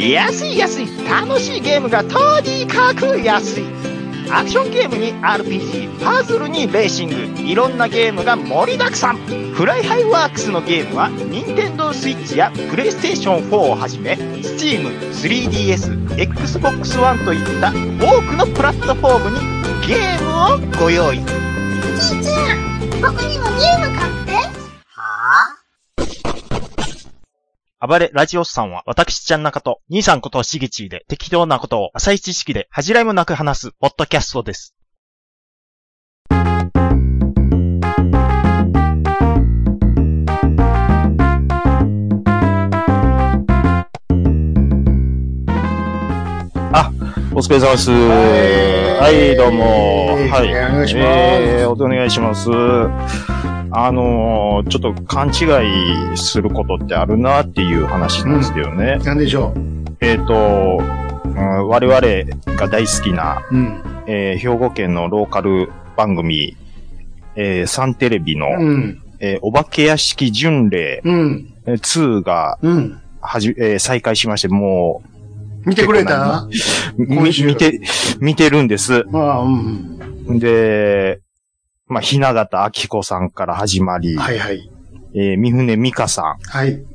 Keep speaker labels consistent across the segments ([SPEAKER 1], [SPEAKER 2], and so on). [SPEAKER 1] 安い安い楽しいゲームがとにかく安いアクションゲームに RPG パズルにレーシングいろんなゲームが盛りだくさんフライハイワークスのゲームは NintendoSwitch や PlayStation4 をはじめ Steam3DSXbox One といった多くのプラットフォームにゲームをご用意
[SPEAKER 2] じいちゃん、僕にもゲーム買って。は
[SPEAKER 1] 暴れラジオスさんは、私ちゃん中と、兄さんことしげちーで、適当なことを浅い知識で恥じらいもなく話す、ポッドキャストです。
[SPEAKER 3] お疲れ様です。はい、どうも。はい。
[SPEAKER 4] お願いします
[SPEAKER 3] えーお願いします。あのーちょっと勘違いすることってあるなっていう話なんですけどね。
[SPEAKER 4] なんでしょ
[SPEAKER 3] えっ、と、うん我々が大好きな、
[SPEAKER 4] う。うん。
[SPEAKER 3] えー兵庫県のローカル番組、えーサンテレビの、
[SPEAKER 4] うん。
[SPEAKER 3] えーお化け屋敷巡礼
[SPEAKER 4] うん。
[SPEAKER 3] えー2が、
[SPEAKER 4] うん。
[SPEAKER 3] はじ、えー再開しまして、も
[SPEAKER 4] 見てくれた
[SPEAKER 3] う、み
[SPEAKER 4] 今週
[SPEAKER 3] 見て、見てるんです。
[SPEAKER 4] ああ、うん。
[SPEAKER 3] で、まあ、ひながたあきこさんから始まり、
[SPEAKER 4] はいはい。
[SPEAKER 3] えー、みふねみかさ
[SPEAKER 4] はい。
[SPEAKER 3] ん、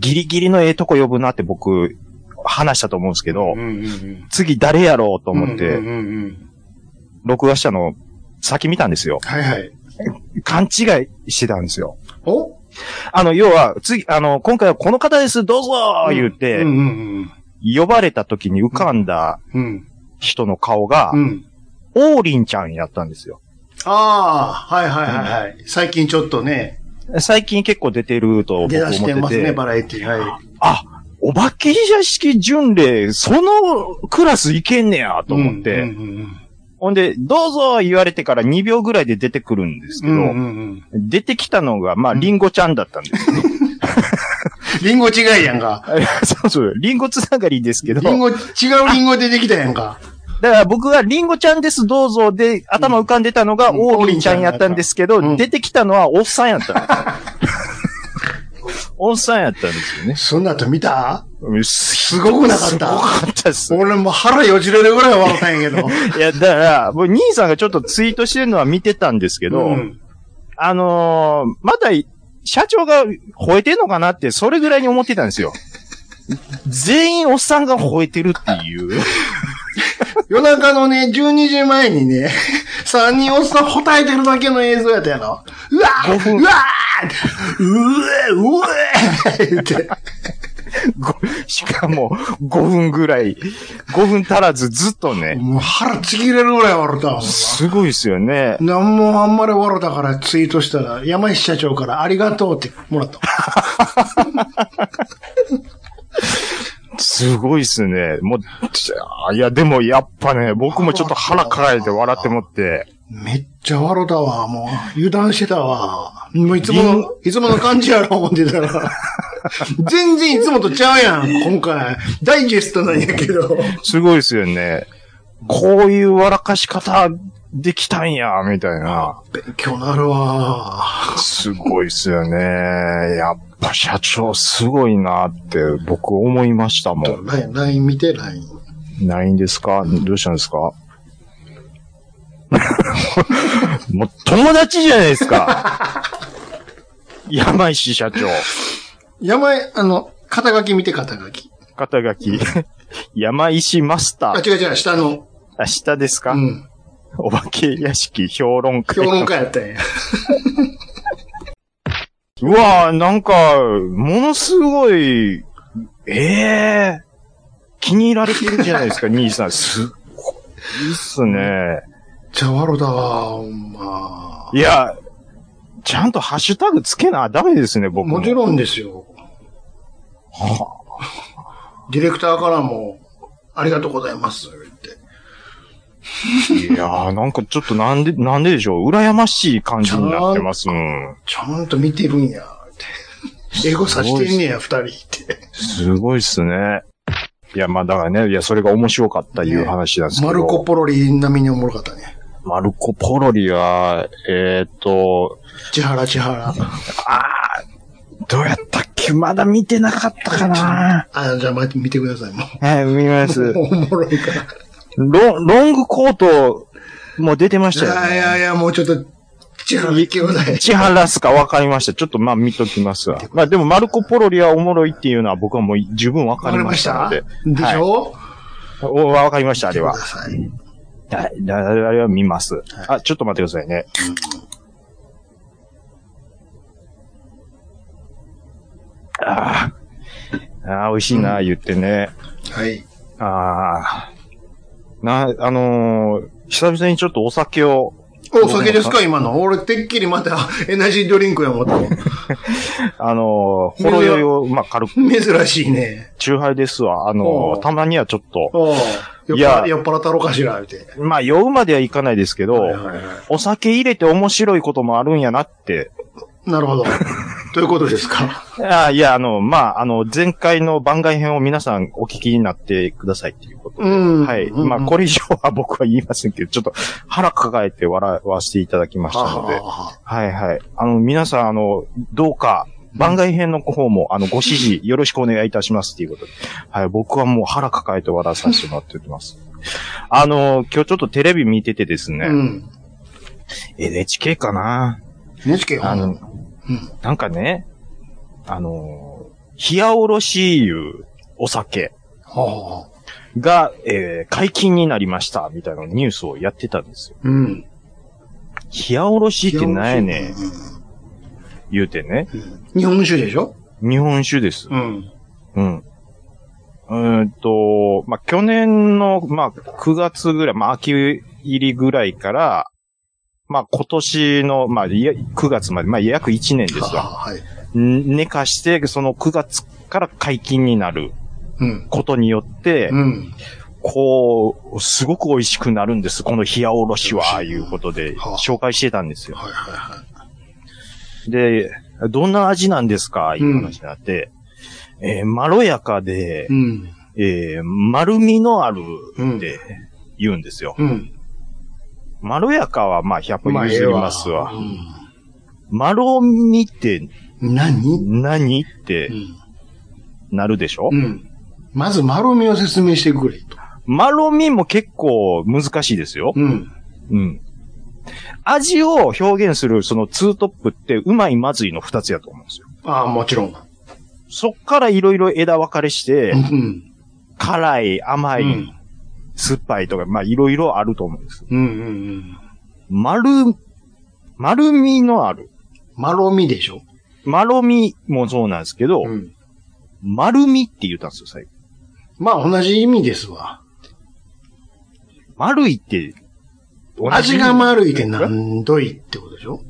[SPEAKER 3] ギリギリのええとこ呼ぶなって僕、話したと思うんですけど、
[SPEAKER 4] うんうんうん。
[SPEAKER 3] 次誰やろうと思っ
[SPEAKER 4] うん
[SPEAKER 3] て、
[SPEAKER 4] うんうん。
[SPEAKER 3] 録画したの、先見たんですよ。
[SPEAKER 4] はいはい。
[SPEAKER 3] 勘違いしてたんですよ。
[SPEAKER 4] お
[SPEAKER 3] あの、要は、次、あの、今回はこの方です、どうぞー言っ
[SPEAKER 4] うん
[SPEAKER 3] て、
[SPEAKER 4] うん
[SPEAKER 3] 呼ばれた時に浮かんだ
[SPEAKER 4] うん。うん。
[SPEAKER 3] 人の顔が
[SPEAKER 4] う、ん。
[SPEAKER 3] 王林ちゃんやったんですよ。
[SPEAKER 4] ああ、はいはいはいはい。最近ちょっとね、
[SPEAKER 3] 最近結構出てると僕思って
[SPEAKER 4] 出
[SPEAKER 3] て。
[SPEAKER 4] だしてますね、バラエティ。はい。
[SPEAKER 3] あ、お化け屋敷巡礼、そのクラスいけんねや、と思って。
[SPEAKER 4] うんうん
[SPEAKER 3] ほんで、どうぞ言われてから2秒ぐらいで出てくるんですけ
[SPEAKER 4] う
[SPEAKER 3] ど、
[SPEAKER 4] ん。うんうんうん。
[SPEAKER 3] 出てきたのが、まあ、リンゴちゃんだったんです。
[SPEAKER 4] リンゴ違いやんか。
[SPEAKER 3] そうそう、リンゴつながりですけど、
[SPEAKER 4] リン
[SPEAKER 3] だか
[SPEAKER 4] ゴ、違うリンゴ出てきたやんか。
[SPEAKER 3] ら僕がリンゴちゃんです、どうぞで頭浮かんでたのが、
[SPEAKER 4] うん
[SPEAKER 3] 王林ちゃんやったんですけど、
[SPEAKER 4] うん
[SPEAKER 3] 出てきたのはおっさんやったん ですよ。おっさんやったんですよね。
[SPEAKER 4] そんなと見た
[SPEAKER 3] す
[SPEAKER 4] ごくなかった
[SPEAKER 3] すごかったです。
[SPEAKER 4] 俺もう腹よじれるぐらい笑ったんやけど。
[SPEAKER 3] いや、だから、僕兄さんがちょっとツイートしてるのは見てたんですけど、
[SPEAKER 4] うん
[SPEAKER 3] あのーまだ、社長が吠えてんのかなって、それぐらいに思ってたんですよ。全員おっさんが吠えてるっていう。
[SPEAKER 4] 夜中のね、12時前にね、3人おっさんほたえてるだけの映像やったやろ。うわ
[SPEAKER 3] 五
[SPEAKER 4] ー
[SPEAKER 3] 分
[SPEAKER 4] うわーうえうえって。
[SPEAKER 3] ごしかも、5分ぐらい、5分足らずずっとね、
[SPEAKER 4] もう腹ちぎれるぐらい笑ったわ。ほん
[SPEAKER 3] すごいですよね。
[SPEAKER 4] まなんもあんまり笑ったからツイートしたら、山石社長からありがとうってもらった。
[SPEAKER 3] すごいですね。もう、いや、でもやっぱね、僕もちょっと腹抱えて笑ってもって、
[SPEAKER 4] めっちゃ笑ったわ。もう、油断してたわ。もういつもの、いつもの感じやろ思ってたら。全然いつもとちゃうやん、今回。ダイジェストなんやけど。
[SPEAKER 3] すごいですよね。こういう笑かし方できたんや、みたいな。
[SPEAKER 4] 勉強なるわ。
[SPEAKER 3] すごいっすよね。やっぱ社長すごいなって僕思いましたもん。
[SPEAKER 4] ライン、ライン見て、ライン。
[SPEAKER 3] ないんですかどうしたんですか もう友達じゃないですか。山石社長。
[SPEAKER 4] 山井、あの、肩書き見て、肩書き。
[SPEAKER 3] 肩書 き。山石マスタ
[SPEAKER 4] あ、
[SPEAKER 3] ー。
[SPEAKER 4] 違う違う、下の、
[SPEAKER 3] 明日ですか、
[SPEAKER 4] うん、
[SPEAKER 3] お化け屋敷評論
[SPEAKER 4] 評
[SPEAKER 3] 会。
[SPEAKER 4] 論家やった んや。
[SPEAKER 3] うわぁ、なんか、ものすごい、ええ気に入られてるじゃないですか、兄さん。すっごいっすね。
[SPEAKER 4] じゃわろだわ、ほんま。
[SPEAKER 3] いや、ちゃんとハッシュタグつけなダメですね、僕も。
[SPEAKER 4] もちろんですよ。
[SPEAKER 3] は
[SPEAKER 4] ディレクターからも、ありがとうございます、言って。
[SPEAKER 3] あいやーなんかちょっとなんで、なんででしょう。羨ましい感じになってます。うん。
[SPEAKER 4] ちゃんと見てるんや、って。英語さしてんねや、二人って。
[SPEAKER 3] すごいっすね。いや、まあだからね、いや、それが面白かったいう話なんですけど。
[SPEAKER 4] マルコポロリ並みにおもろかったね。
[SPEAKER 3] マルコポロリは、えーっと、
[SPEAKER 4] 千原千原。
[SPEAKER 3] ああ、どうやったっけ週まだ見てなかったかな。
[SPEAKER 4] あ、じゃあ、ま、見てください、も
[SPEAKER 3] はい、見ます
[SPEAKER 4] う。。おもろいから。
[SPEAKER 3] ロンロングコートも出てました
[SPEAKER 4] い
[SPEAKER 3] よ、
[SPEAKER 4] やい
[SPEAKER 3] ね。
[SPEAKER 4] やいや、もうちょっと、ちはらきょうだい。
[SPEAKER 3] 千原すか分かりました。ちょっとまあ見ときますわ。まあでもマルコ・ポロリはおもろいっていうのは僕はもう十分分か
[SPEAKER 4] わか
[SPEAKER 3] り
[SPEAKER 4] り
[SPEAKER 3] ま
[SPEAKER 4] ま
[SPEAKER 3] し
[SPEAKER 4] したた
[SPEAKER 3] ので
[SPEAKER 4] で。しょ
[SPEAKER 3] お分かりました、あれは
[SPEAKER 4] くだ。さい
[SPEAKER 3] はい、だあれは見ます。あ、ちょっと待ってくださいね。あーあー、美味しいな、言ってね。
[SPEAKER 4] はい。
[SPEAKER 3] ああ。な、あのー久々にちょっとお酒を、
[SPEAKER 4] お酒ですか今の。俺、てっきりまた、エナジードリンクやもった。
[SPEAKER 3] あのーほろ酔いを、まあ、軽く、
[SPEAKER 4] 珍しいね。
[SPEAKER 3] チューハイですわ。あ
[SPEAKER 4] お
[SPEAKER 3] のー
[SPEAKER 4] う
[SPEAKER 3] たまにはちょっと、
[SPEAKER 4] おう酔っ
[SPEAKER 3] いや
[SPEAKER 4] 払酔っ払ったろかしら、言うて。
[SPEAKER 3] まあ、酔うまではいかないですけど、
[SPEAKER 4] はいはいは
[SPEAKER 3] お酒入れて面白いこともあるんやなって。
[SPEAKER 4] いなるほど。ということですか。
[SPEAKER 3] ああいや、あの、まあ、あの、前回の番外編を皆さんお聞きになってくださいっていうこと。
[SPEAKER 4] うん。
[SPEAKER 3] はい。
[SPEAKER 4] うん
[SPEAKER 3] まあ、これ以上は僕は言いませんけど、ちょっと腹抱えて笑わせていただきまし
[SPEAKER 4] は
[SPEAKER 3] た
[SPEAKER 4] あ
[SPEAKER 3] の
[SPEAKER 4] は
[SPEAKER 3] で
[SPEAKER 4] あ。は
[SPEAKER 3] はいはい。あの、皆さん、あの、どうか、番外編の方も、あの、ご指 示よろしくお願いいたしますっていうことで。はい、僕はもう腹抱えて笑わさせてもらっております。あの、今日ちょっとテレビ見ててですね、
[SPEAKER 4] あうん。
[SPEAKER 3] NHK かな
[SPEAKER 4] NHK
[SPEAKER 3] あの、
[SPEAKER 4] うん
[SPEAKER 3] なんかね、あの、冷やおろしいうお酒
[SPEAKER 4] はあはあ
[SPEAKER 3] が、えー解禁になりました、みたいなニュースをやってたんですよ。
[SPEAKER 4] うん。
[SPEAKER 3] 冷やおろしってなんやねん、
[SPEAKER 4] う
[SPEAKER 3] 言うてね。
[SPEAKER 4] ん日本酒でしょ
[SPEAKER 3] 日本酒です。
[SPEAKER 4] うん。
[SPEAKER 3] うん。うーんと、まあ、去年の、まあ、9月ぐらい、まあ、秋入りぐらいから、まあ、今年の、まあ、いや9月まで、まあ、約1年です
[SPEAKER 4] は
[SPEAKER 3] わ。
[SPEAKER 4] あはい。
[SPEAKER 3] ん寝かして、その9月から解禁になる
[SPEAKER 4] うん。
[SPEAKER 3] ことによって、
[SPEAKER 4] うん。
[SPEAKER 3] こう、すごく美味しくなるんです。この冷やおろしは、いうことで、
[SPEAKER 4] はあ
[SPEAKER 3] 紹介してたんですよ。
[SPEAKER 4] はいはいはい。
[SPEAKER 3] で、どんな味なんですかいう話になって、えーまろやかで、
[SPEAKER 4] うん。
[SPEAKER 3] えー丸みのあるって言うんですよ。
[SPEAKER 4] うん。
[SPEAKER 3] まろやかはまあ100譲りますわ。
[SPEAKER 4] うん
[SPEAKER 3] まろみって
[SPEAKER 4] 何
[SPEAKER 3] 何って
[SPEAKER 4] うん。
[SPEAKER 3] なるでしょ、
[SPEAKER 4] うん。まず丸みを説明してくれと。
[SPEAKER 3] まろみも結構難しいですよ。
[SPEAKER 4] うん。
[SPEAKER 3] うん。味を表現するそのツートップってうまいまずいの二つやと思うんですよ。
[SPEAKER 4] ああ、もちろん。
[SPEAKER 3] そっからいろいろ枝分かれして、
[SPEAKER 4] うん。
[SPEAKER 3] 辛い、甘
[SPEAKER 4] う
[SPEAKER 3] い、
[SPEAKER 4] ん。
[SPEAKER 3] 酸っぱいとか、まあいろいろあると思うんです。
[SPEAKER 4] うんうんうん。
[SPEAKER 3] 丸、丸みのある。
[SPEAKER 4] 丸みでしょ
[SPEAKER 3] まろみもそうなんですけど、
[SPEAKER 4] ん。
[SPEAKER 3] 丸みって言ったんですよ、最後。
[SPEAKER 4] まあ同じ意味ですわ。
[SPEAKER 3] 丸いって、同じ
[SPEAKER 4] 味が丸いって何度いってことでしょ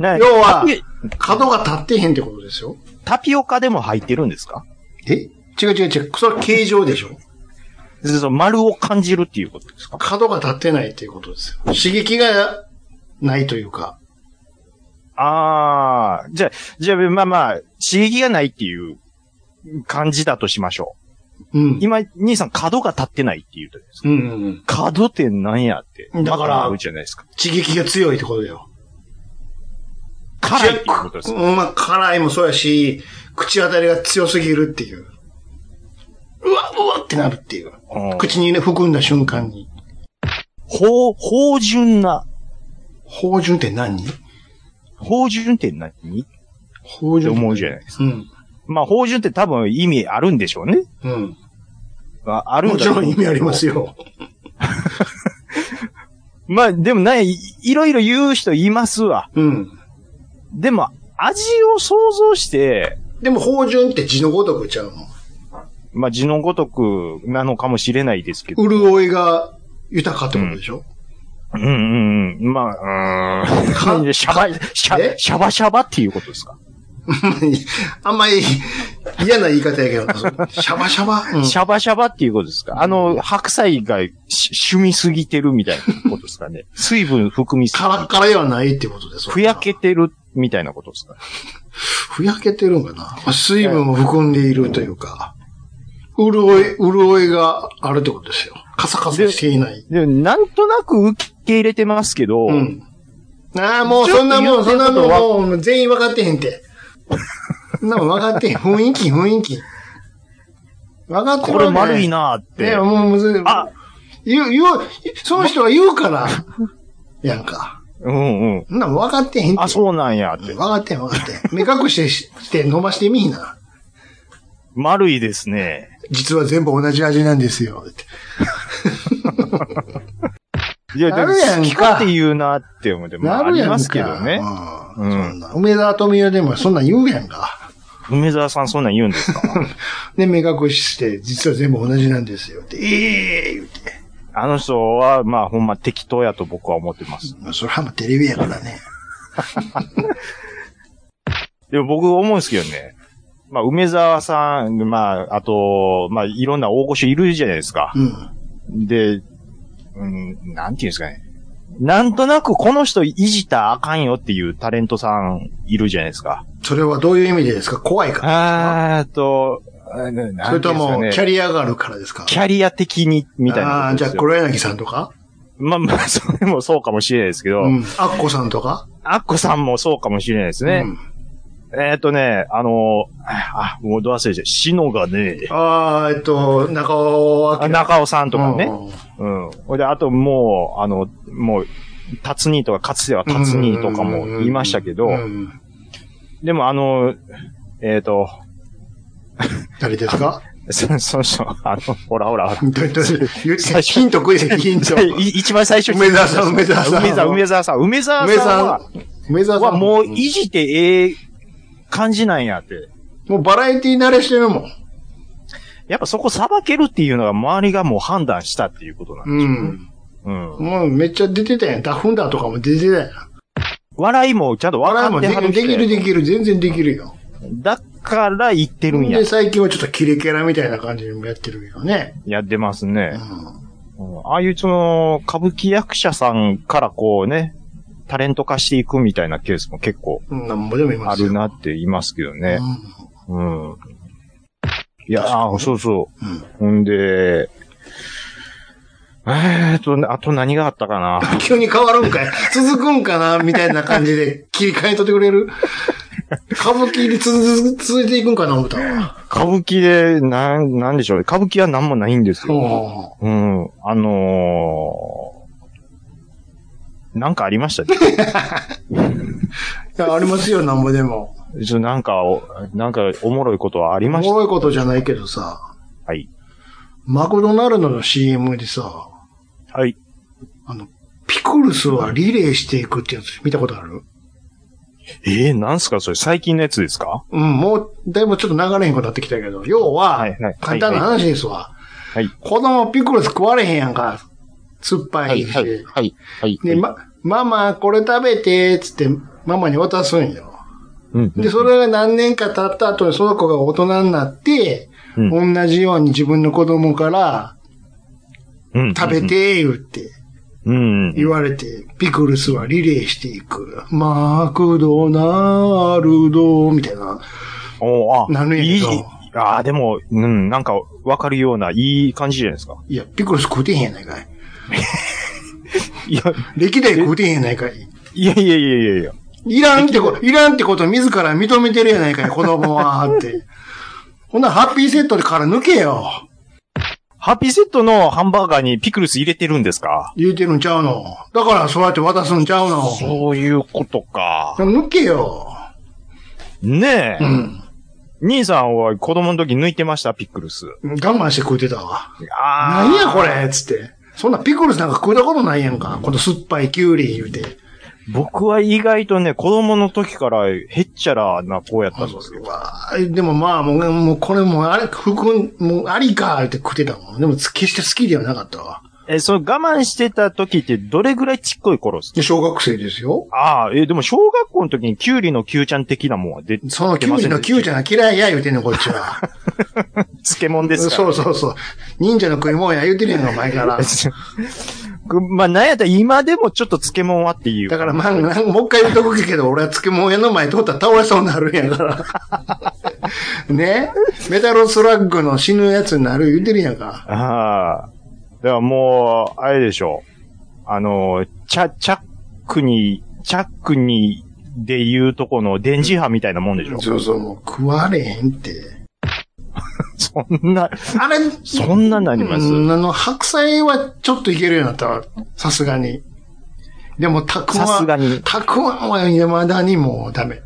[SPEAKER 3] ね
[SPEAKER 4] 要は
[SPEAKER 3] タピ
[SPEAKER 4] 角が立ってへんってことですよ。
[SPEAKER 3] タピオカでも入ってるんですか
[SPEAKER 4] え違う違う違う。それは形状でしょ
[SPEAKER 3] そうそう丸を感じるっていうことですか
[SPEAKER 4] 角が立ってないっていうことですよ。刺激がないというか。
[SPEAKER 3] ああ、じゃあ、じゃあ、まあまあ、刺激がないっていう感じだとしましょ
[SPEAKER 4] うん
[SPEAKER 3] う。。今、兄さん、角が立ってないって言うとですか
[SPEAKER 4] うんうんうん。
[SPEAKER 3] 角ってなんやって。
[SPEAKER 4] だから
[SPEAKER 3] まああるじゃないですか。
[SPEAKER 4] 刺激が強いってことだよ。
[SPEAKER 3] 辛いっていうことですか
[SPEAKER 4] うん、まあ、辛いもそうやし、口当たりが強すぎるっていう。うわ、うわってなるっていう。
[SPEAKER 3] うん
[SPEAKER 4] 口にね、含んだ瞬間に。
[SPEAKER 3] ほう、芳醇な、
[SPEAKER 4] 芳醇って何
[SPEAKER 3] 芳醇って何っ
[SPEAKER 4] 芳
[SPEAKER 3] て
[SPEAKER 4] 醇。
[SPEAKER 3] 思うじゃないですか。
[SPEAKER 4] うん。
[SPEAKER 3] まあ、芳醇って多分意味あるんでしょうね。
[SPEAKER 4] うん。
[SPEAKER 3] あある
[SPEAKER 4] も
[SPEAKER 3] んだ
[SPEAKER 4] ち
[SPEAKER 3] と
[SPEAKER 4] ろ
[SPEAKER 3] 思うん
[SPEAKER 4] 意味ありますよ。
[SPEAKER 3] まあ、でもない、いいろいろ言う人いますわ。
[SPEAKER 4] うん。
[SPEAKER 3] でも、味を想像して、
[SPEAKER 4] でも、芳醇って字のごとくちゃうの。
[SPEAKER 3] まあ、字のごとくなのかもしれないですけど。
[SPEAKER 4] 潤いが豊かってことでしょ、
[SPEAKER 3] うんうんうん。まあ、うーん。
[SPEAKER 4] か
[SPEAKER 3] シャバ、シャ
[SPEAKER 4] え
[SPEAKER 3] シャバシャバっていうことですか、
[SPEAKER 4] あんまり嫌な言い方やけど、そうシャバシャバ。うん
[SPEAKER 3] シャバシャバっていうことですかあの、白菜がし趣味すぎてるみたいなことですかね水分含みすぎ
[SPEAKER 4] カラッカラではないってことです。
[SPEAKER 3] ふやけ。てるみたいなことですか
[SPEAKER 4] ふやけてるんかな。水分を含んでいるというか、潤い、潤いがあるってことですよ。カサカサしていない。
[SPEAKER 3] でもなんとなく受け入れてますけど、
[SPEAKER 4] うん。ああ、もうそんなもん、
[SPEAKER 3] ち
[SPEAKER 4] そ
[SPEAKER 3] ょ
[SPEAKER 4] ん
[SPEAKER 3] っと言
[SPEAKER 4] な
[SPEAKER 3] ってることは
[SPEAKER 4] もん、もう全員分かってへんて。そんなもん分かってん。雰囲気、雰囲気。分かって
[SPEAKER 3] これ丸い
[SPEAKER 4] な。
[SPEAKER 3] なーっ
[SPEAKER 4] ね
[SPEAKER 3] て。
[SPEAKER 4] もうむずい。
[SPEAKER 3] あ
[SPEAKER 4] 言う、言う、その人は言うから、やんか。
[SPEAKER 3] うんうん。
[SPEAKER 4] そんなもん分かってへんっ て。
[SPEAKER 3] あ、そうなんやっ
[SPEAKER 4] 分
[SPEAKER 3] て。
[SPEAKER 4] かってん、分かってん。目隠してし、して伸ばしてみいな。
[SPEAKER 3] 丸いですね。
[SPEAKER 4] 実は全部同じ味なんですよ。って
[SPEAKER 3] いや、でも
[SPEAKER 4] なるや
[SPEAKER 3] 好
[SPEAKER 4] んか
[SPEAKER 3] き勝手言うなって思って、まあ、ありますけどね。
[SPEAKER 4] うん。
[SPEAKER 3] うん
[SPEAKER 4] そんな梅沢富美男でもそんなん言うやんか。
[SPEAKER 3] 梅沢さんそんなん言うんですか
[SPEAKER 4] で、目隠しして、実は全部同じなんですよ。って、ええ言うて。
[SPEAKER 3] あの人は、まあ、ほんま適当やと僕は思ってます。
[SPEAKER 4] まあそれはもうテレビやからね。
[SPEAKER 3] でも僕思うんですけどね。まあ、梅沢さん、まあ、あと、まあ、いろんな大御所いるじゃないですか。
[SPEAKER 4] うん。
[SPEAKER 3] で、うん、なんていうんですかね。なんとなくこの人いじったらあかんよっていうタレントさんいるじゃないですか。
[SPEAKER 4] それはどういう意味でですか怖いから。
[SPEAKER 3] あーっと、あななんていうんです
[SPEAKER 4] それと
[SPEAKER 3] か
[SPEAKER 4] も、
[SPEAKER 3] ね
[SPEAKER 4] キャリアがあるからですか
[SPEAKER 3] キャリア的に、みたいな
[SPEAKER 4] あ
[SPEAKER 3] こ
[SPEAKER 4] あ、
[SPEAKER 3] と
[SPEAKER 4] じ
[SPEAKER 3] で
[SPEAKER 4] ゃあ、
[SPEAKER 3] すよ。
[SPEAKER 4] 黒柳さんとか
[SPEAKER 3] まあまあ、 それもそうかもしれないですけど、
[SPEAKER 4] うん。アッコさんとか
[SPEAKER 3] アッコさんもそうかもしれないですね
[SPEAKER 4] う。ん
[SPEAKER 3] えーっ、とね、あのーあ、もうどう忘れちゃう。シノがね、
[SPEAKER 4] ああ、えっと、中尾
[SPEAKER 3] あ
[SPEAKER 4] 明
[SPEAKER 3] 中尾さんとかね。
[SPEAKER 4] ね。
[SPEAKER 3] うん。ほいで、あともう、あの、もう、タツニーとか、かつてはタツニーとかもいましたけど
[SPEAKER 4] う、ん
[SPEAKER 3] でもあの、えっ、と、
[SPEAKER 4] 誰ですか
[SPEAKER 3] そその人、あの、ほらほら、
[SPEAKER 4] 誰誰言っ て
[SPEAKER 3] 最初
[SPEAKER 4] ヒント食いせ、ヒ ント。
[SPEAKER 3] い一番最初に
[SPEAKER 4] 梅沢さん、梅沢さん。
[SPEAKER 3] 梅沢、梅沢さん、梅沢
[SPEAKER 4] 梅
[SPEAKER 3] さん
[SPEAKER 4] 沢
[SPEAKER 3] は、
[SPEAKER 4] さん。梅沢さん。
[SPEAKER 3] はもういじってええ感じなんやって。
[SPEAKER 4] もうバラエティ慣れしてるもん。
[SPEAKER 3] やっぱそこ裁けるっていうのが周りがもう判断したっていうことなん
[SPEAKER 4] う
[SPEAKER 3] でしょうね。
[SPEAKER 4] ん。
[SPEAKER 3] うん。
[SPEAKER 4] もうめっちゃ出てたやん。ダフンダーとかも出てたやん。
[SPEAKER 3] 笑いもちゃんと
[SPEAKER 4] 笑い
[SPEAKER 3] 笑
[SPEAKER 4] も
[SPEAKER 3] って
[SPEAKER 4] で
[SPEAKER 3] はる人
[SPEAKER 4] き
[SPEAKER 3] や
[SPEAKER 4] るできる、全然できるよ。
[SPEAKER 3] だから言ってるんや
[SPEAKER 4] で、。最近はちょっとキレキャラみたいな感じにもやってるけどね。
[SPEAKER 3] やってます
[SPEAKER 4] う
[SPEAKER 3] ね。
[SPEAKER 4] ん。
[SPEAKER 3] うんああいうその、歌舞伎役者さんからこうね、タレント化していくみたいなケースも結構
[SPEAKER 4] うん、なんぼでもいま
[SPEAKER 3] あ
[SPEAKER 4] すよ。
[SPEAKER 3] るなって言いますけどね。
[SPEAKER 4] う
[SPEAKER 3] うん。いや、あそうそ
[SPEAKER 4] ん。うん。
[SPEAKER 3] う。ほんで、えーっと、あと何があったかな。
[SPEAKER 4] 急に変わるんかい続くんかなみたいな感じで切り替えとってくれ る歌舞伎で続続いていくんかな思ったわ。
[SPEAKER 3] 歌舞伎で、なん、なんでしょう。歌舞伎は何もないんですよ。
[SPEAKER 4] お
[SPEAKER 3] うん。あのー、なんかありました ね。
[SPEAKER 4] ーいや、ありますよ、なんぼでも。
[SPEAKER 3] ちょなんかお、なんかおもろいことはあり
[SPEAKER 4] お
[SPEAKER 3] まし
[SPEAKER 4] も
[SPEAKER 3] た。
[SPEAKER 4] ろいことじゃないけどさ、
[SPEAKER 3] はい。
[SPEAKER 4] マクドナルドの CM でさ、
[SPEAKER 3] はい。
[SPEAKER 4] あの、ピクルスはリレーしていくってやつ見たことある
[SPEAKER 3] えー、なんすかそれ最近のやつですか
[SPEAKER 4] うん、もう、だいぶちょっと流れへんくなってきたけど、要は、
[SPEAKER 3] はいはい
[SPEAKER 4] 簡単な話ですわ。
[SPEAKER 3] はい
[SPEAKER 4] 子供ピクルス食われへんやんか。酸っぱいし。
[SPEAKER 3] はい、はい
[SPEAKER 4] で、ま、ママ、これ食べて、つって、ママに渡すんよ。
[SPEAKER 3] うん、
[SPEAKER 4] で、それが何年か経った後に、その子が大人になって、
[SPEAKER 3] う
[SPEAKER 4] 同じように自分の子供から、
[SPEAKER 3] うん
[SPEAKER 4] 食べ、て、言って、
[SPEAKER 3] うん。
[SPEAKER 4] 言われて、ピクルスはリレーしていく。マクドナルド、みたいな。
[SPEAKER 3] おーあ、
[SPEAKER 4] なるん
[SPEAKER 3] い
[SPEAKER 4] や
[SPEAKER 3] い
[SPEAKER 4] けど、
[SPEAKER 3] ああ、でも、うん、なんか、わかるような、いい感じじゃないですか。
[SPEAKER 4] いや、ピクルス食うてへんやないかい。
[SPEAKER 3] いや、
[SPEAKER 4] 歴代食うてへんやないかい。
[SPEAKER 3] いやいやいやいやいや。
[SPEAKER 4] いらんってこと、いらんってこと自ら認めてるやないかい、子供は、って。ほんならハッピーセットから抜けよ。
[SPEAKER 3] ハッピーセットのハンバーガーにピクルス入れてるんですか
[SPEAKER 4] 言うてるんちゃうの。だからそうやって渡すんちゃうの。
[SPEAKER 3] そういうことか。
[SPEAKER 4] 抜けよ。
[SPEAKER 3] ねえ
[SPEAKER 4] う。ん。
[SPEAKER 3] 兄さんは子供の時抜いてました、ピクルス。
[SPEAKER 4] 我慢して食うてたわ。
[SPEAKER 3] ああ。
[SPEAKER 4] 何やこれつって。そんなピクルスなんか食うたことないやんか。この酸っぱいキュウリ言うて。
[SPEAKER 3] 僕は意外とね、子供の時からへっちゃらな子やったんですよ。
[SPEAKER 4] わあでもまあ、もう、もうこれもうあれ、含ん、もうありか、って食ってたもん。でも、決して好きではなかったわ。
[SPEAKER 3] え、その我慢してた時ってどれぐらいちっこい頃ですか
[SPEAKER 4] で小学生ですよ。
[SPEAKER 3] ああ、え、でも小学校の時にキュウリのキュウちゃん的なもんは出て
[SPEAKER 4] そのキュウリのキュウちゃんが嫌いや言うてんねん、こっちは。
[SPEAKER 3] 漬物ですから。
[SPEAKER 4] そうそうそう。忍者の食い物や言うてるやんか、前 から。
[SPEAKER 3] く まあ、なんやったら今でもちょっと漬物はっていう。
[SPEAKER 4] だから、まあ、なんもう一回言うとくけど、俺は漬物屋の前通ったら倒れそうになるんやから。 ねメタルスラッグの死ぬやつになる言うてるやんか。
[SPEAKER 3] ああ。だからもう、あれでしょう。あの、チャ、チャックに、チャックにで言うとこの電磁波みたいなもんでしょ。
[SPEAKER 4] そうそう、もう食われへんって。
[SPEAKER 3] そんな、
[SPEAKER 4] あれ、
[SPEAKER 3] そんなになります。
[SPEAKER 4] うんあの、白菜はちょっといけるようになったわ。さすがに。でも、たくあん。
[SPEAKER 3] さすがに。
[SPEAKER 4] たくあんは山だにもうダメ。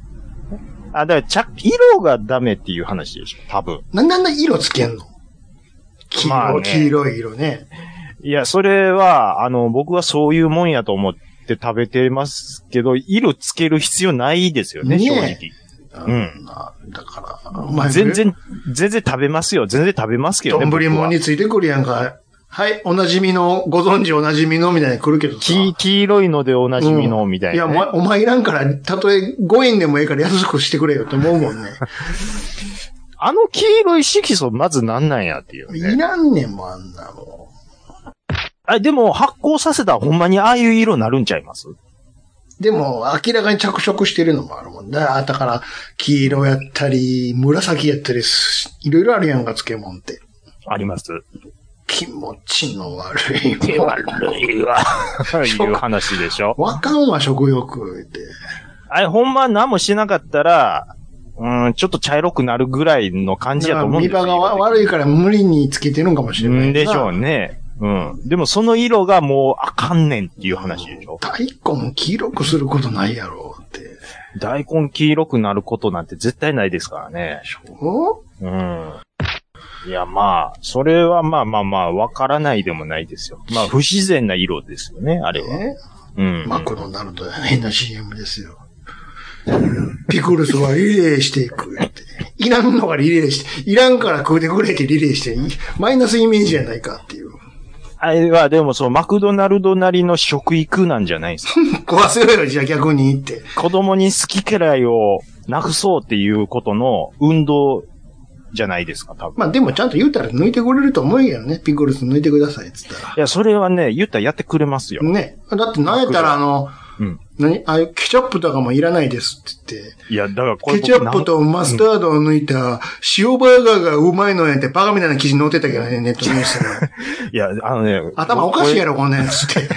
[SPEAKER 3] あ、だから、ちゃ、色がダメっていう話でしょ、多分。
[SPEAKER 4] なんであんな色つけんの黄色、
[SPEAKER 3] まあね
[SPEAKER 4] 黄色い色ね。
[SPEAKER 3] いや、それは、あの、僕はそういうもんやと思って食べてますけど、色つける必要ないですよね、
[SPEAKER 4] ねえ
[SPEAKER 3] 正直。うん
[SPEAKER 4] あんなだから、お前
[SPEAKER 3] 全。然、全然食べますよ。全然食べますけどね。
[SPEAKER 4] 丼もん
[SPEAKER 3] 僕は
[SPEAKER 4] についてくるやんか。はい、おなじみの、ご存知おなじみのみたいに来るけどさ。
[SPEAKER 3] 黄、黄色いのでおなじみの、
[SPEAKER 4] うん
[SPEAKER 3] みたいなね、
[SPEAKER 4] いや、お前お前いらんから、たとえ5円でもええから安くしてくれよって思うもんね。
[SPEAKER 3] あの黄色い色素、まずなんなんやっていう ね、
[SPEAKER 4] いらんねんもん、あんなも
[SPEAKER 3] あ、でも、発酵させたらほんまにああいう色になるんちゃいます
[SPEAKER 4] ん。でも、明らかに着色してるのもあるもんだ。あだから、黄色やったり、紫やったりす、いろいろあるやんか、漬物って。
[SPEAKER 3] あります。
[SPEAKER 4] 気持ちの悪いもん。
[SPEAKER 3] いわ。いう話でしょ。
[SPEAKER 4] わかんわ、食欲って。
[SPEAKER 3] あれ、ほんま何もしなかったら、うん、ちょっと茶色くなるぐらいの感じやと思うんで
[SPEAKER 4] 見
[SPEAKER 3] すよ。
[SPEAKER 4] 場がわ悪いから無理につけてるんかもしれないな。
[SPEAKER 3] んでしょうね。うん。でもその色がもうあかんねんっていう話でしょ。
[SPEAKER 4] 大根黄色くすることないやろうって。
[SPEAKER 3] 大根黄色くなることなんて絶対ないですからね。
[SPEAKER 4] お
[SPEAKER 3] うん。いや、まあ、それはまあまあまあ、わからないでもないですよ。まあ、不自然な色ですよね、あれは。
[SPEAKER 4] え
[SPEAKER 3] うん。
[SPEAKER 4] マクドナルドや変な CM ですよ。ピクルスはリレーしていくって。いらんのがリレーして、いらんから食うてくれってリレーして、いマイナスイメージやないかっていう。
[SPEAKER 3] あれは、でもそう、マクドナルドなりの食育なんじゃないです か。
[SPEAKER 4] 壊せろよ、じゃあ逆にって。
[SPEAKER 3] 子供に好き嫌いをなくそうっていうことの運動じゃないですか、多分。
[SPEAKER 4] まあでもちゃんと言うたら抜いてくれると思うけどね。ピクルス抜いてくださいって言った
[SPEAKER 3] いや、それはね、言ったらやってくれますよ。
[SPEAKER 4] ら。ね。だってなんやったらあの、
[SPEAKER 3] うん。
[SPEAKER 4] 何ああいうケチャップとかもいらないですって言って。
[SPEAKER 3] いや、だからこれ
[SPEAKER 4] ケ
[SPEAKER 3] 僕
[SPEAKER 4] チャップとマスタードを抜いた塩バーガーがうまいのやってバカみたいな記事載ってたけどね、ネットニュ ースに。
[SPEAKER 3] いや、あのね。
[SPEAKER 4] 頭おかしいやろ、こんなやつって。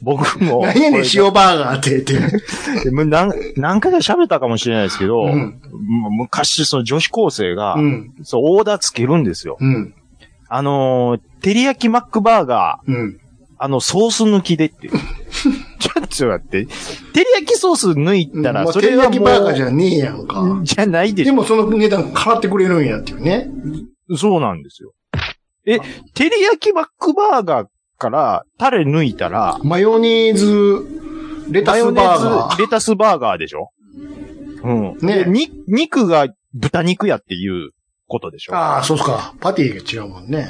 [SPEAKER 3] 僕も。
[SPEAKER 4] 何やねん、塩バーガーって言って。
[SPEAKER 3] でも何何回か喋ったかもしれないですけど、
[SPEAKER 4] うん
[SPEAKER 3] む昔、その女子高生が、
[SPEAKER 4] うん。
[SPEAKER 3] そう、オーダーつけるんですよ。
[SPEAKER 4] うん。
[SPEAKER 3] あのー、照り焼きマックバーガー、
[SPEAKER 4] うん。
[SPEAKER 3] あの、ソース抜きで って。ちょっと待って。照り焼きソース抜いたら、
[SPEAKER 4] もう
[SPEAKER 3] そ
[SPEAKER 4] 照
[SPEAKER 3] れ
[SPEAKER 4] り
[SPEAKER 3] は
[SPEAKER 4] 焼
[SPEAKER 3] も
[SPEAKER 4] き
[SPEAKER 3] う、
[SPEAKER 4] バーガーじゃねえやんか。
[SPEAKER 3] じゃないでし
[SPEAKER 4] でもその値段払ってくれるんやっていうね。
[SPEAKER 3] ょ。そうなんですよ。え、照り焼きマックバーガーから、タレ抜いたら、
[SPEAKER 4] マヨネーズ、レタ
[SPEAKER 3] マ
[SPEAKER 4] ス
[SPEAKER 3] ヨネ
[SPEAKER 4] バー
[SPEAKER 3] ー
[SPEAKER 4] ガ
[SPEAKER 3] ズ、レタスバーガーでしょうん。
[SPEAKER 4] ね
[SPEAKER 3] でに、肉が豚肉やっていうことでし
[SPEAKER 4] ー。
[SPEAKER 3] ょ
[SPEAKER 4] ああ、そうっすか。パティが違うもんね。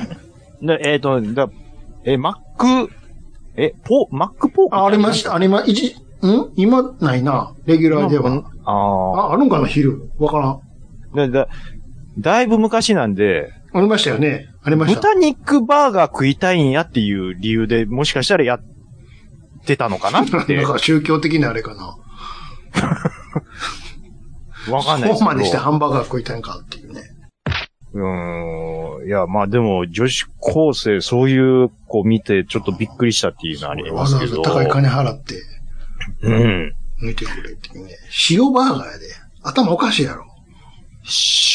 [SPEAKER 3] で、えっ、と、だえ、マック、え、ポ、マックポーク
[SPEAKER 4] あ、ありました、ありま、一、ん今ないな。レギュラーでは。
[SPEAKER 3] ああ
[SPEAKER 4] あ、あるんかな、昼。わからん。
[SPEAKER 3] だだ。だいぶ昔なんで、
[SPEAKER 4] ありましたよね。ありました。
[SPEAKER 3] 豚肉バーガー食いたいんやっていう理由で、もしかしたらやってたのかなっ て
[SPEAKER 4] なん、か宗教的なあれかな。
[SPEAKER 3] わかんないで
[SPEAKER 4] そ
[SPEAKER 3] す
[SPEAKER 4] こまで
[SPEAKER 3] け
[SPEAKER 4] して
[SPEAKER 3] ど。
[SPEAKER 4] ハンバーガー食いたいんかっていうね。
[SPEAKER 3] うーん。いや、まあでも、女子高生、そういう子見て、ちょっとびっくりしたっていうのはありま
[SPEAKER 4] わ
[SPEAKER 3] す
[SPEAKER 4] ざ
[SPEAKER 3] け
[SPEAKER 4] わざ
[SPEAKER 3] ど。
[SPEAKER 4] 高い金払って。
[SPEAKER 3] うん。
[SPEAKER 4] 抜いてくれってね。塩バーガーやで。頭おかしいやろ。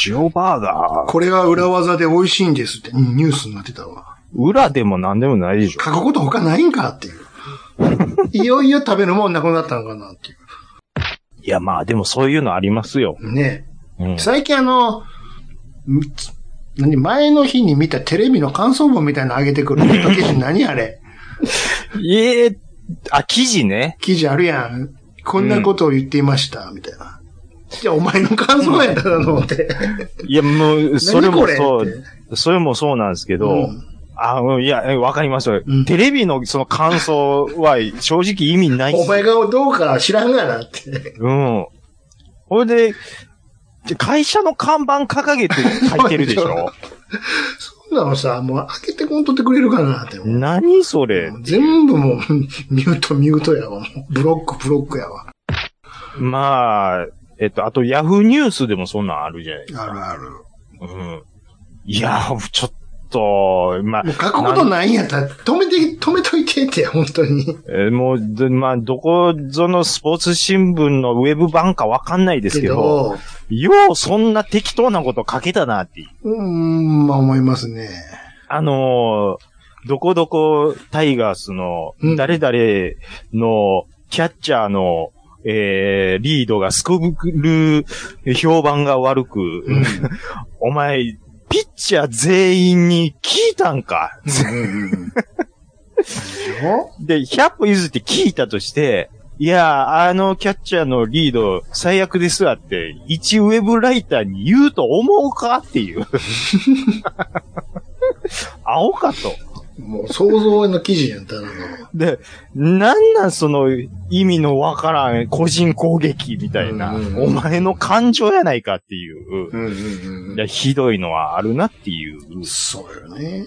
[SPEAKER 3] 塩バーガー、
[SPEAKER 4] これは裏技で美味しいんですってうんニュースになってたわ。
[SPEAKER 3] 裏でも何でもないでしょ
[SPEAKER 4] 書くこと他ないんかっていう。 いよいよ食べるもんなくなったのかなってい
[SPEAKER 3] いや、まあ、でもそういうのありますよ。
[SPEAKER 4] う。ね
[SPEAKER 3] うん
[SPEAKER 4] え。最近あの、ん何前の日に見たテレビの感想文みたいなの上げてくる。ネット記事何あれ
[SPEAKER 3] ええあ、記事ね。
[SPEAKER 4] 記事あるやん。こんなことを言っていました、みたいな。じゃあお前の感想やっただろうって。
[SPEAKER 3] いや、もう、それもそ
[SPEAKER 4] 何これ
[SPEAKER 3] う、それもそうなんですけど、
[SPEAKER 4] うん
[SPEAKER 3] あうんいや、えわかりますよ、
[SPEAKER 4] うん
[SPEAKER 3] テレビのその感想は正直意味ないっす
[SPEAKER 4] お前がどうか知らんがなって。
[SPEAKER 3] うん。ほいで、会社の看板掲げて書いてるでし
[SPEAKER 4] そう
[SPEAKER 3] ょ
[SPEAKER 4] そんなのさ、もう開けてこんとってくれるかなって思う。
[SPEAKER 3] 何それ
[SPEAKER 4] 全部もう、 ミュート、ミュートやわ。もうブロック、ブロックやわ。
[SPEAKER 3] まあ、えっと、あとヤフーニュースでもそんなんあるじゃない
[SPEAKER 4] あるある。
[SPEAKER 3] うん。いや、ちょっと、まあ、
[SPEAKER 4] もう書くことないんやったら、止めて、止めといてって、本当に。
[SPEAKER 3] えーもう、でまあ、どこぞのスポーツ新聞のウェブ版かわかんないですけど、ようそんな適当なこと書けたなっていう。
[SPEAKER 4] けど、うーん、まあ思いますね。
[SPEAKER 3] あのーどこどこタイガースの
[SPEAKER 4] うん、
[SPEAKER 3] 誰々のキャッチャーの、えー、リードがすくる評判が悪く、
[SPEAKER 4] うん。うん
[SPEAKER 3] お前、ピッチャー全員に聞いたんか。
[SPEAKER 4] うんうんでしょ
[SPEAKER 3] で、100歩譲って聞いたとして、いや、あのキャッチャーのリード最悪ですわって、一ウェブライターに言うと思うかっていう。 青かと。
[SPEAKER 4] もう想像の記事やったら、
[SPEAKER 3] で、なんなんその意味のわからん個人攻撃みたいな、
[SPEAKER 4] うん
[SPEAKER 3] お前の感情やないかっていう
[SPEAKER 4] う、んうん
[SPEAKER 3] いやひどいのはあるなっていう。
[SPEAKER 4] そうよね。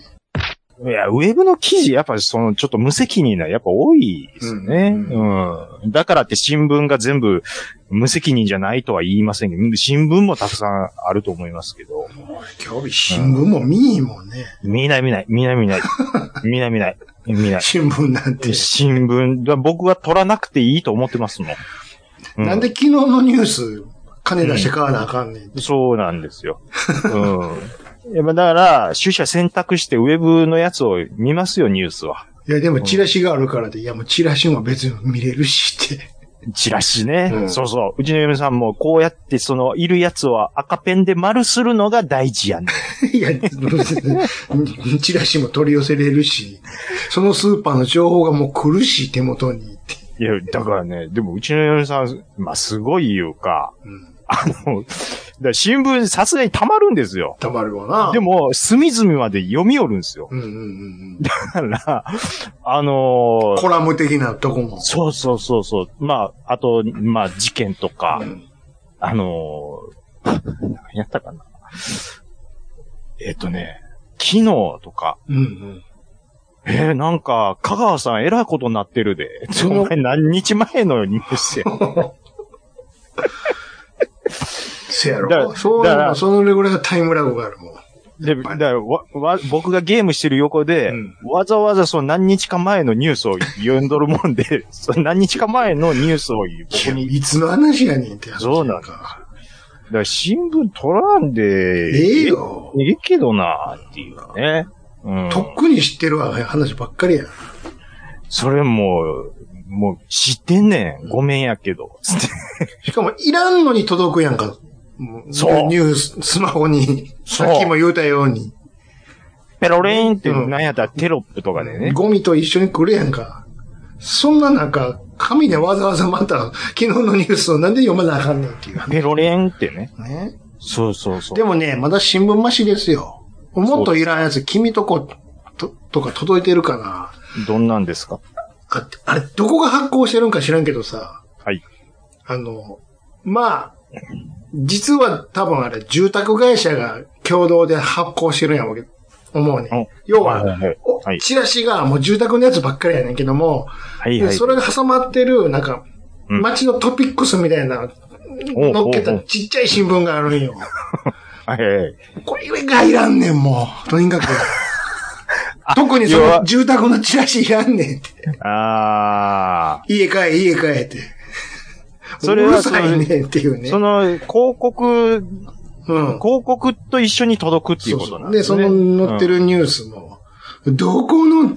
[SPEAKER 3] いや、ウェブの記事、やっぱその、ちょっと無責任な、やっぱ多いですね。
[SPEAKER 4] う
[SPEAKER 3] うん、だからって新聞が全部無責任じゃないとは言いませんけど、新聞もたくさんあると思いますけど。
[SPEAKER 4] 今日新聞も見いもんね。
[SPEAKER 3] 見ない見ない、見ない見 ない。見ない見ない。見ない。
[SPEAKER 4] 新聞なんて。
[SPEAKER 3] 新聞、だ僕は取らなくていいと思ってますもん。う
[SPEAKER 4] なんで昨日のニュース、金出して買わなあかんねん。
[SPEAKER 3] そうなんですよ。うん。やっぱだから、取捨選択してウェブのやつを見ますよ、ニュースは。
[SPEAKER 4] いや、でもチラシがあるからで、いや、もうチラシも別に見れるしって。
[SPEAKER 3] チラシね。
[SPEAKER 4] うん
[SPEAKER 3] そうそう。うちの嫁さんも、こうやって、その、いるやつを赤ペンで丸するのが大事やねん。
[SPEAKER 4] いや、チラシも取り寄せれるし、そのスーパーの情報がもう来るし、手元にって。
[SPEAKER 3] いや、だからね、でもうちの嫁さん、まあ、すごい言うか、
[SPEAKER 4] うん。
[SPEAKER 3] あの、だから新聞さすがに溜まるんですよ。
[SPEAKER 4] たまるわな。
[SPEAKER 3] で、も、隅々まで読み寄るんですよ。
[SPEAKER 4] うんうんうんうん。
[SPEAKER 3] だから、あのー
[SPEAKER 4] コラム的なとこも。
[SPEAKER 3] そうそうそうそう。まあ、あと、まあ、事件とか、
[SPEAKER 4] うん
[SPEAKER 3] あのー何やったかな。えっ、とね、昨日とか、
[SPEAKER 4] うんうん。
[SPEAKER 3] えーなんか、香川さん偉いことになってるで。
[SPEAKER 4] その
[SPEAKER 3] お前何日前のニュースや。
[SPEAKER 4] せや
[SPEAKER 3] だか
[SPEAKER 4] ろ。
[SPEAKER 3] ら
[SPEAKER 4] そう
[SPEAKER 3] だ
[SPEAKER 4] な
[SPEAKER 3] か
[SPEAKER 4] の、
[SPEAKER 3] ら
[SPEAKER 4] そのぐらいのタイムラグがあるもん。
[SPEAKER 3] で、だからわわ僕がゲームしてる横で、
[SPEAKER 4] うん
[SPEAKER 3] わざわざその何日か前のニュースを読んどるもんで、 その何日か前のニュースを僕
[SPEAKER 4] い
[SPEAKER 3] に、
[SPEAKER 4] やいつの話やねんって話
[SPEAKER 3] そうなん
[SPEAKER 4] か。
[SPEAKER 3] だから新聞取らんで、
[SPEAKER 4] ええよ。
[SPEAKER 3] いいけどなっていうね。うん。
[SPEAKER 4] とっくに知ってるわ話ばっかりや。
[SPEAKER 3] それもう、もう知ってんねん。ごめんやけど。つって
[SPEAKER 4] しかも、いらんのに届くやんか。も
[SPEAKER 3] そう
[SPEAKER 4] ニュース、スマホに。
[SPEAKER 3] そう
[SPEAKER 4] さっきも言うたように。
[SPEAKER 3] ペロレーンって
[SPEAKER 4] うん
[SPEAKER 3] なんやったらテロップとかでね。
[SPEAKER 4] ゴミと一緒に来るやんか。そんななんか、紙でわざわざまた、昨日のニュースをなんで読まなあかんねんっていう話
[SPEAKER 3] ペロレーンってね。
[SPEAKER 4] ね。
[SPEAKER 3] そうそうそう。
[SPEAKER 4] でもね、まだ新聞マシですよ。もっといらんやつ、君とこと、とか届いてるかな。
[SPEAKER 3] どんなんですか
[SPEAKER 4] ああれ、どこが発行してるんか知らんけどさ、
[SPEAKER 3] はい。
[SPEAKER 4] あの、まあ、実は多分あれ、住宅会社が共同で発行してるんやろうけど、思うねん
[SPEAKER 3] お。
[SPEAKER 4] 要
[SPEAKER 3] はい
[SPEAKER 4] は
[SPEAKER 3] はいはい、
[SPEAKER 4] お
[SPEAKER 3] はい
[SPEAKER 4] チラシがもう住宅のやつばっかりやねんけども、
[SPEAKER 3] はい
[SPEAKER 4] で
[SPEAKER 3] はい。
[SPEAKER 4] それが挟まってる、なんか、
[SPEAKER 3] うん
[SPEAKER 4] 街のトピックスみたいな、
[SPEAKER 3] おう
[SPEAKER 4] 乗っけ
[SPEAKER 3] お
[SPEAKER 4] た
[SPEAKER 3] うおう
[SPEAKER 4] ちっちゃい新聞があるんよ。
[SPEAKER 3] はいはいはい。
[SPEAKER 4] これがいらんねん、もう。と にかく。特にそ
[SPEAKER 3] 要
[SPEAKER 4] の
[SPEAKER 3] は
[SPEAKER 4] 住宅のチラシいらんねんって。
[SPEAKER 3] あ
[SPEAKER 4] 家買え、家買えって。
[SPEAKER 3] それ
[SPEAKER 4] う
[SPEAKER 3] は
[SPEAKER 4] るさいねんっていう
[SPEAKER 3] あ、
[SPEAKER 4] ね。
[SPEAKER 3] その、広告、
[SPEAKER 4] うん。
[SPEAKER 3] 広告と一緒に届くってい
[SPEAKER 4] そうう
[SPEAKER 3] こ
[SPEAKER 4] そ
[SPEAKER 3] とな
[SPEAKER 4] うん
[SPEAKER 3] で
[SPEAKER 4] ですそ
[SPEAKER 3] ね。
[SPEAKER 4] の載って
[SPEAKER 3] うん
[SPEAKER 4] るニュースも、どこの、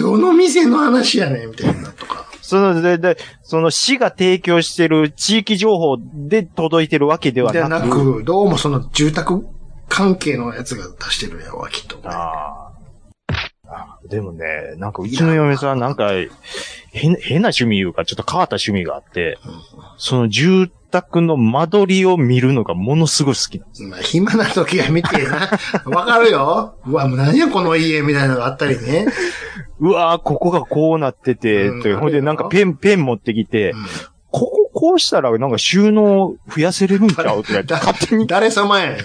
[SPEAKER 4] どの店の話やねんみたいなとか。
[SPEAKER 3] その、で、で、その市が提供してる地域情報で届いてるわけでは
[SPEAKER 4] じゃ
[SPEAKER 3] な
[SPEAKER 4] な
[SPEAKER 3] く。
[SPEAKER 4] く、どうもその住宅関係のやつが出してるやわ、きっと。
[SPEAKER 3] あーあ。でもね、なんかうちの嫁さんなんか、変、変な趣味いうか、ちょっと変わった趣味があって、その住宅の間取りを見るのがものすごい好きなんです。
[SPEAKER 4] まあ、暇な時は見て えな。わかるよ。うわ、もう何やこの家みたいなのがあったりね。
[SPEAKER 3] うわーここがこうなってて、
[SPEAKER 4] うん
[SPEAKER 3] というほんでなんかペン、ペン持ってきて、
[SPEAKER 4] うん
[SPEAKER 3] こここうしたらなんか収納増やせれるんちゃうとか言って
[SPEAKER 4] だ
[SPEAKER 3] 勝手に。
[SPEAKER 4] 誰様やね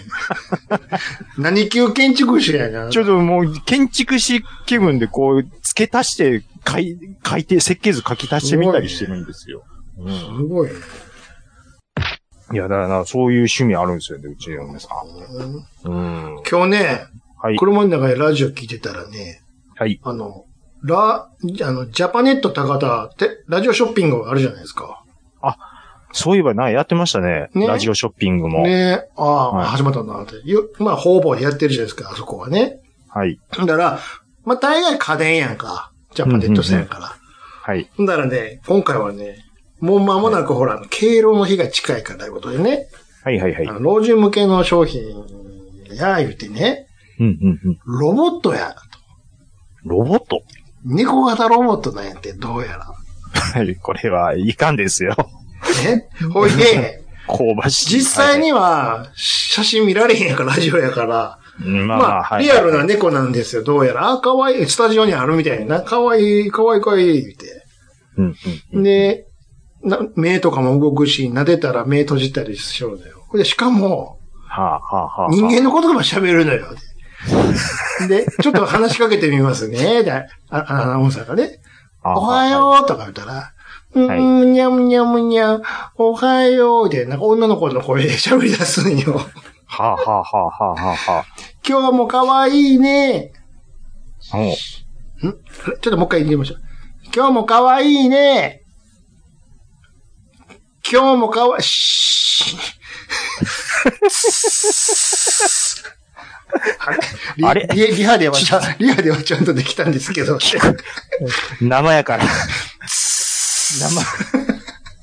[SPEAKER 4] ん。何級建築士やな。
[SPEAKER 3] ちょっともう建築士気分でこう付け足して書い、書いて、設計図書き足してみたりしてるんですよ。うん
[SPEAKER 4] すごいね。
[SPEAKER 3] いや、だからな、そういう趣味あるんですよね、うちの嫁さん。うん。
[SPEAKER 4] 今日ね、
[SPEAKER 3] はい。
[SPEAKER 4] 車の中でラジオ聞いてたらね、
[SPEAKER 3] はい。
[SPEAKER 4] あの、ラ、あの、ジャパネット高田って、ラジオショッピングあるじゃないですか。
[SPEAKER 3] そういえばな、やってましたね。
[SPEAKER 4] ね
[SPEAKER 3] ラジオショッピングも。
[SPEAKER 4] ねああ、
[SPEAKER 3] はい
[SPEAKER 4] 始まったんだなって。よまあ、方々でやってるじゃないですか、あそこはね。
[SPEAKER 3] はい。
[SPEAKER 4] だから、まあ、大概家電やんか。ジャパネットさんやから。
[SPEAKER 3] はい。
[SPEAKER 4] だからね、今回はね、もう間もなくほら、敬老の日が近いからということでね、
[SPEAKER 3] はいはいはい
[SPEAKER 4] あ。の老人向けの商品や言うてね、
[SPEAKER 3] うんうんうん。
[SPEAKER 4] ロボットや、
[SPEAKER 3] ロボット
[SPEAKER 4] 猫型ロボットなんやって、どうやら。
[SPEAKER 3] はい。これはいかんですよ。
[SPEAKER 4] ね。ほいで、
[SPEAKER 3] 香ばしい。
[SPEAKER 4] 実際には写真見られへんやから、ラジオやから。
[SPEAKER 3] はい、うんまあまあ、
[SPEAKER 4] まあ、
[SPEAKER 3] はい。
[SPEAKER 4] リアルな猫なんですよ、どうやら。あ、かわいい、スタジオにあるみたいな。かわいい、かわいい、かわいい、言うて。
[SPEAKER 3] うんうんうん。
[SPEAKER 4] で、な目とかも動くし、撫でたら目閉じたりしようのよ。で、しかも、
[SPEAKER 3] はあ、はあはあはあ、
[SPEAKER 4] 人間の言葉喋るのよ。で、ちょっと話しかけてみますね。で、ああアナウンサーがね、
[SPEAKER 3] あ
[SPEAKER 4] おは
[SPEAKER 3] は
[SPEAKER 4] ようとか言ったら、う
[SPEAKER 3] はい
[SPEAKER 4] ーん、にゃむにゃむにゃん、おはようで、なんか女の子の声で喋り出すんよ。
[SPEAKER 3] あはあはあはあはあは
[SPEAKER 4] 今日も可愛いね。
[SPEAKER 3] あ。もう
[SPEAKER 4] ちょっともう一回言ってみましょう。今日も可愛いね。今日も可愛い、しリ
[SPEAKER 3] あれ
[SPEAKER 4] リリハではちゃん、リハではちゃんとできたんですけど。
[SPEAKER 3] 生やから。生。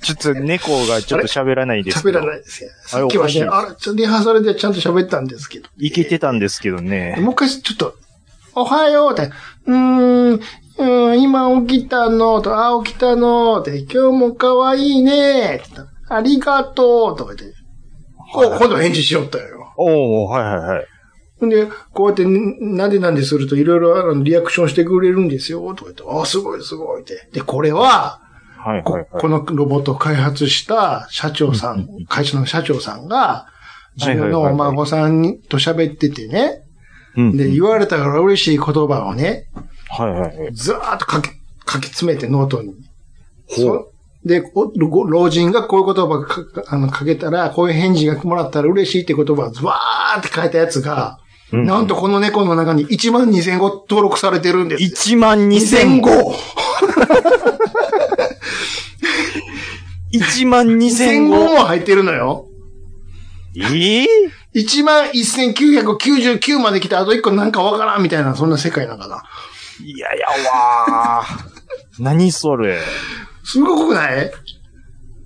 [SPEAKER 3] ちょっと猫がちょっと喋らないです
[SPEAKER 4] 喋
[SPEAKER 3] けど。
[SPEAKER 4] らないですよ。
[SPEAKER 3] あ
[SPEAKER 4] さ
[SPEAKER 3] れ
[SPEAKER 4] っき
[SPEAKER 3] お
[SPEAKER 4] はね、
[SPEAKER 3] かし
[SPEAKER 4] あれ、ちょリハーサルでちゃんと喋ったんですけど。
[SPEAKER 3] いけてたんですけどね。
[SPEAKER 4] もう一回ちょっと、おはようって、うーん、うーん、今起きたのと、あ、起きたのって、今日も可愛いねって言ったらありがとうとか言って、こう今度返事しよったよ。
[SPEAKER 3] おおはいはいはい。
[SPEAKER 4] ほんで、こうやって、なんでなんでするといろいろあのリアクションしてくれるんですよ、とか言って、あ、すごいすごいって。で、これは、
[SPEAKER 3] はい
[SPEAKER 4] こ
[SPEAKER 3] はいはい。
[SPEAKER 4] このロボットを開発した社長さ
[SPEAKER 3] うんうんうん
[SPEAKER 4] ん、会社の社長さんが、自分の
[SPEAKER 3] はいはいはいはい
[SPEAKER 4] お孫さんにと喋っててね、
[SPEAKER 3] うん
[SPEAKER 4] で、言われたから嬉しい言葉をね、
[SPEAKER 3] はいはいはい。
[SPEAKER 4] ずーっと書き、書き詰めてノートに。
[SPEAKER 3] ほう
[SPEAKER 4] そで、おご老人がこういう言葉がかあの書けたら、こういう返事がもらったら嬉しいって言葉をずわーって書いたやつが、
[SPEAKER 3] うん
[SPEAKER 4] なんとこの猫の中に1万2000語登録されてるんですよ。
[SPEAKER 3] 1万2000語。
[SPEAKER 4] 語
[SPEAKER 3] 1万
[SPEAKER 4] !2000
[SPEAKER 3] 2000
[SPEAKER 4] 語
[SPEAKER 3] 語。
[SPEAKER 4] も入ってるのよ。
[SPEAKER 3] ええ
[SPEAKER 4] 1万1999まで来て、あと1個なんかわからんみたいな、そんな世界なんかな。
[SPEAKER 3] いやいやわー。何それ。
[SPEAKER 4] すごくない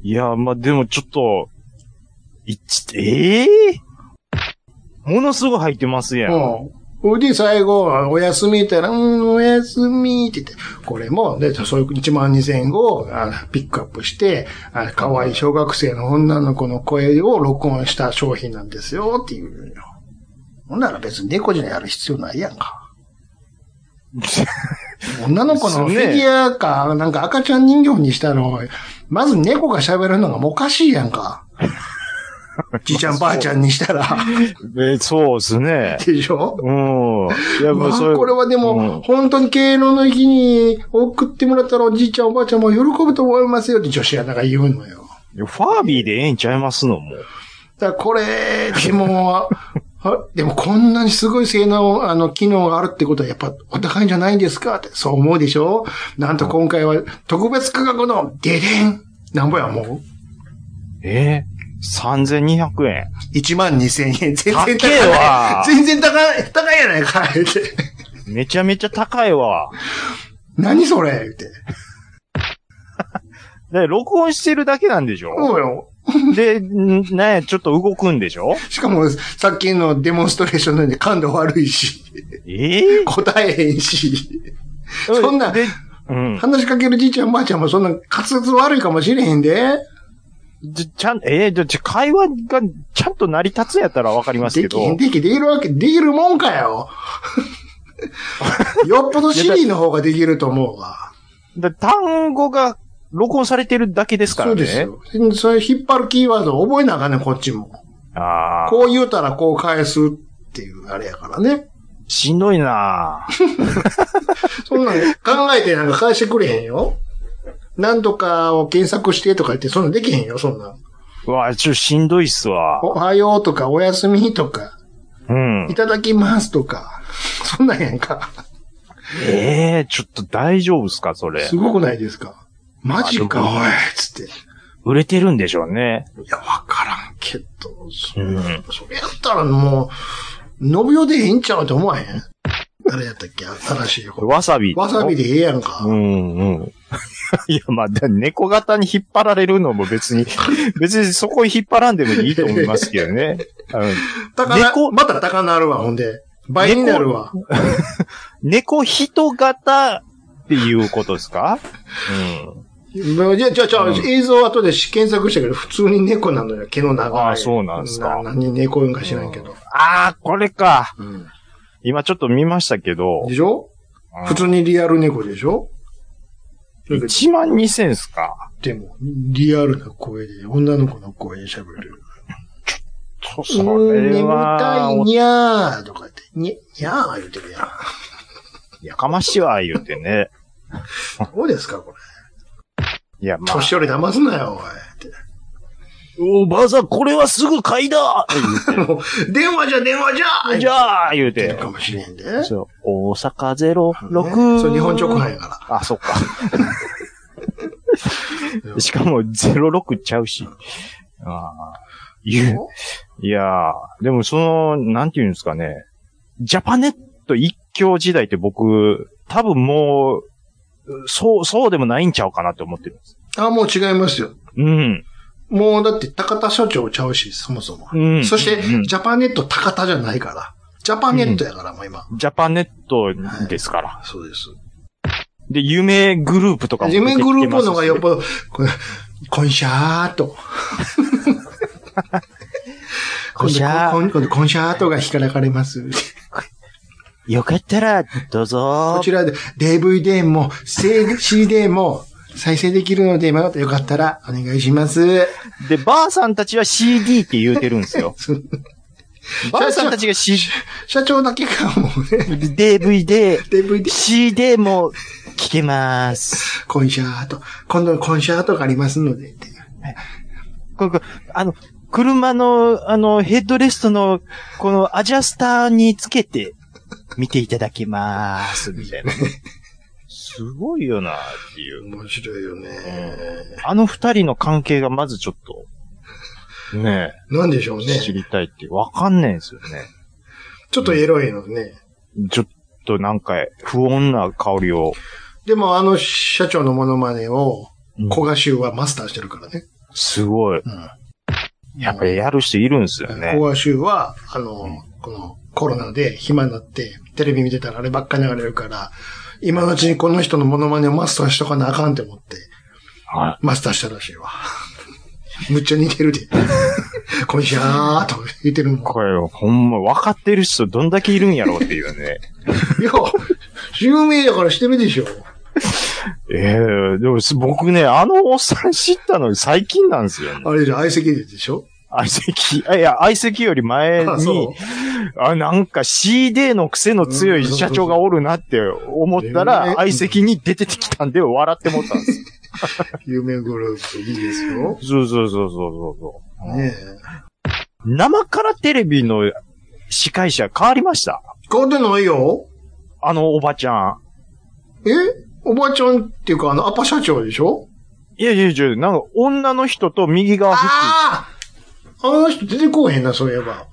[SPEAKER 3] いや、まあ、でもちょっと、一、ええものすごい入ってますやん。
[SPEAKER 4] うん。それで、最後、おやすみって言ったら、うん、おやすみって言って、これも、で、そういう1万2000語をあピックアップして、あ可愛い小学生の女の子の声を録音した商品なんですよ、っていうのよ。ほんなら別に猫じゃやる必要ないやんか。女の子のフィギュアか、なんか赤ちゃん人形にしたら、まず猫が喋るのがもうおかしいやんか。じいちゃんばあちゃんにしたら、
[SPEAKER 3] えそうですね。
[SPEAKER 4] でしょ
[SPEAKER 3] うん。いや、もう
[SPEAKER 4] まあ
[SPEAKER 3] それ。
[SPEAKER 4] これはでも、
[SPEAKER 3] うん
[SPEAKER 4] 本当に敬老の日に送ってもらったらおじいちゃんおばあちゃんも喜ぶと思いますよって女子アナが言うのよ。
[SPEAKER 3] いやファービーでええんちゃいますのもう。
[SPEAKER 4] だからこれ、でも、 あでもこんなにすごい性能、あの、機能があるってことはやっぱお高いんじゃないんですかって、そう思うでしょなんと今回は特別価格のデデンなんぼやも
[SPEAKER 3] ええ3200円。
[SPEAKER 4] う ?1 万2千円。全然高
[SPEAKER 3] 高
[SPEAKER 4] い。
[SPEAKER 3] えわ
[SPEAKER 4] 全然高い、高いやないか、言うて。
[SPEAKER 3] めちゃめちゃ高いわ。
[SPEAKER 4] 何それ言って。
[SPEAKER 3] で、録音してるだけなんでしょ
[SPEAKER 4] そうよ。
[SPEAKER 3] で、んねちょっと動くんでしょ
[SPEAKER 4] しかも、さっきのデモンストレーションなんで感度悪いし、
[SPEAKER 3] ええ
[SPEAKER 4] 答えへんし、そんな
[SPEAKER 3] で、うん。
[SPEAKER 4] 話しかけるじいちゃんばあちゃんもそんな滑舌悪いかもしれへんで。
[SPEAKER 3] じゃ、ちゃん、ええじゃ、ちゃ会話がちゃんと成り立つやったらわかりますけ
[SPEAKER 4] できへ
[SPEAKER 3] ど。
[SPEAKER 4] ん、でき、できるわけ、できるもん かよ。よっぽどシリの方ができると思うわ。
[SPEAKER 3] で単語が録音されてるだけですか
[SPEAKER 4] そ
[SPEAKER 3] ら
[SPEAKER 4] う
[SPEAKER 3] ね。
[SPEAKER 4] ですよ。それ引っ張るキーワードを覚えなあかんねん、こっちも。
[SPEAKER 3] ああ。
[SPEAKER 4] こう言うたらこう返すっていうあれやからね。
[SPEAKER 3] しんどいなぁ
[SPEAKER 4] そんなの考えてなんか返してくれへんよ。なんとかを検索してとか言って、そんなんできへんよ、そんなん。
[SPEAKER 3] うわ、ちょ、しんどいっすわ。
[SPEAKER 4] おはようとか、おやすみとか、
[SPEAKER 3] うん
[SPEAKER 4] い。ただきますとか、そんなんやんか。
[SPEAKER 3] ええー、ちょっと大丈夫っすか、それ
[SPEAKER 4] す。ごくないですかマジか、
[SPEAKER 3] あ
[SPEAKER 4] おい、つって。
[SPEAKER 3] 売れてるんでしょうね。
[SPEAKER 4] いや、わからんけど、そ,、
[SPEAKER 3] うん
[SPEAKER 4] それやったらもう、のぶよでええんちゃうと思わへんあれやったっけ新しい方。
[SPEAKER 3] わさび。
[SPEAKER 4] わさびでええやんか。
[SPEAKER 3] うんうん。 いや、まあ、で猫型に引っ張られるのも別 に、別にそこ引っ張らんでもいいと思いますけどね。うん、
[SPEAKER 4] 高な
[SPEAKER 3] 猫、
[SPEAKER 4] また高なるわ、ほんで。倍になるわ。
[SPEAKER 3] 猫人型っていうことですか
[SPEAKER 4] もうじゃあ、じゃあ、じゃあ、
[SPEAKER 3] うん
[SPEAKER 4] 映像後で検索したけど、普通に猫なのよ、毛の長い。
[SPEAKER 3] あそうなんすか
[SPEAKER 4] 何猫言うんか知らんけ
[SPEAKER 3] う
[SPEAKER 4] ど。
[SPEAKER 3] ああ、これか。
[SPEAKER 4] うん
[SPEAKER 3] 今ちょっと見ましたけど
[SPEAKER 4] で。しょ
[SPEAKER 3] うん
[SPEAKER 4] 普通にリアル猫でしょだけど
[SPEAKER 3] 1万2000っすか
[SPEAKER 4] でも、リアルな声で、女の子の声で喋る。
[SPEAKER 3] そうそ
[SPEAKER 4] ーん、
[SPEAKER 3] れ
[SPEAKER 4] 眠
[SPEAKER 3] は
[SPEAKER 4] たい、にゃーとか言って、に、にゃー言うてるやん。
[SPEAKER 3] やかましいわ、言うてね。
[SPEAKER 4] どうですか、これ。
[SPEAKER 3] いや、まあ。
[SPEAKER 4] 年寄り騙すなよ、
[SPEAKER 3] おばあさん、これはすぐ買いだ
[SPEAKER 4] おい。もう、電話じゃ、電話じゃー
[SPEAKER 3] じゃ あ言うて
[SPEAKER 4] 言ってる。かもしれへんで。
[SPEAKER 3] そう、大阪ゼロ
[SPEAKER 4] ね
[SPEAKER 3] 六。
[SPEAKER 4] そう、日本直販やか
[SPEAKER 3] あ、そっ か。しかも、ゼロ六ちゃうし。ああ。いういやー、でもその、なんていうんですかね。ジャパネット一強時代って僕、多分もう、そう、そうでもないんちゃうかなって思ってるんです。
[SPEAKER 4] ら。あ、もう違いますよ。
[SPEAKER 3] うん。
[SPEAKER 4] もう、だって、高田所長ちゃうし、そもそも。
[SPEAKER 3] うん。
[SPEAKER 4] そして、
[SPEAKER 3] うん
[SPEAKER 4] ジャパネット高田じゃないから。ジャパネットやから、もう今。
[SPEAKER 3] ジャパネットですから。
[SPEAKER 4] そうです。
[SPEAKER 3] で、夢グループとかも出てき
[SPEAKER 4] 夢
[SPEAKER 3] てますし
[SPEAKER 4] グループの方がよっぽど、これ、コンシャート。
[SPEAKER 3] コンシャー
[SPEAKER 4] 今 度コン今度コンシャートが引かれます。
[SPEAKER 3] よかったら、どうぞ
[SPEAKER 4] こちらで DVD も、 せ CD も再生できるので、またよかったらお願いします。
[SPEAKER 3] で、ばあさんたちは CD って言うてるんです よ。ばあさんたちが CD、
[SPEAKER 4] 社長だけかもね。
[SPEAKER 3] DVD、
[SPEAKER 4] DVD、
[SPEAKER 3] CD も聞けます。
[SPEAKER 4] コンシャート。今度コンシャートがありますので、っていう
[SPEAKER 3] ここあの、車の、あの、ヘッドレストの、このアジャスターにつけて、見ていただけます、みたいな。すごいよな、っていう。
[SPEAKER 4] 面白いよね。
[SPEAKER 3] あの二人の関係がまずちょっと、ね
[SPEAKER 4] なんでしょう
[SPEAKER 3] え、
[SPEAKER 4] ね。
[SPEAKER 3] 知りたいって、わかんないんですよね。
[SPEAKER 4] ちょっとエロいのね。
[SPEAKER 3] ちょっとなんか、不穏な香りを。
[SPEAKER 4] でもあの社長のモノマネを、小賀衆はマスターしてるからね。
[SPEAKER 3] すごい。やっぱりやる人いるんですよね
[SPEAKER 4] 小。賀衆は、あの、このコロナで暇になって、テレビ見てたらあればっか流れるから、今のうちにこの人のモノマネをマスターしとかなあかんって思って、
[SPEAKER 3] は
[SPEAKER 4] マスターしたらしいわ。 むっちゃ似てるで。 こんしゃーと言ってるもん。
[SPEAKER 3] これ、ほんま、分かってる人どんだけいるんやろうっていうね。
[SPEAKER 4] いや、有名だからしてるでしょ。
[SPEAKER 3] ええでもす僕ね、あのおっさん知ったの最近なんです よね。
[SPEAKER 4] あれじゃ相席ででしょ
[SPEAKER 3] 相席、あいや、相席より前
[SPEAKER 4] あそう
[SPEAKER 3] に、あ、なんか CD の癖の強い社長がおるなって思った
[SPEAKER 4] うんそうそう
[SPEAKER 3] ら、相席に出てきたんで笑ってもったんですよ。
[SPEAKER 4] 有名グループ、いいですよ。
[SPEAKER 3] そうそうそうそうそうそう。
[SPEAKER 4] ね
[SPEAKER 3] 生からテレビの司会者変わりました
[SPEAKER 4] え。変わってないよ。
[SPEAKER 3] あのおばちゃん。
[SPEAKER 4] えおばちゃんっていうか、あの、アパ社長でしょ
[SPEAKER 3] いやいやいや、なんか女の人と右側フッ
[SPEAKER 4] あああの人出てこうへんな、そういえば。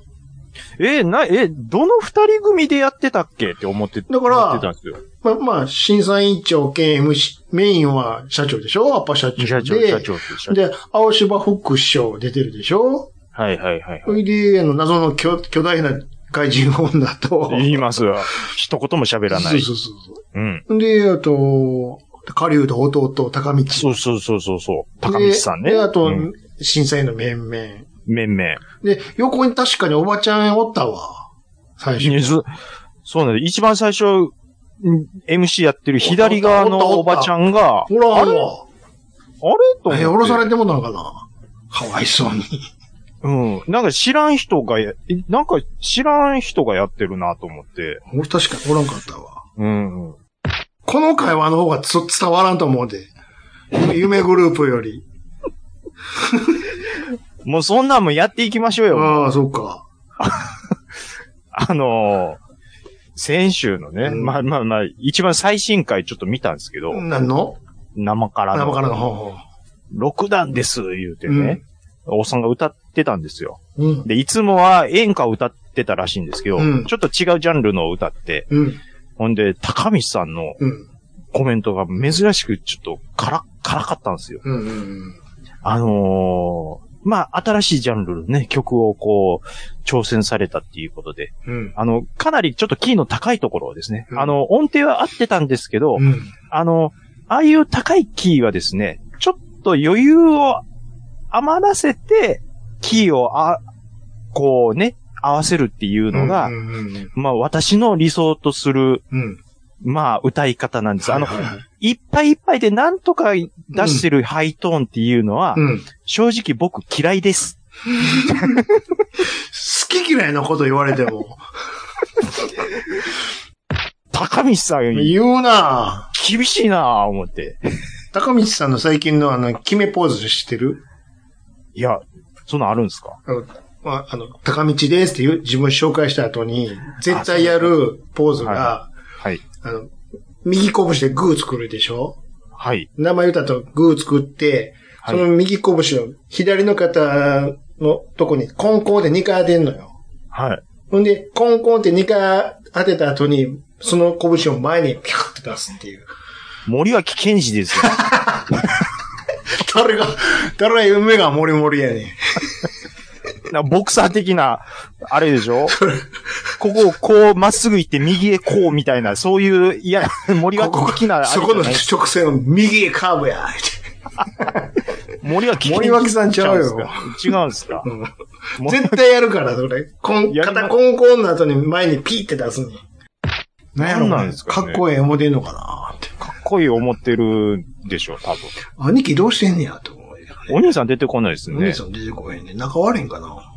[SPEAKER 3] ク。え、な、え、どの二人組でやってたっけって思って、
[SPEAKER 4] だから
[SPEAKER 3] 思ってたんですよ。
[SPEAKER 4] まあ、まあ、審査委員長兼 MC、メインは社長でしょアパ社長で。
[SPEAKER 3] 社長、社長、社長。
[SPEAKER 4] で、青芝副首相出てるでしょ
[SPEAKER 3] はいはいはい
[SPEAKER 4] そ。れで、あの、謎の巨巨大な怪人女と。
[SPEAKER 3] 言いますよ。一言も喋らない。
[SPEAKER 4] そうそうそうそ
[SPEAKER 3] うん。
[SPEAKER 4] う。で、あと、狩人弟、高道。
[SPEAKER 3] そうそうそうそうそう。高道さんね。
[SPEAKER 4] で、であと、
[SPEAKER 3] うん
[SPEAKER 4] 審査員の面々。
[SPEAKER 3] 面々。
[SPEAKER 4] で、横に確かにおばちゃんおったわ。最初。
[SPEAKER 3] ねそそうなんです。一番最初、ん MC やってる左側の
[SPEAKER 4] お
[SPEAKER 3] お
[SPEAKER 4] ったおったおった
[SPEAKER 3] ばちゃんが、あ
[SPEAKER 4] ほ
[SPEAKER 3] れ
[SPEAKER 4] ら、
[SPEAKER 3] あれ
[SPEAKER 4] ほ
[SPEAKER 3] と思っ
[SPEAKER 4] ら。
[SPEAKER 3] て
[SPEAKER 4] え、おろされてもたのかなかわいそうに。
[SPEAKER 3] うん。なんか知らん人がや、えなんか知らん人がやってるなと思って。
[SPEAKER 4] 俺確かにおらんかったわ。
[SPEAKER 3] うん。
[SPEAKER 4] この会話の方がつ伝わらんと思うで。夢グループより。
[SPEAKER 3] もうそんなんもやっていきましょうよ。
[SPEAKER 4] ああ、そうか。
[SPEAKER 3] あのー先週のね、
[SPEAKER 4] うん
[SPEAKER 3] まあまあまあ、一番最新回ちょっと見たんですけど、
[SPEAKER 4] 何の
[SPEAKER 3] 生からの。
[SPEAKER 4] 生からの方法。
[SPEAKER 3] 6段です、言うてね、おっさんが歌ってたんですよ。
[SPEAKER 4] うん。
[SPEAKER 3] で、いつもは演歌を歌ってたらしいんですけど、
[SPEAKER 4] うん
[SPEAKER 3] ちょっと違うジャンルのを歌って、
[SPEAKER 4] うん。
[SPEAKER 3] ほんで、高道さんの
[SPEAKER 4] うん。
[SPEAKER 3] コメントが珍しくちょっとから、からかったんですよ。
[SPEAKER 4] うんうん。
[SPEAKER 3] あのーまあ、新しいジャンルのね、曲をこう、挑戦されたっていうことで、
[SPEAKER 4] うん。
[SPEAKER 3] あの、かなりちょっとキーの高いところをですね、
[SPEAKER 4] うん
[SPEAKER 3] あの、音程は合ってたんですけど、
[SPEAKER 4] うん。
[SPEAKER 3] あの、ああいう高いキーはですね、ちょっと余裕を余らせて、キーをあ、こうね、合わせるっていうのが、
[SPEAKER 4] うんうん
[SPEAKER 3] まあ私の理想とする、
[SPEAKER 4] うん。
[SPEAKER 3] まあ歌い方なんです。あの、
[SPEAKER 4] はいはいはい
[SPEAKER 3] いっぱいいっぱいでなんとか出してるハイトーンっていうのは、
[SPEAKER 4] うん。好
[SPEAKER 3] 正直僕嫌いです。
[SPEAKER 4] き嫌いなこと言われても。
[SPEAKER 3] 高道さん、
[SPEAKER 4] 言うなぁ
[SPEAKER 3] 厳しいなぁ、思って。
[SPEAKER 4] 高道さんの最近のあの、決めポーズしてる
[SPEAKER 3] いや、そんなんあるんですか
[SPEAKER 4] あの、まあ、あの、高道ですっていう自分紹介した後に、絶対やるポーズが、
[SPEAKER 3] はい。
[SPEAKER 4] あの、右拳でグー作るでしょ
[SPEAKER 3] はい。
[SPEAKER 4] 名前言ったとグー作って、
[SPEAKER 3] はい
[SPEAKER 4] その右拳の左の肩のとこにコンコンで2回当てんのよ。
[SPEAKER 3] はい。
[SPEAKER 4] ほんで、コンコンって2回当てた後に、その拳を前にピャッて出すっていう。
[SPEAKER 3] 森脇健児ですよ。
[SPEAKER 4] 誰が、誰が夢がモリモリやねん。
[SPEAKER 3] なボクサー的な、あれでしょここをこう、まっすぐ行って、右へこうみたいな、そういう、いや、森
[SPEAKER 4] ここ
[SPEAKER 3] 脇的なあれじ
[SPEAKER 4] そ
[SPEAKER 3] ゃ
[SPEAKER 4] この
[SPEAKER 3] ない、
[SPEAKER 4] 直線を右へカーブや。
[SPEAKER 3] 森脇健児
[SPEAKER 4] 森脇さんちゃうよ
[SPEAKER 3] 違うんですか。もう
[SPEAKER 4] 絶対やるから、それ。コン、
[SPEAKER 3] やりま
[SPEAKER 4] 肩コンコンの後に前にピーって出すねん。
[SPEAKER 3] なんなんですかね
[SPEAKER 4] っこええ思てんのかなって。
[SPEAKER 3] かっこいい思ってるでしょ、多分。
[SPEAKER 4] 兄貴どうしてんねやと思うよね。
[SPEAKER 3] お兄さん出てこないです
[SPEAKER 4] お兄
[SPEAKER 3] ね。
[SPEAKER 4] さん出てこへんね。仲悪いんかな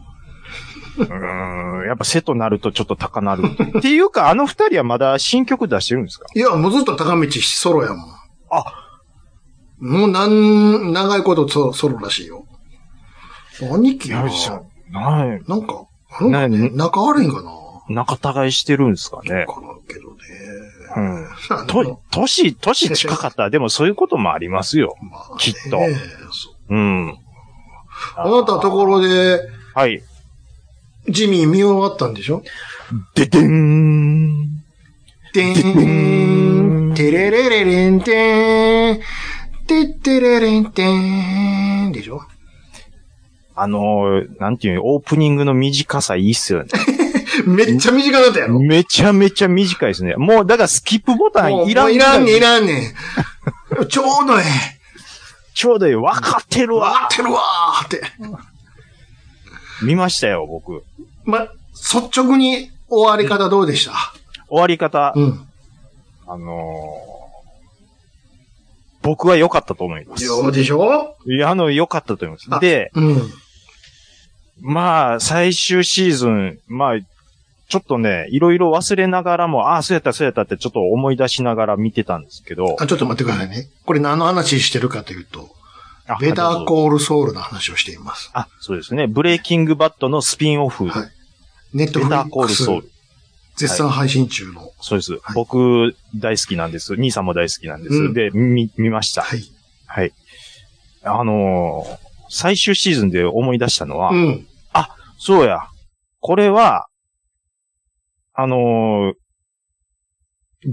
[SPEAKER 3] うーん。やっぱ瀬戸なるとちょっと高なる。っていうか、あの二人はまだ新曲出してるんですか
[SPEAKER 4] いや、もうずっと高道ソロやもん。
[SPEAKER 3] あ、
[SPEAKER 4] もうなん、長いことソロソロらしいよ。兄貴は、
[SPEAKER 3] ない。
[SPEAKER 4] なんか、あの、
[SPEAKER 3] 何
[SPEAKER 4] 仲悪いんかな
[SPEAKER 3] 仲違いしてるんですかね。
[SPEAKER 4] わからんけどね。
[SPEAKER 3] うん。
[SPEAKER 4] あの
[SPEAKER 3] と、年、年近かったら、でもそういうこともありますよ。
[SPEAKER 4] まあね
[SPEAKER 3] きっと
[SPEAKER 4] そう
[SPEAKER 3] うん。
[SPEAKER 4] あなたところで、
[SPEAKER 3] はい。
[SPEAKER 4] ジミー見終わったんでしょ
[SPEAKER 3] ででん。
[SPEAKER 4] てーん、てれれれれんてーん、てってれれんてーん、でしょ
[SPEAKER 3] あのー、なんていうのオープニングの短さいいっすよね。
[SPEAKER 4] めっちゃ短かったやろ
[SPEAKER 3] めちゃめちゃ短いですね。もう、だからスキップボタ
[SPEAKER 4] も
[SPEAKER 3] ン
[SPEAKER 4] う
[SPEAKER 3] いら
[SPEAKER 4] もうんいらんねん、いらんね ん。ちょうどえ
[SPEAKER 3] ちょうどいい。わかってる
[SPEAKER 4] え。わか
[SPEAKER 3] わ
[SPEAKER 4] ってるわーって。
[SPEAKER 3] 見ましたよ、僕。
[SPEAKER 4] ま、率直に終わり方どうでした
[SPEAKER 3] 終わり方、
[SPEAKER 4] うん。
[SPEAKER 3] あのー、僕は良かったと思います。
[SPEAKER 4] ようでしょ
[SPEAKER 3] いや、あの、良かったと思います。
[SPEAKER 4] あ
[SPEAKER 3] で、
[SPEAKER 4] うん。
[SPEAKER 3] まあ、最終シーズン、まあ、ちょっとね、いろいろ忘れながらも、ああ、そうやった、そうやったってちょっと思い出しながら見てたんですけど。
[SPEAKER 4] あ、ちょっと待ってくださいね。これ何の話してるかというと、
[SPEAKER 3] あ
[SPEAKER 4] ベタ
[SPEAKER 3] なる
[SPEAKER 4] ー
[SPEAKER 3] ほど
[SPEAKER 4] コールソウルの話をしています。
[SPEAKER 3] あ、そうですね。ブレイキングバットのスピンオフ、
[SPEAKER 4] はいネット
[SPEAKER 3] ベ
[SPEAKER 4] フリ
[SPEAKER 3] ターコ
[SPEAKER 4] ッ
[SPEAKER 3] ー
[SPEAKER 4] ク
[SPEAKER 3] ル
[SPEAKER 4] ス
[SPEAKER 3] ソウル。
[SPEAKER 4] 絶賛配信中の。
[SPEAKER 3] そうです。
[SPEAKER 4] い
[SPEAKER 3] 僕、大好きなんです。兄さんも大好きなんです。
[SPEAKER 4] うん
[SPEAKER 3] で、見、見ました。
[SPEAKER 4] はい。
[SPEAKER 3] はい。あのー最終シーズンで思い出したのは、
[SPEAKER 4] うん。
[SPEAKER 3] そうや。これは、あのー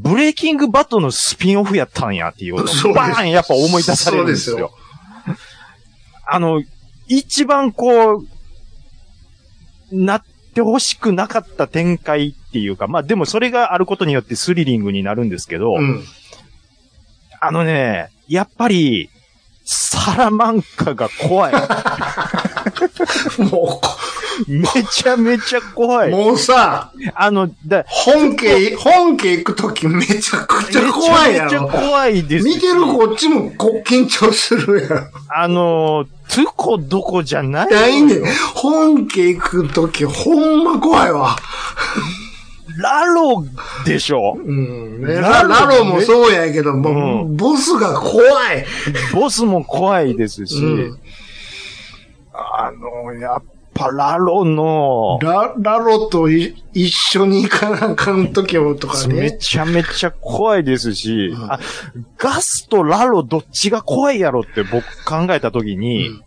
[SPEAKER 3] ブレイキングバットのスピンオフやったんやっていうこと
[SPEAKER 4] そうです
[SPEAKER 3] バーンやっぱ思い出されるんですよ。
[SPEAKER 4] そうで
[SPEAKER 3] あの、一番こう、なってほしくなかった展開っていうか、まあでもそれがあることによってスリリングになるんですけど、
[SPEAKER 4] うん。
[SPEAKER 3] あのね、やっぱり、サラマンカが 怖い。
[SPEAKER 4] もうこ、
[SPEAKER 3] めちゃめちゃ怖い。
[SPEAKER 4] もうさ、
[SPEAKER 3] あの、だ
[SPEAKER 4] 本家、本家行くときめちゃくちゃ怖いや
[SPEAKER 3] めちゃめ
[SPEAKER 4] ろ
[SPEAKER 3] ちゃ。怖いです。
[SPEAKER 4] 見てるこっちもこ緊張するやん。
[SPEAKER 3] あの、つこどこじゃないのよ
[SPEAKER 4] ないねん。本家行くときほんま怖いわ。
[SPEAKER 3] ラロでしょ
[SPEAKER 4] うん。ね
[SPEAKER 3] ラ
[SPEAKER 4] ラ
[SPEAKER 3] ロ
[SPEAKER 4] ラロもそうやけど、もう、
[SPEAKER 3] う
[SPEAKER 4] ボスが怖い。
[SPEAKER 3] ボスも怖いですし、
[SPEAKER 4] うん
[SPEAKER 3] あの、やっぱラロの、
[SPEAKER 4] ラ、ラロとい一緒に行かなあかんときもとか
[SPEAKER 3] め
[SPEAKER 4] ね。
[SPEAKER 3] ちゃめちゃ怖いですし、
[SPEAKER 4] うん
[SPEAKER 3] あガスとラロどっちが怖いやろって僕考えたときに、
[SPEAKER 4] うん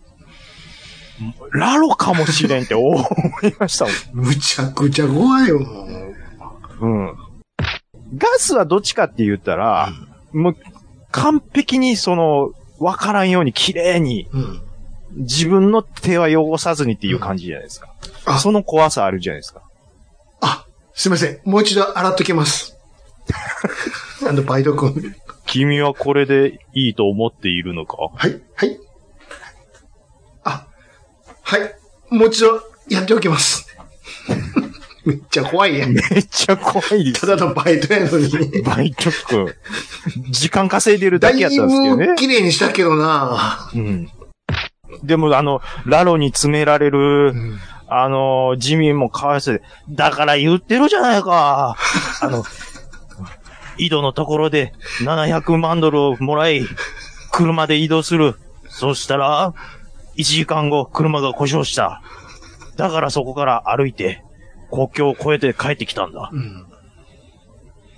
[SPEAKER 3] ラロかもしれんって思いましたもん
[SPEAKER 4] むちゃくちゃ怖いよ、もう。
[SPEAKER 3] うん。ガスはどっちかって言ったら、もう完璧にその、わからんように綺麗に、
[SPEAKER 4] うん。
[SPEAKER 3] 自分の手は汚さずにっていう感じじゃないですか。
[SPEAKER 4] あ
[SPEAKER 3] その怖さあるじゃないですか。
[SPEAKER 4] あ、すいません。もう一度洗っときます。 あの、バイト君。
[SPEAKER 3] 君はこれでいいと思っているのか
[SPEAKER 4] はい、はい。あ、はい。もう一度やっておきます。 めっちゃ怖いやん。
[SPEAKER 3] めっちゃ怖いで
[SPEAKER 4] た
[SPEAKER 3] す。
[SPEAKER 4] だのバイトやのに。
[SPEAKER 3] バイト君。時間稼いでる
[SPEAKER 4] だ
[SPEAKER 3] だ
[SPEAKER 4] い
[SPEAKER 3] け
[SPEAKER 4] ぶ
[SPEAKER 3] やったんですけどね。
[SPEAKER 4] 綺麗にしたけどな、
[SPEAKER 3] うん。でも、あの、ラロに詰められる、
[SPEAKER 4] ん
[SPEAKER 3] あの、ジミーもかわいそうで、だから言ってるじゃない か。あの、井戸のところで700万ドルをもらい、車で移動する。そしたら、1時間後、車が故障した。だからそこから歩いて、国境を越えて帰ってきたんだ。
[SPEAKER 4] うん。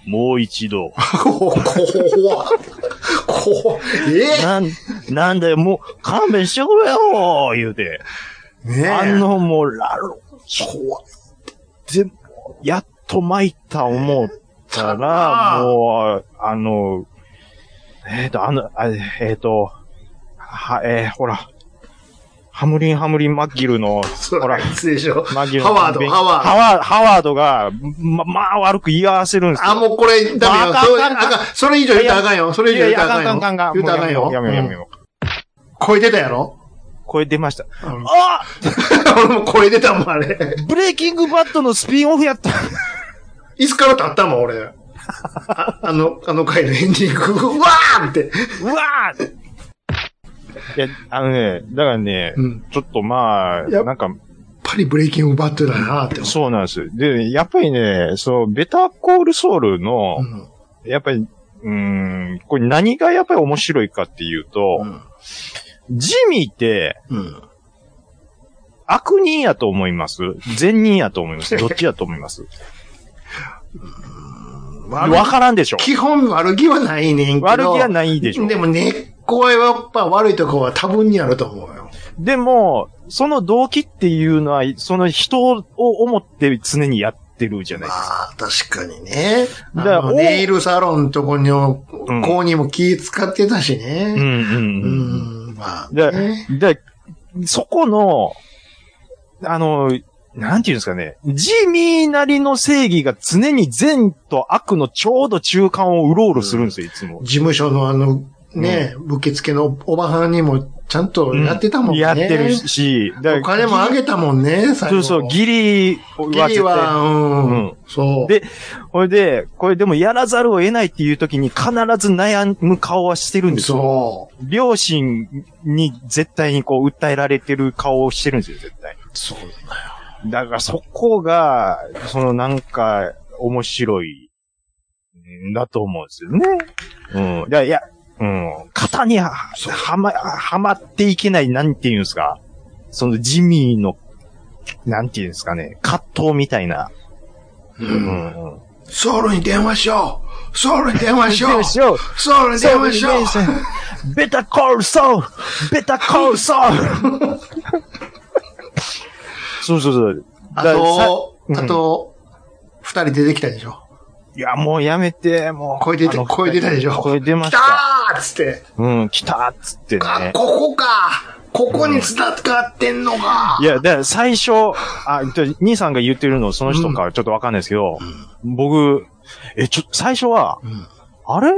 [SPEAKER 3] もう一度。
[SPEAKER 4] こわ、こわ、え
[SPEAKER 3] なん、なんだよ、もう勘弁してくれよ言うて。
[SPEAKER 4] えねえ。
[SPEAKER 3] あの、もう、ラロ、
[SPEAKER 4] 怖い。
[SPEAKER 3] で、やっと参った思った
[SPEAKER 4] あ
[SPEAKER 3] ら、
[SPEAKER 4] ー
[SPEAKER 3] もう、あの、えっ、と、あの、あえっ、と、は、えーほら、ハムリン・ハムリン・マッギルの、
[SPEAKER 4] そ
[SPEAKER 3] ほ
[SPEAKER 4] ら、
[SPEAKER 3] ら
[SPEAKER 4] あいつでしょ。
[SPEAKER 3] マッギル
[SPEAKER 4] ハワードハワード
[SPEAKER 3] ハワード。ハワードが、ま、まあ悪く言い合わせるんですよ。
[SPEAKER 4] あ、もうこれ、ダメよ。
[SPEAKER 3] あかん
[SPEAKER 4] それ、
[SPEAKER 3] あかん
[SPEAKER 4] あかん。それ以上言ったらあかんよ。それ以上言ったらあ
[SPEAKER 3] いやいやあか
[SPEAKER 4] か
[SPEAKER 3] んあ
[SPEAKER 4] ん
[SPEAKER 3] か
[SPEAKER 4] よ。
[SPEAKER 3] ん
[SPEAKER 4] 言ったらあかんよ。
[SPEAKER 3] やめようやめようやめ
[SPEAKER 4] うん
[SPEAKER 3] よう。
[SPEAKER 4] 声出たやろ
[SPEAKER 3] 声出ました。
[SPEAKER 4] うん
[SPEAKER 3] あ
[SPEAKER 4] 俺も声出たもん、あれ。
[SPEAKER 3] ブレイキングバットのスピンオフやった。
[SPEAKER 4] 椅子から立ったもん、俺。ああの、あの回のエンディング、うわーって。
[SPEAKER 3] うわーいや、あのね、だからね、
[SPEAKER 4] うん
[SPEAKER 3] ちょっとまあ、
[SPEAKER 4] やっ
[SPEAKER 3] なんか、
[SPEAKER 4] やっぱりブレイキングバットだなって思
[SPEAKER 3] そうなんです。で、やっぱりね、そう、ベターコールソウルの
[SPEAKER 4] う。、ん
[SPEAKER 3] やっぱり、うーん、これ何がやっぱり面白いかっていうと、ジミーって
[SPEAKER 4] うん。
[SPEAKER 3] 悪人やと思います善人やと思い ますどっちやと思いますわ
[SPEAKER 4] 悪
[SPEAKER 3] からんでしょ
[SPEAKER 4] 基本悪気はないねんけど。
[SPEAKER 3] 悪気はないでしょ
[SPEAKER 4] でも根っこはやっぱ悪いとこは多分にあると思うよ。
[SPEAKER 3] でも、その動機っていうのは、その人を思って常にやってるじゃな
[SPEAKER 4] ま
[SPEAKER 3] いですか。
[SPEAKER 4] あ、確かにね。
[SPEAKER 3] だから
[SPEAKER 4] あの
[SPEAKER 3] お
[SPEAKER 4] ネイルサロンとこにも、
[SPEAKER 3] うん
[SPEAKER 4] こうにも気使ってたし
[SPEAKER 3] うん
[SPEAKER 4] ね。
[SPEAKER 3] うん
[SPEAKER 4] う
[SPEAKER 3] うん。
[SPEAKER 4] ん。まあ、ね。
[SPEAKER 3] で、で、そこの、あの、なんていうんですかね、ジミーなりの正義が常に善と悪のちょうど中間をうろうろするんですよ、いつも。
[SPEAKER 4] 事務所のあの、ね、受付のおばはんにもちゃんとやってたもんね。
[SPEAKER 3] やってる。し、
[SPEAKER 4] お金もあげたもんね、最
[SPEAKER 3] そ
[SPEAKER 4] 後。
[SPEAKER 3] うそう、ギリ
[SPEAKER 4] ギ
[SPEAKER 3] は絶
[SPEAKER 4] リ
[SPEAKER 3] 対。
[SPEAKER 4] は、うん。
[SPEAKER 3] うん
[SPEAKER 4] そう。
[SPEAKER 3] でほいで、これでもやらざるを得ないっていう時に必ず悩む顔はしてるんですよ。
[SPEAKER 4] そう。
[SPEAKER 3] 両親に絶対にこう訴えられてる顔をしてるんですよ、絶対。
[SPEAKER 4] そう
[SPEAKER 3] だからそこが、そのなんか、面白い、んだと思うんですよね。うん。だからいや、うん。型には、はま、はまっていけない、なんていうんですか。そのジミーの、なんていうんですかね、葛藤みたいな。う
[SPEAKER 4] う。
[SPEAKER 3] んん。うん。
[SPEAKER 4] ソウルに電話しようソウルに電話しよ
[SPEAKER 3] ど
[SPEAKER 4] う
[SPEAKER 3] うしよう。
[SPEAKER 4] ソウルに電話しよう
[SPEAKER 3] ベタコールソーベタコールソー そうそうそう。
[SPEAKER 4] あ
[SPEAKER 3] だからさ
[SPEAKER 4] と、
[SPEAKER 3] うん
[SPEAKER 4] あと、二人出てきたでしょ
[SPEAKER 3] いや、もうやめて、もう。
[SPEAKER 4] 声出て
[SPEAKER 3] あの
[SPEAKER 4] 声出たでしょ
[SPEAKER 3] 声出ま
[SPEAKER 4] 来
[SPEAKER 3] したた。
[SPEAKER 4] ーっつって、
[SPEAKER 3] うん、来たっつって
[SPEAKER 4] あ
[SPEAKER 3] ね、。
[SPEAKER 4] ここかここに繋がってんのか、
[SPEAKER 3] いや、だから最初、あ、ちょ兄さんが言ってるの、その人かちょっとわかんないですけど、僕、え、ちょ、最初は、
[SPEAKER 4] ん
[SPEAKER 3] あれ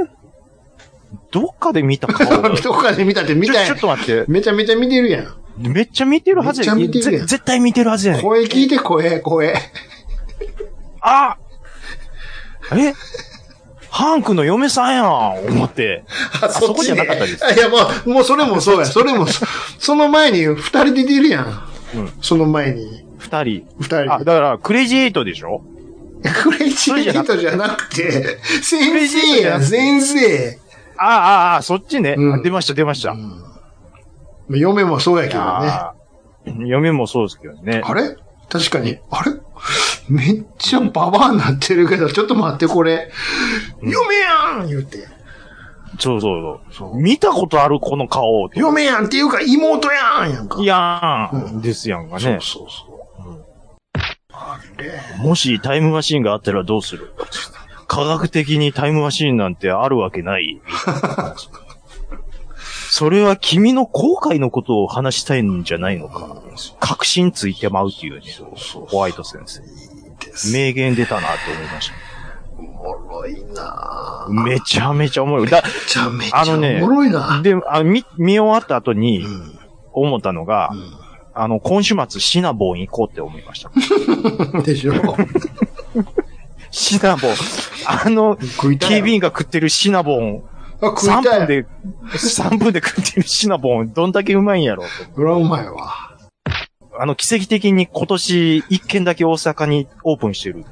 [SPEAKER 3] どっかで見た顔がちょ
[SPEAKER 4] どこかで見たって 見た
[SPEAKER 3] ち
[SPEAKER 4] や
[SPEAKER 3] ょっと待って、
[SPEAKER 4] めちゃめちゃ見てるやん。
[SPEAKER 3] めっちゃ見てるはずや
[SPEAKER 4] めっちゃ見てるや
[SPEAKER 3] ぜ
[SPEAKER 4] ん
[SPEAKER 3] 絶対見てるはずやねん
[SPEAKER 4] 声聞いて声、声。
[SPEAKER 3] あえハンクの嫁さんやん、思って。
[SPEAKER 4] あ、
[SPEAKER 3] そこじゃなかったです
[SPEAKER 4] す。いや、もう、もうそれもそうや。それもそ、その前に二人出てるやん。
[SPEAKER 3] うん
[SPEAKER 4] その前に。
[SPEAKER 3] 二人。
[SPEAKER 4] 二人。
[SPEAKER 3] あ、だから、クレイジーエイトでしょ
[SPEAKER 4] クレイジーエイトじゃなくて、先生や、先生。
[SPEAKER 3] ああ、ああ、ああ、そっちね。
[SPEAKER 4] うん
[SPEAKER 3] あ出ました、出ました。
[SPEAKER 4] 嫁もそうやけどね。
[SPEAKER 3] ああ嫁もそうですけどね。
[SPEAKER 4] あれ確かに、あれめっちゃババアになってるけど、ちょっと待って、これ。
[SPEAKER 3] うん
[SPEAKER 4] 嫁やん言うて。
[SPEAKER 3] そうそうそう。
[SPEAKER 4] そう
[SPEAKER 3] 見たことあるこの顔。
[SPEAKER 4] 嫁やんっていうか、妹やんやんか。
[SPEAKER 3] いやーん、
[SPEAKER 4] うん
[SPEAKER 3] ですやんか
[SPEAKER 4] そう
[SPEAKER 3] ね。
[SPEAKER 4] そうそう。
[SPEAKER 3] うん
[SPEAKER 4] あれ
[SPEAKER 3] もしタイムマシーンがあったらどうする科学的にタイムマシーンなんてあるわけ ない。それは君の後悔のことを話したいんじゃないのか。確信ついてまうっていうね。
[SPEAKER 4] そうそう
[SPEAKER 3] ホワイト先生。
[SPEAKER 4] です。
[SPEAKER 3] 名言出たなって思いまし
[SPEAKER 4] おもろい
[SPEAKER 3] た。
[SPEAKER 4] なぁ。
[SPEAKER 3] めちゃめちゃ重い。だ、
[SPEAKER 4] めちゃめちゃ
[SPEAKER 3] あのね
[SPEAKER 4] おもろいな
[SPEAKER 3] で、あ見、見終わった後に
[SPEAKER 4] うん。うん
[SPEAKER 3] 思ったのが、あの、今週末シナボン行こうって思いました。
[SPEAKER 4] でしょ
[SPEAKER 3] シナボン。あの、
[SPEAKER 4] 食いたい
[SPEAKER 3] 警
[SPEAKER 4] やろ。
[SPEAKER 3] 備員が食ってるシナボン。
[SPEAKER 4] あ食
[SPEAKER 3] 3
[SPEAKER 4] いた
[SPEAKER 3] 分
[SPEAKER 4] い。
[SPEAKER 3] で、3分で食ってるシナボン、どんだけうまいんやろ。
[SPEAKER 4] これはうまいわ。
[SPEAKER 3] あの、奇跡的に今年1軒だけ大阪にオープンしてる。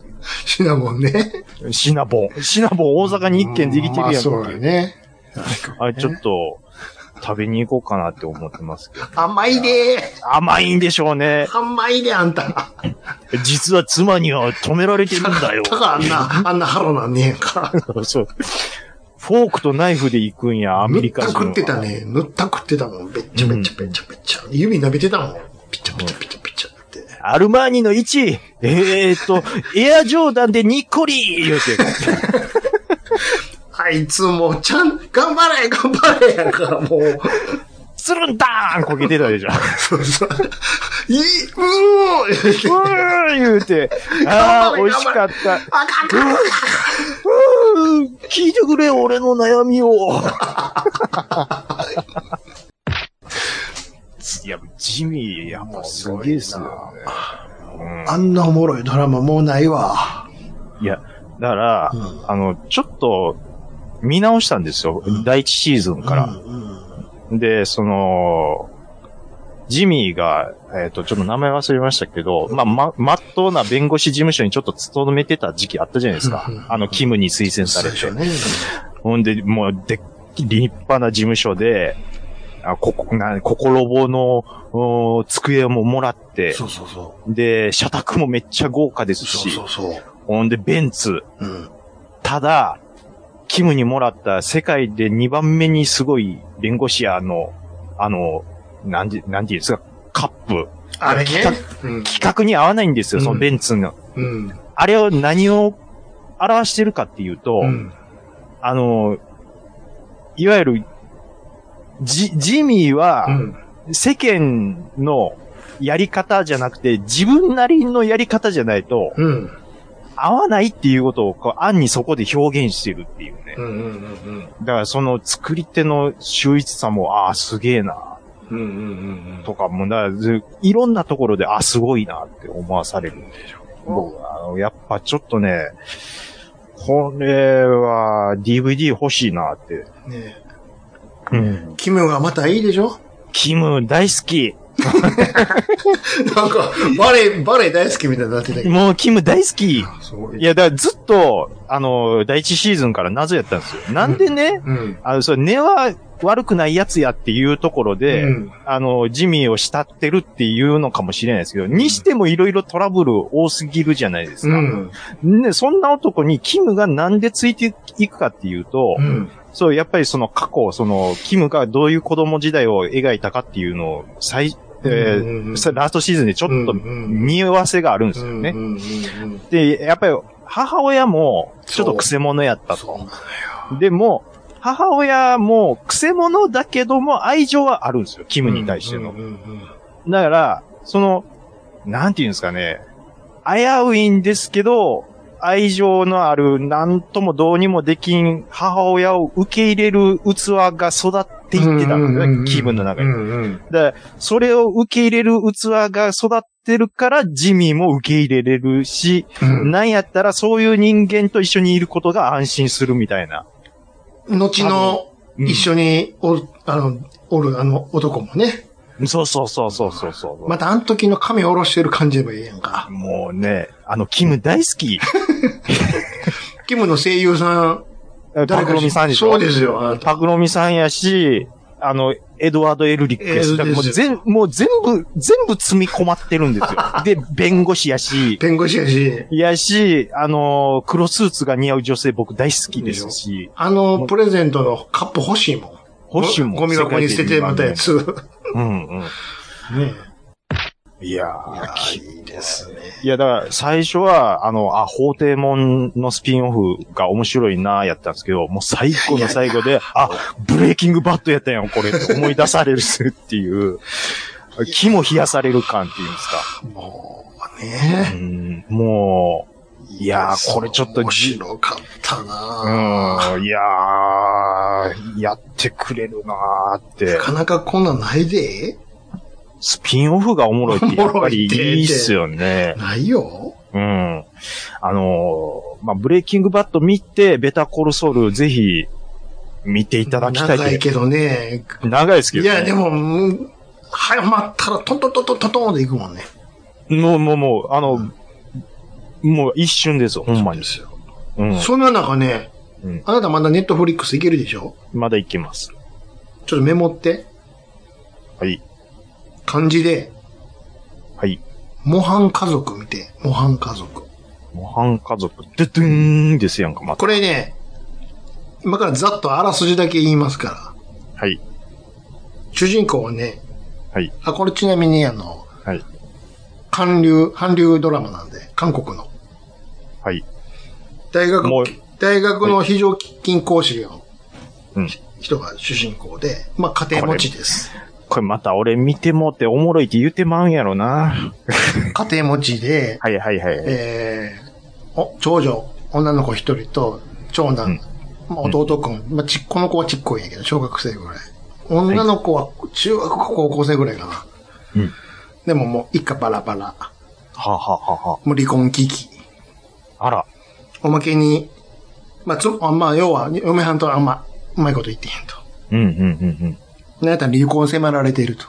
[SPEAKER 4] シナモンね。
[SPEAKER 3] シナボン。シナボン大阪に1軒できてる
[SPEAKER 4] まあ
[SPEAKER 3] やん。
[SPEAKER 4] そうだね。
[SPEAKER 3] あれ、ちょっと、食べに行こうかなって思ってますけど。
[SPEAKER 4] 甘いで
[SPEAKER 3] 甘いんでしょうね。
[SPEAKER 4] 甘いであんた。
[SPEAKER 3] 実は妻には止められてるん だよ
[SPEAKER 4] だ。からあんな、あんなハロなんねえか。
[SPEAKER 3] そう。フォークとナイフで行くん や、アメリカ人
[SPEAKER 4] 塗った
[SPEAKER 3] は。
[SPEAKER 4] 食ってたね。塗った食ってたもん。べっちゃべっちゃべっちゃべっちゃ。指舐めてたもん。ピチャピチャピチャピチャって。
[SPEAKER 3] アルマーニの1、えーっと、 エアジョーダンでにっこり言うて。
[SPEAKER 4] あいつもちゃん、頑張れ頑張れやから、もう。
[SPEAKER 3] つるんだーんこけてた でしょ。
[SPEAKER 4] そうそう。いい、うーん
[SPEAKER 3] うー言うて、ああ、美
[SPEAKER 4] 頑張
[SPEAKER 3] 味
[SPEAKER 4] れ
[SPEAKER 3] しかった。
[SPEAKER 4] あかんかん
[SPEAKER 3] うー聞いてくれ、俺の悩み を。いや、ジミー、やっぱすげえっすよね。
[SPEAKER 4] あんなおもろいドラマもうないわ。
[SPEAKER 3] いや、だから、
[SPEAKER 4] うん
[SPEAKER 3] あの、ちょっと、見直したんですよ。第一シーズンから。
[SPEAKER 4] うんうん
[SPEAKER 3] で、その、ジミーが、えっ、と、ちょっと名前忘れましたけど、まあ、ま、まっとうな弁護士事務所にちょっと勤めてた時期あったじゃないですか
[SPEAKER 4] うんうんう。ん
[SPEAKER 3] あの、キムに推薦さ
[SPEAKER 4] 最
[SPEAKER 3] れて
[SPEAKER 4] 初。ね。
[SPEAKER 3] ほんで、もう、でっ、立派な事務所で、あここ、な、心棒の、おー机ももらって、
[SPEAKER 4] そうそうそ
[SPEAKER 3] で、社宅もめっちゃ豪華です
[SPEAKER 4] う。
[SPEAKER 3] し、
[SPEAKER 4] そうそうそう。
[SPEAKER 3] ほんで、ベンツ。
[SPEAKER 4] うん。
[SPEAKER 3] ただ、キムにもらった世界で2番目にすごい弁護士やの、あの、なんて、なんていうんですか、カップ。
[SPEAKER 4] あれね
[SPEAKER 3] 企。
[SPEAKER 4] うん
[SPEAKER 3] 企画に合わないんですよ、そのベンツの。
[SPEAKER 4] うん。
[SPEAKER 3] あれを何を表してるかっていうと、
[SPEAKER 4] うん。
[SPEAKER 3] あの、いわゆる、ジ、ジミー
[SPEAKER 4] う
[SPEAKER 3] は、
[SPEAKER 4] ん
[SPEAKER 3] 世間のやり方じゃなくて、自分なりのやり方じゃないと、
[SPEAKER 4] うん。
[SPEAKER 3] 合わないっていうことを、こう、案にそこで表現してるっていうね
[SPEAKER 4] う。んうんうん
[SPEAKER 3] だからその作り手の秀逸さも、ああ、すげえな、
[SPEAKER 4] うん。うんうんうん
[SPEAKER 3] とかも、だからずいろんなところで、ああ、すごいなって思わされるんでしょ。僕は、あの、やっぱちょっとね、これは DVD 欲しいなって。
[SPEAKER 4] うん。ねえキムがまたいいでしょ
[SPEAKER 3] キム大好き。
[SPEAKER 4] なんか、バレエ、バレエ大好きみたいになってたけど。
[SPEAKER 3] もうキム大好き。い
[SPEAKER 4] すごい。
[SPEAKER 3] や、だからずっと、あの、第一シーズンから謎やったんですよ。なんでね、
[SPEAKER 4] うん。
[SPEAKER 3] あの、そう、根は悪くないやつやっていうところで、
[SPEAKER 4] うん
[SPEAKER 3] あの、ジミーを慕ってるっていうのかもしれないですけど、にしてもいろいろトラブル多すぎるじゃないです
[SPEAKER 4] う
[SPEAKER 3] か。
[SPEAKER 4] ん。
[SPEAKER 3] ね、そんな男にキムがなんでついていくかっていうと、
[SPEAKER 4] うん。
[SPEAKER 3] そう、やっぱりその過去、その、キムがどういう子供時代を描いたかっていうのを、最、えー
[SPEAKER 4] うんうんうん
[SPEAKER 3] さラストシーズンでちょっと
[SPEAKER 4] うんうん
[SPEAKER 3] 匂わせがあるんですよね。
[SPEAKER 4] うんうんうんうん
[SPEAKER 3] で、やっぱり母親もちょっと癖者やった
[SPEAKER 4] そう
[SPEAKER 3] と
[SPEAKER 4] な。のよ
[SPEAKER 3] でも、母親も癖者だけども愛情はあるんですよ、キムに対しての。
[SPEAKER 4] うんうんうん
[SPEAKER 3] だから、その、なんていうんですかね、危ういんですけど、愛情のある、なんともどうにもできん母親を受け入れる器が育っていってたんですよね、気分の中
[SPEAKER 4] う
[SPEAKER 3] に。
[SPEAKER 4] んうん
[SPEAKER 3] だからそれを受け入れる器が育ってるから、ジミーも受け入れれるし、
[SPEAKER 4] うん
[SPEAKER 3] なんやったらそういう人間と一緒にいることが安心するみたいな。
[SPEAKER 4] 後の、
[SPEAKER 3] うん
[SPEAKER 4] 一緒におる、あの、おる、あの、男もね。
[SPEAKER 3] そうそうそうそうそうそう。
[SPEAKER 4] またあの時の髪下ろしてる感じでもいいやんか。
[SPEAKER 3] もうね、あの、キム大好き。
[SPEAKER 4] キムの声優さん、
[SPEAKER 3] パクロミさんでしょ
[SPEAKER 4] そうですよ、あなた。
[SPEAKER 3] パクロミさんやし、あの、エドワード・エルリックです。だからもう全、もう全部、全部積み込まってるん ですよ。で、弁護士やし、
[SPEAKER 4] 弁護士やし、
[SPEAKER 3] やし、あのー黒スーツが似合う女性僕大好きですし、
[SPEAKER 4] あの、プレゼントのカップ欲しいもん。
[SPEAKER 3] 欲しいもん
[SPEAKER 4] ゴミ箱に捨ててまたやつ。ね
[SPEAKER 3] うんうん。いや
[SPEAKER 4] え。いいですね。
[SPEAKER 3] いや、だから、最初は、あの、あ、法廷門のスピンオフが面白いなやったんですけど、もう最後の最後 で、あ、ブレイキングバットやったやん、これ、って思い出されるっていう、気も冷やされる感っていうんですか。
[SPEAKER 4] も
[SPEAKER 3] う
[SPEAKER 4] うね。
[SPEAKER 3] ん、もう、いやー、これちょっと
[SPEAKER 4] 面
[SPEAKER 3] じ、
[SPEAKER 4] 白かった
[SPEAKER 3] う
[SPEAKER 4] な、
[SPEAKER 3] ん、いやー、やってくれるなーって
[SPEAKER 4] な。かなかこんなんないで。
[SPEAKER 3] スピンオフがおもろいって、やっぱりいいっすよね。
[SPEAKER 4] ないよ。
[SPEAKER 3] うん。あのーまあ、ブレイキングバット見て、ベタコルソールぜひ、見ていただきたいと
[SPEAKER 4] 長いけどね。
[SPEAKER 3] 長いですけ
[SPEAKER 4] い
[SPEAKER 3] ど、ね。
[SPEAKER 4] や、でも、うん早まったらトントントントントントンで行くもんね。
[SPEAKER 3] もう、もう、もう、あの、もう一瞬ですよ、ほんまに。
[SPEAKER 4] すよ。
[SPEAKER 3] うん。
[SPEAKER 4] そんな中ね
[SPEAKER 3] うん、
[SPEAKER 4] あなたまだネットフリックスいけるでしょ
[SPEAKER 3] まだいけます。
[SPEAKER 4] ちょっとメモって。
[SPEAKER 3] はい。
[SPEAKER 4] 漢字で、
[SPEAKER 3] はい。
[SPEAKER 4] 模範家族見て、模範家族。
[SPEAKER 3] 模範家族、ドゥドゥーンですやんか、また。
[SPEAKER 4] これね、今からざっとあらすじだけ言いますから。
[SPEAKER 3] はい。
[SPEAKER 4] 主人公はね、
[SPEAKER 3] はい。
[SPEAKER 4] あ、これちなみにあの、
[SPEAKER 3] はい。
[SPEAKER 4] 韓流、韓流ドラマなんで、韓国の。
[SPEAKER 3] はい。
[SPEAKER 4] 大学
[SPEAKER 3] もう、
[SPEAKER 4] 大学の非常勤講師の
[SPEAKER 3] うん。
[SPEAKER 4] 人が主人公で、まあ家庭持ちです。
[SPEAKER 3] これまた俺見てもっておもろいって言ってまうんやろな。
[SPEAKER 4] 家庭持ちで、
[SPEAKER 3] はいはいはい。
[SPEAKER 4] えー、お、長女、女の子一人と、長男、
[SPEAKER 3] うん
[SPEAKER 4] まあ、弟くん、まあ、ちっこの子はちっこいんやけど、小学生ぐらい。女の子は中学、高校生ぐらいかな。
[SPEAKER 3] うん。
[SPEAKER 4] でももう一家バラバラ。
[SPEAKER 3] はあ、はあはあは
[SPEAKER 4] もう離婚危機。
[SPEAKER 3] あ、あら。
[SPEAKER 4] おまけに、まあ、つ、あまあ、要は、嫁はんとあんま、うまいこと言ってへんと。
[SPEAKER 3] うんうんうん
[SPEAKER 4] なんやったら離婚迫られてると。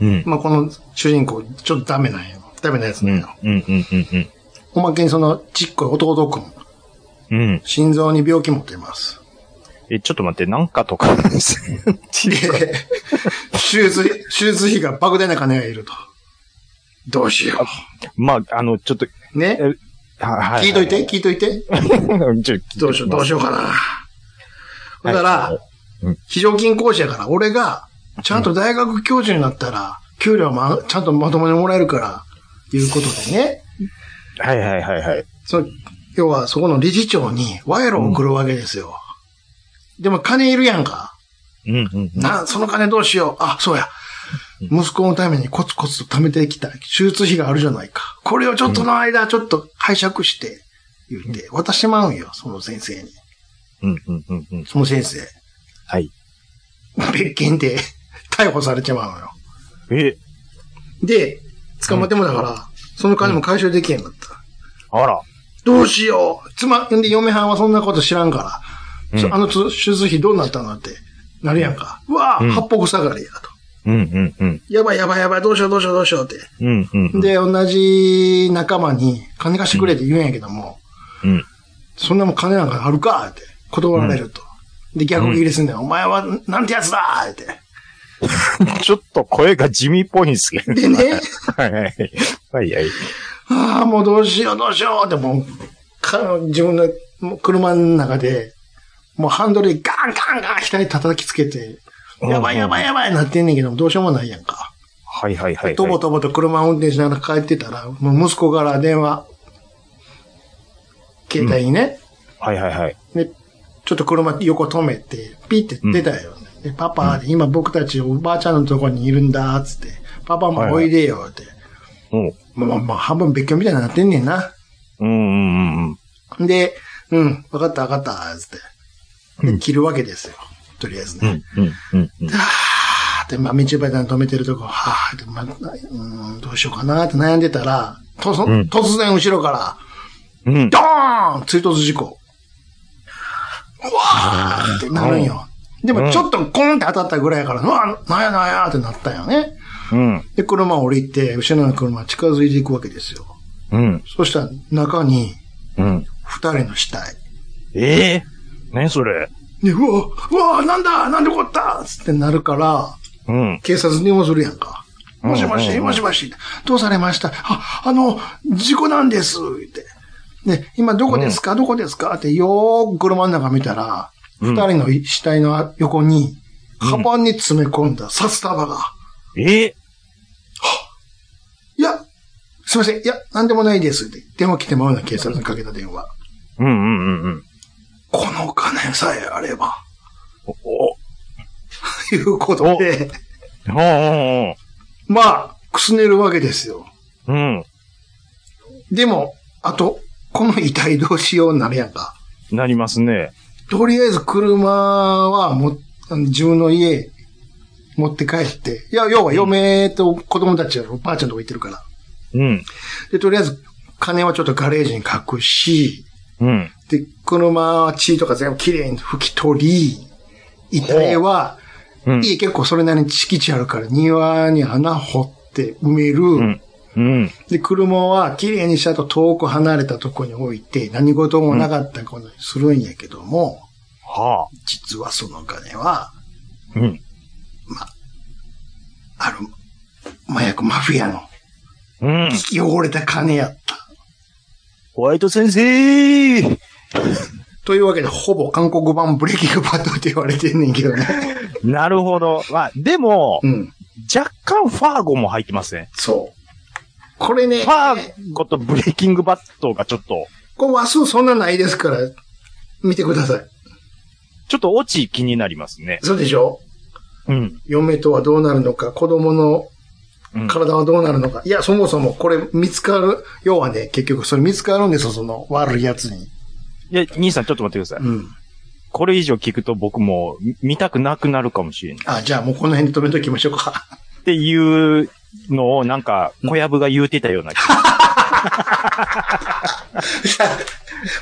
[SPEAKER 3] うん。うん。
[SPEAKER 4] まあ、この主人公、ちょっとダメなんや。ダメなやつ
[SPEAKER 3] う
[SPEAKER 4] なん
[SPEAKER 3] ん
[SPEAKER 4] や。
[SPEAKER 3] うんうんうんうん。
[SPEAKER 4] おまけにその、ちっこい弟くん、
[SPEAKER 3] うん。
[SPEAKER 4] 心臓に病気持ってます。
[SPEAKER 3] え、ちょっと待って、なんかとか。
[SPEAKER 4] で、手術、手術費が莫大な金がいると。どうしよ
[SPEAKER 3] まあ、あの、ちょっと、
[SPEAKER 4] う。ね
[SPEAKER 3] えはは
[SPEAKER 4] 聞いといて、聞いといて。
[SPEAKER 3] て。 ちょ
[SPEAKER 4] どうしよう、どうしようかな。だか
[SPEAKER 3] は
[SPEAKER 4] ら
[SPEAKER 3] いうん、
[SPEAKER 4] 非常勤講師やから、俺が、ちゃんと大学教授になったら、給料もあちゃんとまともにもらえるから、いうことでね。
[SPEAKER 3] はいはいはいはい。
[SPEAKER 4] その要は、そこの理事長に賄賂を送るわけですよ。でも金いるやんか。
[SPEAKER 3] うんうんうん。
[SPEAKER 4] な、その金どうしよう。あ、そうや。息子のためにコツコツと貯めてきた手術費があるじゃないか。これをちょっとの間、ちょっと拝借して、言って、渡してまうんよ、その先生に。
[SPEAKER 3] うんうんうんうん。
[SPEAKER 4] その先生。
[SPEAKER 3] はい。
[SPEAKER 4] 別件で 逮捕されちまうのよ。
[SPEAKER 3] え、
[SPEAKER 4] で、捕まってもだから、その金も回収できへんかった。
[SPEAKER 3] あら。
[SPEAKER 4] どうしようつま、んで、嫁はんはそんなこと知らんから、
[SPEAKER 3] うん
[SPEAKER 4] あのつ手術費どうなったのって、なるやんか。うわぁ、
[SPEAKER 3] うん
[SPEAKER 4] 八方塞がりやと。
[SPEAKER 3] うんうんうん。
[SPEAKER 4] やばいやばいやばい、どうしようどうしようどうしようって。
[SPEAKER 3] うんうんうん。、
[SPEAKER 4] で、同じ仲間に金貸してくれって言うんやけども、
[SPEAKER 3] うん。
[SPEAKER 4] そんなもん金なんかあるかって断られると。で、逆ギレすんだよ。お前はなんてやつだって。
[SPEAKER 3] ちょっと声が地味っぽいんですけど。
[SPEAKER 4] でね、
[SPEAKER 3] はいはい。はいはい。
[SPEAKER 4] ああ、もうどうしようどうしようってもう、か自分のもう車の中で、もうハンドルでガンガンガン左叩きつけて、
[SPEAKER 3] うん
[SPEAKER 4] やばいやばいやばいなってんねんけども、どうしようもないやんか。
[SPEAKER 3] はいはいはい。
[SPEAKER 4] とぼとぼと車を運転しながら帰ってたら、もう息子から電話、携帯にね、
[SPEAKER 3] はいはいはい。
[SPEAKER 4] で、ちょっと車横止めて、ピッて出たよ、ねで、パパ、今僕たちおばあちゃんのところにいるんだ、つって、パパもおいでよ、って。
[SPEAKER 3] おう
[SPEAKER 4] まあまあまあ、半分別居みたいになってんねんな。
[SPEAKER 3] うんうんうんうん。
[SPEAKER 4] で、うん、わかったわかった、つって。で、切るわけですよ。とりあえず
[SPEAKER 3] う
[SPEAKER 4] ね。
[SPEAKER 3] んうんうんうん。
[SPEAKER 4] はーって、まあ、道端に止めてるとこ、はーって、まあ、うん、どうしようかなって悩んでたら、とそ、
[SPEAKER 3] うん
[SPEAKER 4] 突然後ろから、
[SPEAKER 3] うん。
[SPEAKER 4] ドーン追突事故。うわーってなるんよ。でもちょっとコンって当たったぐらいやから、うわ、なんやなんやってなったんよね。
[SPEAKER 3] うん。
[SPEAKER 4] で、車降りて、後ろの車近づいていくわけですよ。
[SPEAKER 3] うん。
[SPEAKER 4] そしたら中に
[SPEAKER 3] うん。
[SPEAKER 4] 二人の死体。
[SPEAKER 3] ええ何それ
[SPEAKER 4] で、うわ、うわ、なんだなんでこったっつってなるから、
[SPEAKER 3] うん。
[SPEAKER 4] 警察に電話するやんか。
[SPEAKER 3] うん
[SPEAKER 4] もしも
[SPEAKER 3] うん
[SPEAKER 4] し、
[SPEAKER 3] うん
[SPEAKER 4] もしもし、どうされましたあ、あの、事故なんです、言って。ね、今どこですか、どこですかってよーく車の中見たら、
[SPEAKER 3] う
[SPEAKER 4] 二、
[SPEAKER 3] ん
[SPEAKER 4] 人の死体の横に、カバンに詰め込んだ札束が、
[SPEAKER 3] え
[SPEAKER 4] いや、すいません、いや、なんでもないですって。電話来てもらうな、警察にかけた電話。
[SPEAKER 3] うんうんうんうん。
[SPEAKER 4] このお金さえあれば、
[SPEAKER 3] お、お、
[SPEAKER 4] ということで、
[SPEAKER 3] おお
[SPEAKER 4] まあ、くすねるわけですよ。
[SPEAKER 3] おうん。
[SPEAKER 4] でも、あと、この遺体どうしようになるやんか。
[SPEAKER 3] なりますね。
[SPEAKER 4] とりあえず車はも、あの自分の家へ持って帰って、いや、要は嫁と子供たちはばあちゃんとこ行ってるから。
[SPEAKER 3] うん。
[SPEAKER 4] で、とりあえず、金はちょっとガレージに隠し、
[SPEAKER 3] うん。
[SPEAKER 4] で、車は血とか全部きれいに拭き取り、遺体は、
[SPEAKER 3] うん。
[SPEAKER 4] 家結構それなりに敷地あるから庭に穴掘って埋める。
[SPEAKER 3] んうん。
[SPEAKER 4] で、車は綺麗にしたと遠く離れたとこに置いて、何事もなかったことにするんやけども、
[SPEAKER 3] は
[SPEAKER 4] 実はその金は、
[SPEAKER 3] あ。うん。
[SPEAKER 4] ある、麻薬マフィアの
[SPEAKER 3] うん。
[SPEAKER 4] 汚れた金やった。
[SPEAKER 3] ホワイト先生
[SPEAKER 4] というわけで、ほぼ韓国版ブレーキングバッドって言われてんねんけ どね。
[SPEAKER 3] なるほど。まあ、でも、
[SPEAKER 4] うん。
[SPEAKER 3] 若干ファーゴも入ってますね。
[SPEAKER 4] そう。これね、
[SPEAKER 3] ファーゴとブレイキングバットがちょっと、
[SPEAKER 4] これ話数そんなないですから、見てください。
[SPEAKER 3] ちょっと落ち気になりますね。
[SPEAKER 4] そうでしょ
[SPEAKER 3] うん。
[SPEAKER 4] 嫁とはどうなるのか、子供の
[SPEAKER 3] うん、
[SPEAKER 4] 体はどうなるのか。いや、そもそもこれ見つかる、要はね、結局それ見つかるんですよ、その悪いやつに。
[SPEAKER 3] いや、兄さんちょっと待ってください。
[SPEAKER 4] うん。
[SPEAKER 3] これ以上聞くと僕も見見たくなくなるかもしれない。
[SPEAKER 4] あ、じゃあもうこの辺で止めときましょうか。
[SPEAKER 3] っていうのをなんか、小籔が言うてたような気が。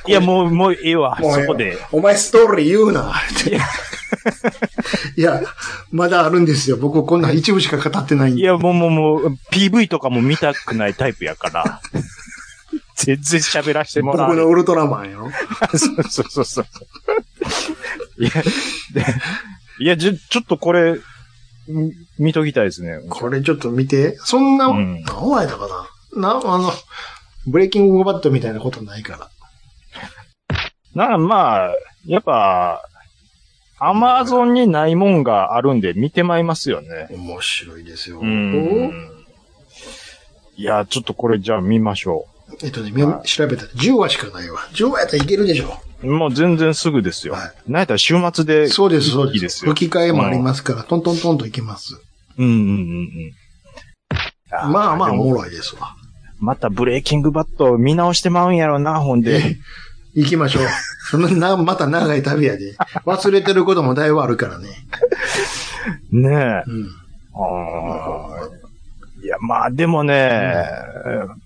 [SPEAKER 3] いや、もう、もうええわ。
[SPEAKER 4] もう
[SPEAKER 3] そこで。
[SPEAKER 4] お前ストーリー言うな、って。いや、まだあるんですよ。僕こんな一部しか語ってないん
[SPEAKER 3] い
[SPEAKER 4] で。
[SPEAKER 3] や、もうもうもう、PV とかも見たくないタイプや から。全然喋らせても
[SPEAKER 4] 僕
[SPEAKER 3] らわない
[SPEAKER 4] のウルトラマンやろ。
[SPEAKER 3] そうそうそうそう。いや、でいや、じゃ、ちょっとこれ、み見ときたいですね。
[SPEAKER 4] これちょっと見て。そんな、
[SPEAKER 3] うん
[SPEAKER 4] 何話やったかなな、あの、ブレイキングバットみたいなことないから。
[SPEAKER 3] ならまあ、やっぱ、アマゾンにないもんがあるんで見てまいりますよね。
[SPEAKER 4] 面白いですよ。
[SPEAKER 3] うん。いや、ちょっとこれじゃあ見ましょ
[SPEAKER 4] えっとね、み調べたら10話しかないわ。10話やったらいけるでしょ。
[SPEAKER 3] う。もう全然すぐですよ。
[SPEAKER 4] はい
[SPEAKER 3] なんやったら週末で。
[SPEAKER 4] そうです、そう
[SPEAKER 3] い
[SPEAKER 4] で。
[SPEAKER 3] いですすよ。
[SPEAKER 4] 吹き替えもありますから、トントントンといけます。
[SPEAKER 3] うんうんうんうん。ー
[SPEAKER 4] まあまあ、
[SPEAKER 3] で
[SPEAKER 4] お
[SPEAKER 3] も
[SPEAKER 4] もろいですわ。
[SPEAKER 3] またブレイキングバット見直してまうんやろな、ほんで。
[SPEAKER 4] 行き ましょう。そのな、また長い旅やで。忘れてることもだいぶあるからね。
[SPEAKER 3] ねえ。
[SPEAKER 4] うん。
[SPEAKER 3] ああ。いや、まあでもね、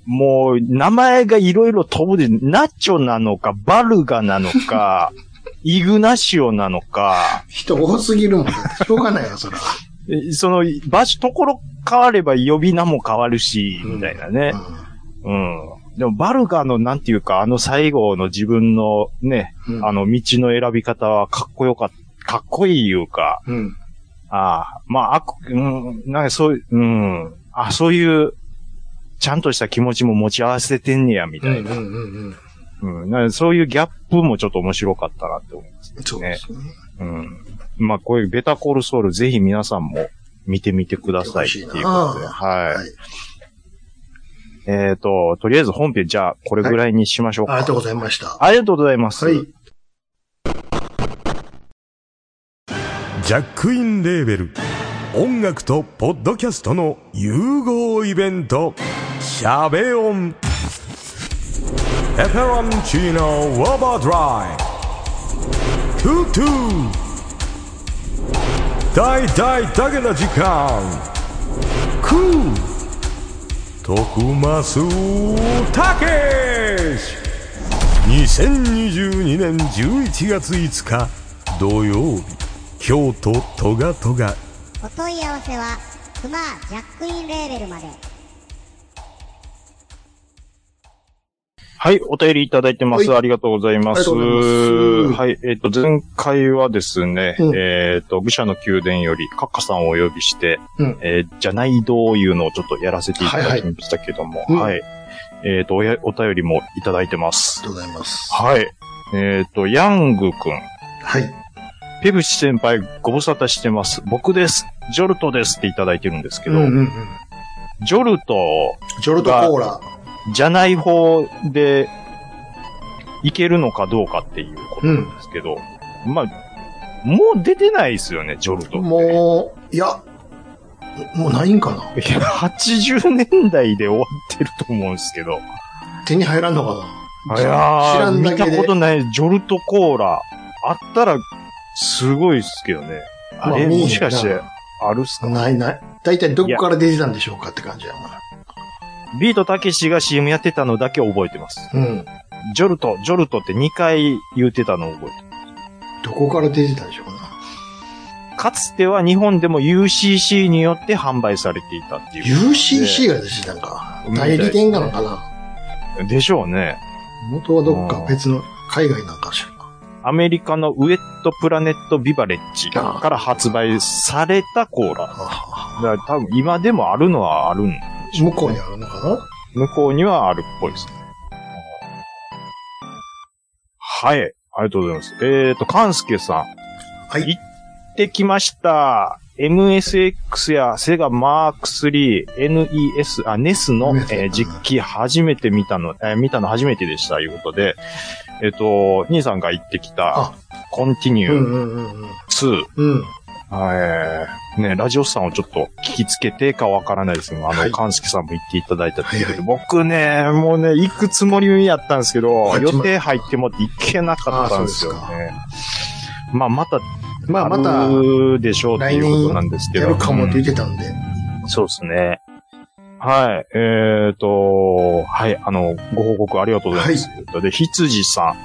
[SPEAKER 3] もう名前がいろいろ飛ぶで、ナチョなのか、バルガなの か、イグナシオなのか、
[SPEAKER 4] 人多すぎるもんね。しょうがないわ、そら。
[SPEAKER 3] えその場所、ところ変われば呼び名も変わるし、みたいなねう
[SPEAKER 4] う。ん
[SPEAKER 3] ん。でも、バルガのなんていうか、あの最後の自分のね、
[SPEAKER 4] うん
[SPEAKER 3] あの道の選び方はかっこよかった、かっこいいいうか、
[SPEAKER 4] うん。
[SPEAKER 3] ああ、まあ、あく、うん、なんかそういう、うん。あ、そういう、ちゃんとした気持ちも持ち合わせてんねや、み
[SPEAKER 4] うん。う
[SPEAKER 3] たいな。
[SPEAKER 4] ん。うんうん。
[SPEAKER 3] うん。なんかそういうギャップもちょっと面白かったなって思います。
[SPEAKER 4] そうですね。
[SPEAKER 3] うん。まあ、こういうベタコールソウル、ぜひ皆さんも見てみてくださいっていうことで。
[SPEAKER 4] 見てほしいな
[SPEAKER 3] はい。
[SPEAKER 4] はい
[SPEAKER 3] えっ、と、とりあえず本編、じゃあ、これぐらいにしましょうか。
[SPEAKER 4] ありがとうございました。
[SPEAKER 3] ありがとうございます。
[SPEAKER 4] はい。
[SPEAKER 5] ジャックインレーベル音楽とポッドキャストの融合イベント「シャベオン」「エフェロンチーノウォーバードライ」「トゥトゥ」「大大だけな時間」「クー」「徳マスたけし」2022年11月5日土曜日京都トガトガ
[SPEAKER 6] お問い合わせはクマジャックインレーベルまで。
[SPEAKER 3] はい、お便りいただいてます。
[SPEAKER 4] はい
[SPEAKER 3] ありがとうございます。
[SPEAKER 4] ありがとうございます
[SPEAKER 3] はい、えっ、と、前回はですね、
[SPEAKER 4] うん
[SPEAKER 3] えっ、と、愚者の宮殿より、カッカさんをお呼びして、
[SPEAKER 4] うん
[SPEAKER 3] えーじゃないどういうのをちょっとやらせていただきましたけども、
[SPEAKER 4] はいは
[SPEAKER 3] はい。えっ、とおや、お便りもいただいてます。
[SPEAKER 4] とうございます
[SPEAKER 3] はい。えっ、と、ヤングくん。
[SPEAKER 4] はい。
[SPEAKER 3] ペブチ先輩、ご無沙汰してます。僕です。ジョルトですっていただいてるんですけ
[SPEAKER 4] う
[SPEAKER 3] ど、
[SPEAKER 4] んうんうん。
[SPEAKER 3] ジョルト、
[SPEAKER 4] ジョルトコーラ。
[SPEAKER 3] じゃない方で、いけるのかどうかっていうことなんですけど、まあ、もう出てないですよね、ジョルトって。
[SPEAKER 4] もう、いや、もうないんかない
[SPEAKER 3] や80年代で終わってると思うんですけど。
[SPEAKER 4] 手に入らんのかな
[SPEAKER 3] や
[SPEAKER 4] い知
[SPEAKER 3] ー、
[SPEAKER 4] らんだ
[SPEAKER 3] 見
[SPEAKER 4] け
[SPEAKER 3] た
[SPEAKER 4] で。
[SPEAKER 3] ことないジョルトコーラ。あったら、すごいっすけどね。あ
[SPEAKER 4] まあ
[SPEAKER 3] れ、
[SPEAKER 4] 見えへんな
[SPEAKER 3] もしかして、あるっすか
[SPEAKER 4] ないない。大体どこから出てたんでしょうかって感じや
[SPEAKER 3] ビートたけしが CM やってたのだけ覚えてます。
[SPEAKER 4] な。うん。
[SPEAKER 3] ジョルト、ジョルトって2回言ってたのを覚えてます
[SPEAKER 4] どこから出てたんでしょうな。
[SPEAKER 3] かつては日本でも UCC によって販売されていたっていう。
[SPEAKER 4] UCC が出てたんか。
[SPEAKER 3] みた
[SPEAKER 4] 代
[SPEAKER 3] いですね
[SPEAKER 4] 理店なのかな
[SPEAKER 3] でしょうね。
[SPEAKER 4] 元はどっか別の海外なんかしら。
[SPEAKER 3] アメリカのウェットプラネットビバレッジから発売されたコーラ。
[SPEAKER 4] あ
[SPEAKER 3] だから多分今でもあるのはあるんで
[SPEAKER 4] あ向こうにあるのか
[SPEAKER 3] 向こうにはあるっぽいですね。はい。ありがとうございます。えっ、ー、と、かんすけさん。
[SPEAKER 4] はい
[SPEAKER 3] 行ってきました。MSX やセガマーク3、NES、あ、NES の、
[SPEAKER 4] NES
[SPEAKER 3] えー実機初めて見たの、えー見たの初めてでした、いうことで、えっ、と、兄さんが行ってきた
[SPEAKER 4] あ、
[SPEAKER 3] コンティニ
[SPEAKER 4] なうん
[SPEAKER 3] ュー
[SPEAKER 4] うんうんうん。
[SPEAKER 3] 2、
[SPEAKER 4] うん。
[SPEAKER 3] えーね、ラジオさんをちょっと聞きつけてかわからないですけど、あ
[SPEAKER 4] は
[SPEAKER 3] の、
[SPEAKER 4] い
[SPEAKER 3] かんすけさんも言っていただいたということで
[SPEAKER 4] は
[SPEAKER 3] 僕ね、もうね、行くつもりやったんですけど
[SPEAKER 4] あ、
[SPEAKER 3] 予定入ってもって行けなかったんですよ
[SPEAKER 4] あそう
[SPEAKER 3] ね。まあ、また、
[SPEAKER 4] まあま
[SPEAKER 3] あ
[SPEAKER 4] た、
[SPEAKER 3] るでしょうっていうことなんですけど。
[SPEAKER 4] やるかもって言
[SPEAKER 3] う
[SPEAKER 4] ってたんで。
[SPEAKER 3] んそうですね。はい、えっ、と、はい、あの、ご報告ありがとうございます。で、羊さん。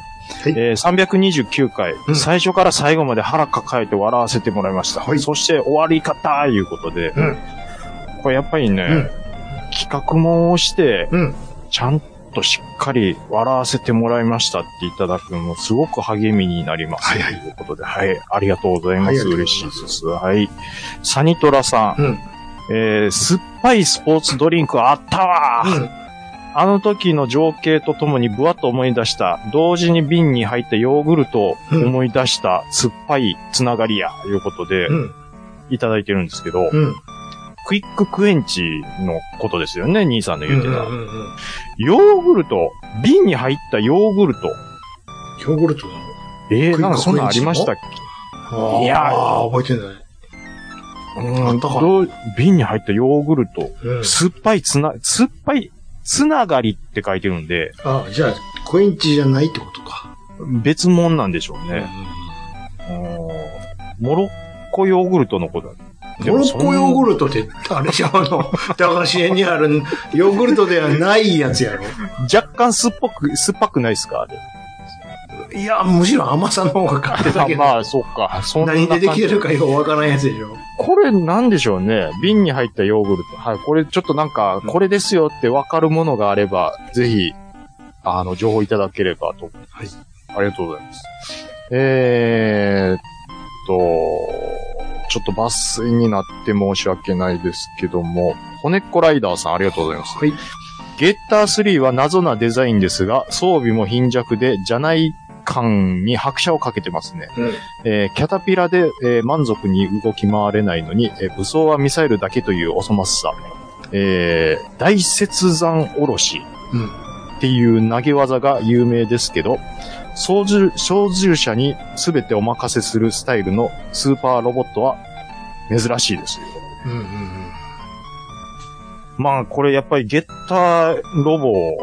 [SPEAKER 4] い
[SPEAKER 3] えー329回、
[SPEAKER 4] うん
[SPEAKER 3] 最初から最後まで腹抱えて笑わせてもらいました。
[SPEAKER 4] はい
[SPEAKER 3] そして終わり方、いうことで、
[SPEAKER 4] うん
[SPEAKER 3] これやっぱりね、
[SPEAKER 4] うん
[SPEAKER 3] 企画もして、
[SPEAKER 4] うん。
[SPEAKER 3] ちゃんとしっかり笑わせてもらいましたっていただくのもすごく励みになります。
[SPEAKER 4] はいはい
[SPEAKER 3] ということで、はい、ありがとうございます。
[SPEAKER 4] はいありがとうござい
[SPEAKER 3] 嬉
[SPEAKER 4] ます
[SPEAKER 3] しいです。はい。サニトラさん、
[SPEAKER 4] うん。
[SPEAKER 3] えー酸っぱいスポーツドリンクあったわー、
[SPEAKER 4] うん。
[SPEAKER 3] あの時の情景とともにぶわっと思い出した、同時に瓶に入ったヨーグルトを思い出した酸っぱいつながりや、いうことで
[SPEAKER 4] うん。
[SPEAKER 3] いただいてるんですけど、
[SPEAKER 4] うん。
[SPEAKER 3] クイッククエンチのことですよね、兄さんの
[SPEAKER 4] う
[SPEAKER 3] 言
[SPEAKER 4] ん
[SPEAKER 3] うてた。
[SPEAKER 4] うんうん。
[SPEAKER 3] ヨーグルト、瓶に入ったヨーグルト。
[SPEAKER 4] ヨーグルトな
[SPEAKER 3] え
[SPEAKER 4] クイック
[SPEAKER 3] ー、
[SPEAKER 4] クエンチの
[SPEAKER 3] なんかそんなんありましたっ
[SPEAKER 4] の
[SPEAKER 3] いやー
[SPEAKER 4] あー覚えてない。
[SPEAKER 3] け
[SPEAKER 4] あ
[SPEAKER 3] う
[SPEAKER 4] っ
[SPEAKER 3] ん
[SPEAKER 4] たか
[SPEAKER 3] どう瓶に入ったヨーグルト。
[SPEAKER 4] うん。
[SPEAKER 3] 酸っぱいつな、酸っぱいつながりって書いてるんで、
[SPEAKER 4] あ、じゃあ、コインチじゃないってことか。
[SPEAKER 3] 別物なんでしょうね。
[SPEAKER 4] う
[SPEAKER 3] うんモロッコヨーグルトのことだ。
[SPEAKER 4] んモロッコヨー
[SPEAKER 3] ル
[SPEAKER 4] グルトって、あれじゃあの、駄菓子屋にあるヨーグルトではないやつやろ。
[SPEAKER 3] ト若干酸っぱく、酸っぱくないですかあれ。
[SPEAKER 4] いや、むしろ甘さの方が勝ってたけ
[SPEAKER 3] あ
[SPEAKER 4] ど。
[SPEAKER 3] まあ、そうか。そんな
[SPEAKER 4] 何でできてる
[SPEAKER 3] か。
[SPEAKER 4] かようわからんやつでしょ。
[SPEAKER 3] これなんでしょうね。瓶に入ったヨーグルト。はい。これちょっとなんか、これですよってわかるものがあれば、ぜひ、あの、情報いただければと。はい。ありがとうございます。えーっと、ちょっと抜粋になって申し訳ないですけども、骨っこライダーさんありがとうございます。
[SPEAKER 4] はい。
[SPEAKER 3] ゲッター3は謎なデザインですが、装備も貧弱で、じゃない感に拍車をかけてますね。
[SPEAKER 4] うん
[SPEAKER 3] えーキャタピラで、えー満足に動き回れないのに、えー武装はミサイルだけというおそましさ。えー大雪山おろし
[SPEAKER 4] うん。
[SPEAKER 3] っていう投げ技が有名ですけど、操縦、操縦者に全てお任せするスタイルのスーパーロボットは珍しいですよ。
[SPEAKER 4] うんうんうん。
[SPEAKER 3] まあ、これやっぱりゲッターロボ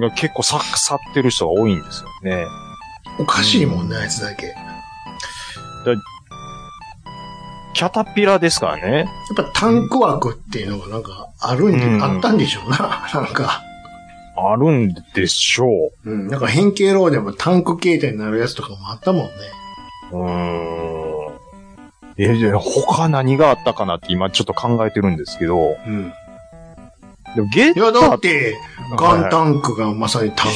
[SPEAKER 3] が結構さ、去ってる人が多いんですよね。
[SPEAKER 4] おかしいもんね、あいつだけ。や
[SPEAKER 3] キャタピラですからね。
[SPEAKER 4] っぱタンク枠っていうのがなんか、あるんで、
[SPEAKER 3] うん
[SPEAKER 4] あったんでしょうな。 なんか。
[SPEAKER 3] あるんでしょ
[SPEAKER 4] うん。なんか変形ローでもタンク形態になるやつとかもあったもんね。
[SPEAKER 3] う。うーん。え、で他何があったかなって今ちょっと考えてるんですけど、
[SPEAKER 4] うん。
[SPEAKER 3] でもゲッ
[SPEAKER 4] い
[SPEAKER 3] ター
[SPEAKER 4] や、
[SPEAKER 3] と
[SPEAKER 4] だって、ガンタンクがまさにタン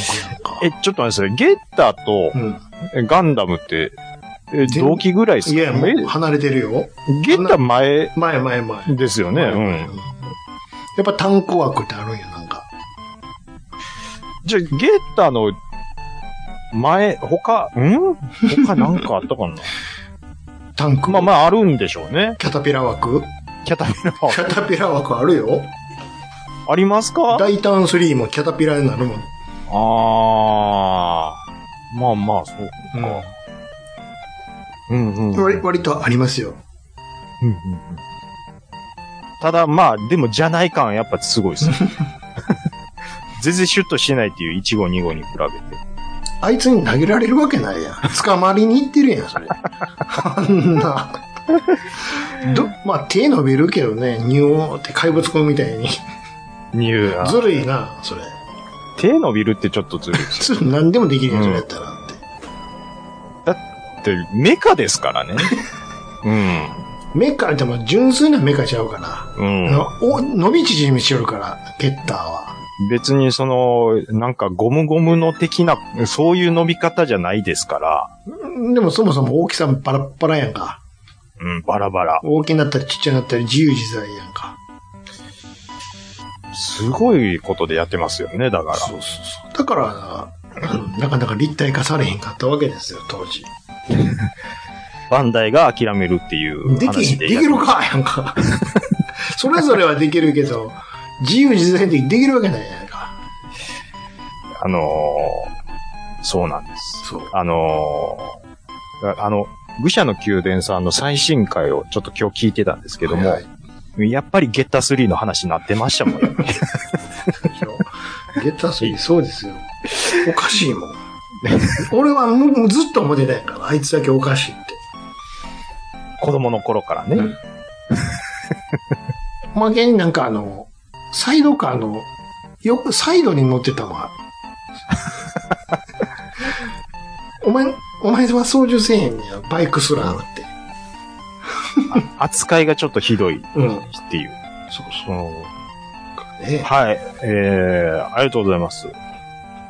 [SPEAKER 4] ク
[SPEAKER 3] え、ちょっと待ってください。ゲッターと
[SPEAKER 4] やんか。
[SPEAKER 3] えガンダムって、え
[SPEAKER 4] 全
[SPEAKER 3] 同期ぐらいで
[SPEAKER 4] うん。
[SPEAKER 3] す
[SPEAKER 4] い
[SPEAKER 3] か
[SPEAKER 4] や、も
[SPEAKER 3] え
[SPEAKER 4] う離れてるよ。
[SPEAKER 3] ゲッター前
[SPEAKER 4] 前前前。
[SPEAKER 3] ですよね。う
[SPEAKER 4] うん
[SPEAKER 3] ん。
[SPEAKER 4] やっぱタンク枠ってあるんや、なんか。
[SPEAKER 3] じゃあ、ゲッターの前、他、ん他なんかあった かな
[SPEAKER 4] タンク。
[SPEAKER 3] まあまああるんでしょうね。
[SPEAKER 4] キャタピラ枠
[SPEAKER 3] キャタピラ
[SPEAKER 4] キャタピラ枠あるよ。
[SPEAKER 3] ありますか
[SPEAKER 4] 大胆3もキャタピラになるもん。
[SPEAKER 3] あー。まあまあ、そうか。うんうん。
[SPEAKER 4] 割割とありますよ。
[SPEAKER 3] うんうんうんただまあ、でもじゃない感はやっぱすごい ですね。全然シュッとしてないっていう1号2号に比べて。
[SPEAKER 4] あいつに投げられるわけないやん。捕まりに行ってるやん、それ。あんな。ど、まあ、手伸びるけどね、ニューって怪物くんみたいに。
[SPEAKER 3] ニュー。
[SPEAKER 4] ずるいな、それ。
[SPEAKER 3] 手伸びるってちょっとずるい。
[SPEAKER 4] 普通何でもできるやん、
[SPEAKER 3] うん
[SPEAKER 4] それやったらって。
[SPEAKER 3] って、メカですからね。
[SPEAKER 4] メカでも純粋なメカちゃうかな。
[SPEAKER 3] うん。うん。
[SPEAKER 4] お伸び縮みしよるから、ゲッターは。
[SPEAKER 3] 別にその、なんかゴムゴムの的な、そういう伸び方じゃないですから。
[SPEAKER 4] でもそもそも大きさもバラッバラやんか。
[SPEAKER 3] うん、バラバラ。
[SPEAKER 4] 大きになったりちっちゃになったり自由自在やんか。
[SPEAKER 3] すごいことでやってますよね、だから。
[SPEAKER 4] そうそうそう。だからな、うんなかなか立体化されへんかったわけですよ、当時。
[SPEAKER 3] バンダイが諦めるっていう
[SPEAKER 4] でき、
[SPEAKER 3] 話
[SPEAKER 4] で
[SPEAKER 3] で。
[SPEAKER 4] きるかやん か。それぞれはできるけど、自由自在にできるわけないやんか。
[SPEAKER 3] あのーそうなんです。
[SPEAKER 4] そう。
[SPEAKER 3] あのーああの、愚者の宮殿さんの最新回をちょっと今日聞いてたんですけども、
[SPEAKER 4] はいはい
[SPEAKER 3] やっぱりゲッター3の話になってましたもん ね。
[SPEAKER 4] ゲッタースリー、そうですよ。おかしいもん。俺はもうもうずっと思ってたやんから、あいつだけおかしいって。
[SPEAKER 3] 子供の頃からね。
[SPEAKER 4] うんおまけになんかあの、サイドカーの、よくサイドに乗ってた わ。お前、お前は操縦せえへんねや、バイクすらって。
[SPEAKER 3] 扱いがちょっとひどいっ
[SPEAKER 4] うん。そう
[SPEAKER 3] ていう。
[SPEAKER 4] そうかね。
[SPEAKER 3] はい。えー、ありがとうございます。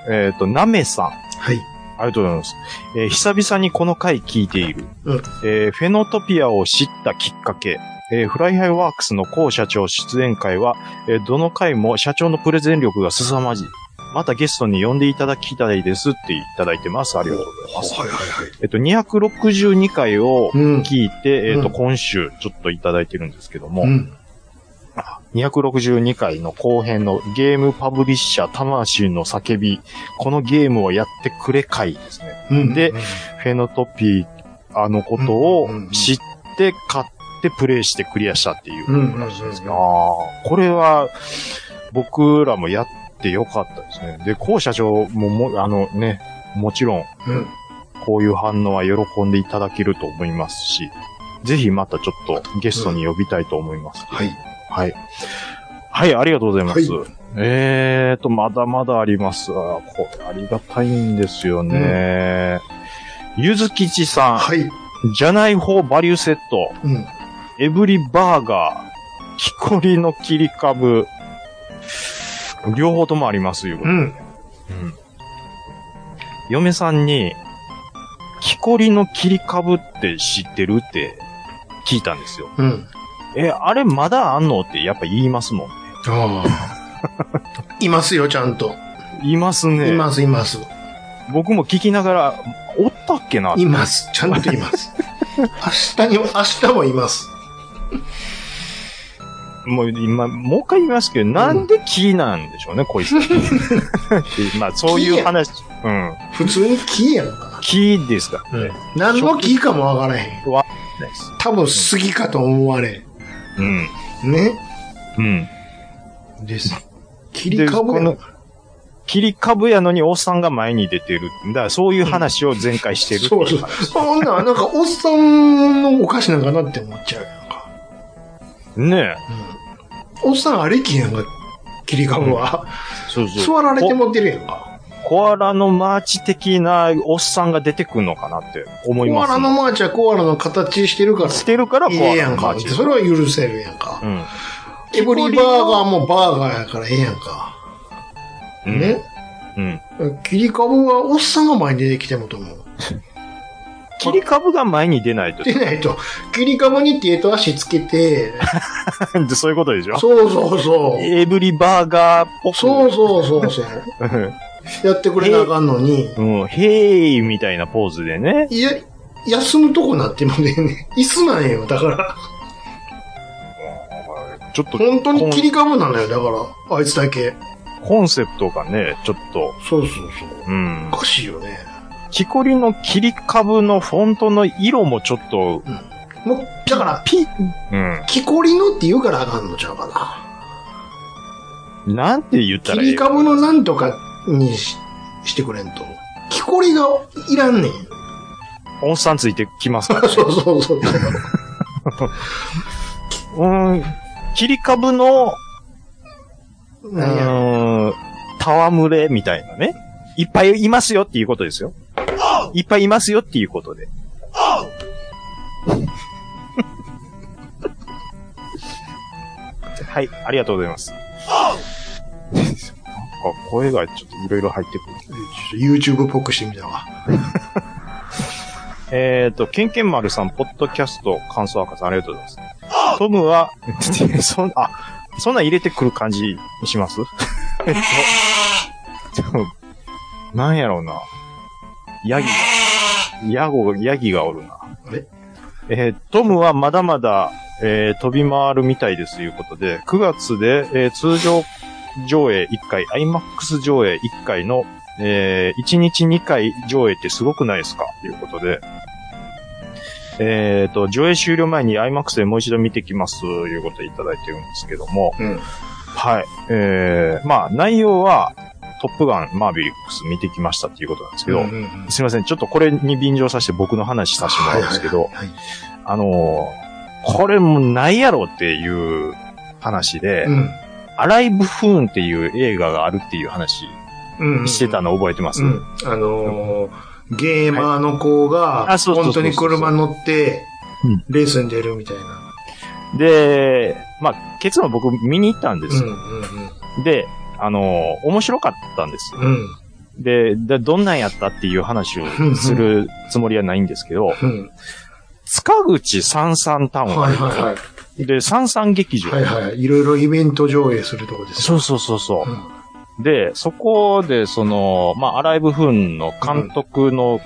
[SPEAKER 3] えっ、と、ナメさん。
[SPEAKER 4] はい。
[SPEAKER 3] ありがとうございます。えー久々にこの回聞いている。
[SPEAKER 4] うん
[SPEAKER 3] えーフェノトピアを知ったきっかけ。えーフライハイワークスの高社長出演会は、えーどの回も社長のプレゼン力が凄まじい。またゲストに呼んでいただきたいですっていただいてます。ありがとうございます。
[SPEAKER 4] はいはいはい。
[SPEAKER 3] えっと、262回を
[SPEAKER 4] うん。
[SPEAKER 3] 聞いて、えっと、
[SPEAKER 4] うん
[SPEAKER 3] 今週ちょっといただいてるんですけども、
[SPEAKER 4] うん。
[SPEAKER 3] 262回の後編のゲームパブリッシャー魂の叫び、このゲームをやってくれ回ですね。
[SPEAKER 4] うん。
[SPEAKER 3] で
[SPEAKER 4] うん、
[SPEAKER 3] フェノトピアのことを知って、買って、プレイしてクリアしたっていう
[SPEAKER 4] うんうんうん
[SPEAKER 3] 話ですけど、あーこれは、僕らもやってよかったですね。で、こう社長もも、あのね、もちろん、
[SPEAKER 4] うん。
[SPEAKER 3] こういう反応は喜んでいただけると思いますし、ぜひまたちょっとゲストに呼びたいと思います。
[SPEAKER 4] はい。
[SPEAKER 3] はい。はい、ありがとうございます。
[SPEAKER 4] は
[SPEAKER 3] えーと、まだまだあります。あーこれありがたいんですよね。ゆずきちさん、
[SPEAKER 4] はい。
[SPEAKER 3] じゃない方バリューセット、
[SPEAKER 4] うん。
[SPEAKER 3] エブリバーガー、木こりの切り株、両方ともあります、いうこと
[SPEAKER 4] う。ん。
[SPEAKER 3] うん嫁さんに、木こりの切り株って知ってるって聞いたんですよ。
[SPEAKER 4] うん。
[SPEAKER 3] え、あれまだあんのってやっぱ言いますもん。
[SPEAKER 4] ああ。 いますよ、ちゃんと。
[SPEAKER 3] 言いますね。
[SPEAKER 4] います、います。
[SPEAKER 3] 僕も聞きながら、おったっけなって
[SPEAKER 4] います。ちゃんとい ます。明日にも、明日もいます。
[SPEAKER 3] もう今、もう一回言いますけど、なんで木なんでしょうね、こい つ。ってまあ、そういう話。うん。
[SPEAKER 4] 普通に木やんか。
[SPEAKER 3] 木ですか
[SPEAKER 4] うん。何の木かもわからへん。
[SPEAKER 3] らです。
[SPEAKER 4] 多分杉かと思われ
[SPEAKER 3] うん。
[SPEAKER 4] ん。ね。
[SPEAKER 3] うん。
[SPEAKER 4] です。切り株やん
[SPEAKER 3] で切り株やのにおっさんが前に出てる。だからそういう話を前回してるってい
[SPEAKER 4] そうそうう。そんな、なんか、おっさんのお菓子なんかなって思っちゃうやんか。
[SPEAKER 3] ね
[SPEAKER 4] おっさんありきやんか、切り株は。
[SPEAKER 3] え。そうそう。
[SPEAKER 4] 座られて持ってるやんか。
[SPEAKER 3] コアラのマーチ的なおっさんが出てくるのかなって思い
[SPEAKER 4] コ
[SPEAKER 3] ま
[SPEAKER 4] ア
[SPEAKER 3] す。
[SPEAKER 4] ラのマーチはコアラの形してるから、
[SPEAKER 3] してるからコ
[SPEAKER 4] いい
[SPEAKER 3] ア
[SPEAKER 4] や
[SPEAKER 3] ラ
[SPEAKER 4] ん
[SPEAKER 3] のマ
[SPEAKER 4] か
[SPEAKER 3] ー
[SPEAKER 4] って。
[SPEAKER 3] チ。
[SPEAKER 4] それは許せるやんか。
[SPEAKER 3] うん。
[SPEAKER 4] キブリバーガーもバーガーやからええやんか。
[SPEAKER 3] うん
[SPEAKER 4] ね。
[SPEAKER 3] うん。
[SPEAKER 4] 切り株はおっさんが前に出てきてもと思う。
[SPEAKER 3] 切り株が前に出ない と。
[SPEAKER 4] でないと、切り株に手と足つけて、
[SPEAKER 3] そういうことでしょ
[SPEAKER 4] そうそうそう。
[SPEAKER 3] エブリバーガーっぽく。
[SPEAKER 4] そうそうそうそう。やってくれなあかんのに、
[SPEAKER 3] うん。へーみたいなポーズでね。
[SPEAKER 4] いや、休むとこなってもね、椅子なんよ、だから。
[SPEAKER 3] ちょっと、
[SPEAKER 4] 本当に切
[SPEAKER 3] コン
[SPEAKER 4] り株なのよ、だから。あいつだけ。
[SPEAKER 3] コンセプトがね、ちょっと、
[SPEAKER 4] そうそう
[SPEAKER 3] う
[SPEAKER 4] そう。
[SPEAKER 3] ん
[SPEAKER 4] お。かしいよね。
[SPEAKER 3] 木こりの切り株のフォントの色もちょっと、
[SPEAKER 4] もう、だから、
[SPEAKER 3] ピうん。
[SPEAKER 4] 木こりのって言うからあかんのちゃうかな。
[SPEAKER 3] なんて言った
[SPEAKER 4] 切
[SPEAKER 3] らいい
[SPEAKER 4] り株のなんとかにししてくれんと。木こりがいらんねん。
[SPEAKER 3] おっさんついてきますから、ね。
[SPEAKER 4] そうそうそう。
[SPEAKER 3] うん。切り株の、う
[SPEAKER 4] なんや
[SPEAKER 3] ーん、戯れみたいなね。いっぱいいますよっていうことですよ。いっぱいいますよっていうことで。 はい、ありがとうございます。 なんか声がちょっといろいろ入ってくる。
[SPEAKER 4] ちょっと YouTube っぽくしてみたわ。
[SPEAKER 3] えっ、と、ケンケンマルさん、ポッドキャスト、感想博士、ありがとうございます。トムは、 そん、あ、そんなん入れてくる感じにしますえっと、でも なんやろうな。ヤギが、ヤゴ、ヤギがおるな。
[SPEAKER 4] あれ
[SPEAKER 3] えートムはまだまだ、えー飛び回るみたいですということで、9月で、えー通常上映1回、IMAX 上映1回の、えー1日2回上映ってすごくないですかということで、えっ、と、上映終了前に IMAX でもう一度見てきますということをいただいてるんですけども、
[SPEAKER 4] うん
[SPEAKER 3] はい。えー、まあ、内容は、トップガン、マーヴィリックス見てきましたっていうことなんですけど、
[SPEAKER 4] うんうんうん
[SPEAKER 3] すいません。ちょっとこれに便乗させて僕の話させてもらうんですけど、
[SPEAKER 4] はいはい
[SPEAKER 3] あのーこれもうないやろっていう話で、
[SPEAKER 4] はい
[SPEAKER 3] アライブフーンっていう映画があるっていう話
[SPEAKER 4] うんうん
[SPEAKER 3] してたの覚えてます、
[SPEAKER 4] うん。あのー、ゲーマーの子が、
[SPEAKER 3] いあそうそうそ
[SPEAKER 4] 本
[SPEAKER 3] うそ
[SPEAKER 4] 当
[SPEAKER 3] う
[SPEAKER 4] に車乗って
[SPEAKER 3] うん、
[SPEAKER 4] レースに出るみたいな。
[SPEAKER 3] で、まあ、結論僕見に行ったんで
[SPEAKER 4] うん
[SPEAKER 3] す
[SPEAKER 4] う
[SPEAKER 3] よ。
[SPEAKER 4] ん
[SPEAKER 3] で、あのー面白かったんですよ。
[SPEAKER 4] うん。
[SPEAKER 3] で、でどんなんやったっていう話をするつもりはないんですけど、
[SPEAKER 4] うん。うん。
[SPEAKER 3] 塚口三三タウン、
[SPEAKER 4] はいはいはい。
[SPEAKER 3] で、三三劇場。
[SPEAKER 4] はいはい。いろいろイベント上映するとこですよ。
[SPEAKER 3] そうそうそうそう。
[SPEAKER 4] うん
[SPEAKER 3] で、そこで、その、まあ、アライブフーンの監督の、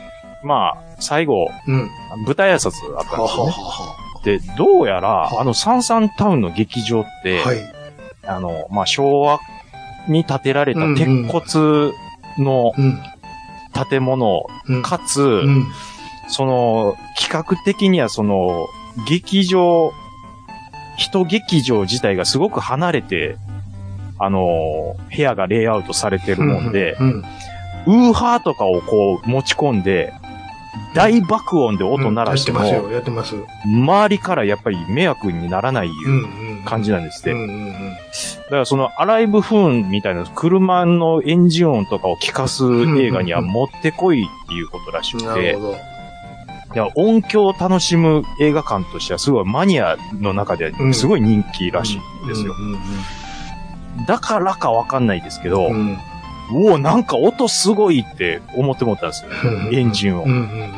[SPEAKER 3] まあ、最後、
[SPEAKER 4] うん。
[SPEAKER 3] 舞台挨拶あったんで
[SPEAKER 4] は
[SPEAKER 3] す
[SPEAKER 4] は
[SPEAKER 3] よ
[SPEAKER 4] は
[SPEAKER 3] ね。
[SPEAKER 4] は。
[SPEAKER 3] で、どうやら、
[SPEAKER 4] は
[SPEAKER 3] あの、サンサンタウンの劇場って、
[SPEAKER 4] はい。
[SPEAKER 3] あの、まあ、昭和に建てられた
[SPEAKER 4] うんうん
[SPEAKER 3] 鉄骨の
[SPEAKER 4] うん。
[SPEAKER 3] 建物、
[SPEAKER 4] うん。
[SPEAKER 3] かつ、
[SPEAKER 4] うん。
[SPEAKER 3] その、企画的にはその、劇場、人劇場自体がすごく離れて、あの、部屋がレイアウトされてるもんで、
[SPEAKER 4] うん。
[SPEAKER 3] ウーハーとかをこう持ち込んで、大爆音で音鳴らしても、
[SPEAKER 4] やってますよ、やってます。う
[SPEAKER 3] 周りからやっぱり迷惑にならないい
[SPEAKER 4] ん
[SPEAKER 3] う
[SPEAKER 4] うん。
[SPEAKER 3] 感じなんですって。
[SPEAKER 4] うんうんうん。
[SPEAKER 3] だからそのアライブフーンみたいな車のエンジン音とかを聞かす映画にはもってこいっていうことらしくて、
[SPEAKER 4] なるほど。
[SPEAKER 3] いや音響を楽しむ映画館としてはすごいマニアの中ではすごい人気らしいんですよ。
[SPEAKER 4] うんうん
[SPEAKER 3] だからかわかんないですけど、
[SPEAKER 4] うん。うん
[SPEAKER 3] おおなんか音すごいって思って思ったんですよ。エンジンを。
[SPEAKER 4] うんうんうん。
[SPEAKER 3] い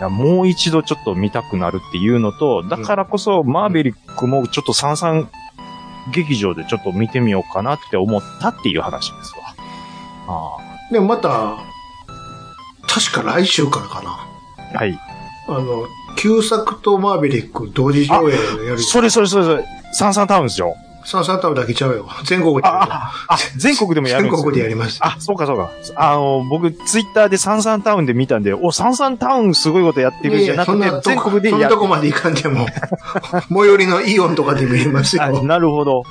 [SPEAKER 3] やもう一度ちょっと見たくなるっていうのと、だからこそ、マーベリックもちょっと三々劇場でちょっと見てみようかなって思ったっていう話ですわ。あ
[SPEAKER 4] でもまた、確か来週からかな。
[SPEAKER 3] あはい。
[SPEAKER 4] あの、旧作とマーヴェリック同時上映やる。
[SPEAKER 3] それそれそれそれ、三々タウンですよ。
[SPEAKER 4] サンサンタウンだけちゃうよ。全国でやるよ。
[SPEAKER 3] あ、あ、あ全国でもやるん
[SPEAKER 4] 全
[SPEAKER 3] ですよ
[SPEAKER 4] 国でやりました。
[SPEAKER 3] あ、そうかそうか。あの、僕、ツイッターでサンサンタウンで見たんで、お、サンサンタウンすごいことやって
[SPEAKER 4] いや
[SPEAKER 3] る
[SPEAKER 4] い
[SPEAKER 3] じゃ
[SPEAKER 4] や
[SPEAKER 3] な
[SPEAKER 4] そん
[SPEAKER 3] くて
[SPEAKER 4] な、と
[SPEAKER 3] 全
[SPEAKER 4] こ、
[SPEAKER 3] 国で
[SPEAKER 4] そん
[SPEAKER 3] や
[SPEAKER 4] な
[SPEAKER 3] る
[SPEAKER 4] と。こまで行かん でも、最寄りのイオンとかで見れますよ。
[SPEAKER 3] あなるほど。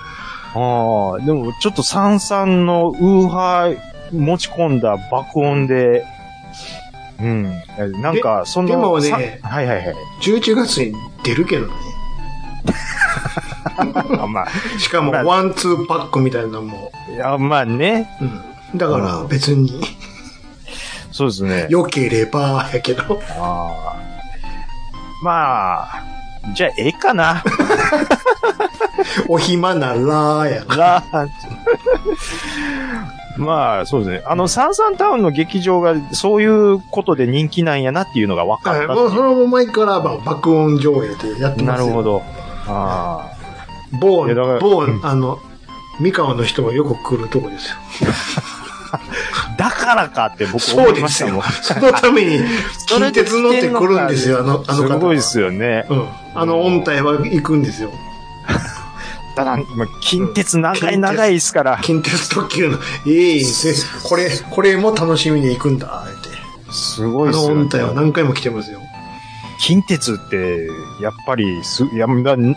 [SPEAKER 3] ああ、でもちょっとサンサンのウーハー持ち込んだ爆音で、うん。えなんか、その、
[SPEAKER 4] でもね
[SPEAKER 3] さはいはいはい。
[SPEAKER 4] 11月に出るけどね。
[SPEAKER 3] あま
[SPEAKER 4] しかも、
[SPEAKER 3] まあ
[SPEAKER 4] ワン、ツーパックみたいなのも。
[SPEAKER 3] あ、いやまあね、
[SPEAKER 4] うん。だから、別に、
[SPEAKER 3] そうですね。
[SPEAKER 4] 良ければ、やけど。
[SPEAKER 3] ああまあ、じゃあ、ええかな。
[SPEAKER 4] お暇ならーやな。
[SPEAKER 3] なあ まあ、そうですね。あの、サンサンタウンの劇場がそういうことで人気なんやなっていうのが分か
[SPEAKER 4] はい
[SPEAKER 3] った。
[SPEAKER 4] もうそれも前からまあ爆音上映でやって
[SPEAKER 3] な
[SPEAKER 4] ます
[SPEAKER 3] る
[SPEAKER 4] よ。
[SPEAKER 3] ほど。あ
[SPEAKER 4] 某
[SPEAKER 3] いやだから、
[SPEAKER 4] 某、あの、三河の人がよく来るとこですよ。
[SPEAKER 3] あ。だからかって僕思いましたもん。
[SPEAKER 4] そのために、
[SPEAKER 3] それで
[SPEAKER 4] 近鉄乗って来るんですよ、あの、あの
[SPEAKER 3] す
[SPEAKER 4] 方は
[SPEAKER 3] ごいですよね。
[SPEAKER 4] うん。あの、音体は行くんですよ。
[SPEAKER 3] ただ、まあ近鉄長い長いですから。
[SPEAKER 4] 近鉄特急の、ええこれ、これも楽しみに行くんだ、って。
[SPEAKER 3] すごい
[SPEAKER 4] あ
[SPEAKER 3] です
[SPEAKER 4] の
[SPEAKER 3] よ、ね
[SPEAKER 4] 音。体は何回も来てますよ。
[SPEAKER 3] 近鉄って、やっぱりす、いやだん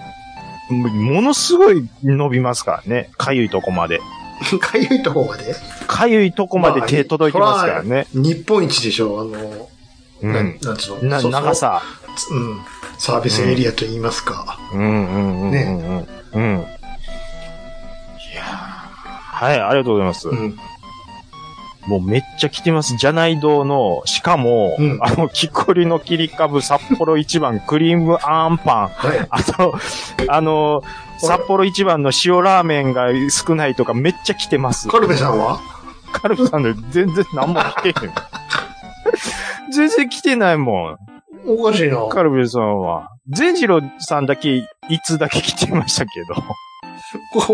[SPEAKER 3] ものすごい伸びますからね。かゆいとこまで。
[SPEAKER 4] かゆいとこまで。
[SPEAKER 3] かゆいとこまで手届いてますからね。
[SPEAKER 4] まあ日本一でしょ、あの、
[SPEAKER 3] うん
[SPEAKER 4] なんなんつうの
[SPEAKER 3] な、
[SPEAKER 4] そ
[SPEAKER 3] 長。さ。
[SPEAKER 4] そうん。サービスエリアと言いますか。
[SPEAKER 3] うんうんうんうんうん。
[SPEAKER 4] ね
[SPEAKER 3] うん。いやーはい、ありがとうございます。
[SPEAKER 4] うん。
[SPEAKER 3] もうめっちゃ来てます。じゃない道の、しかも、
[SPEAKER 4] うん
[SPEAKER 3] あの、木こりの切り株、札幌一番、 クリームあんパン、
[SPEAKER 4] はい。
[SPEAKER 3] あと、あの、札幌一番の塩ラーメンが少ないとかめっちゃ来てます。
[SPEAKER 4] カルベさんは
[SPEAKER 3] カルビさんで全然何も来 てへん。全然来てないもん。
[SPEAKER 4] おかしいな。
[SPEAKER 3] カルビさんは。善次郎さんだけ、いつだけ来てましたけど。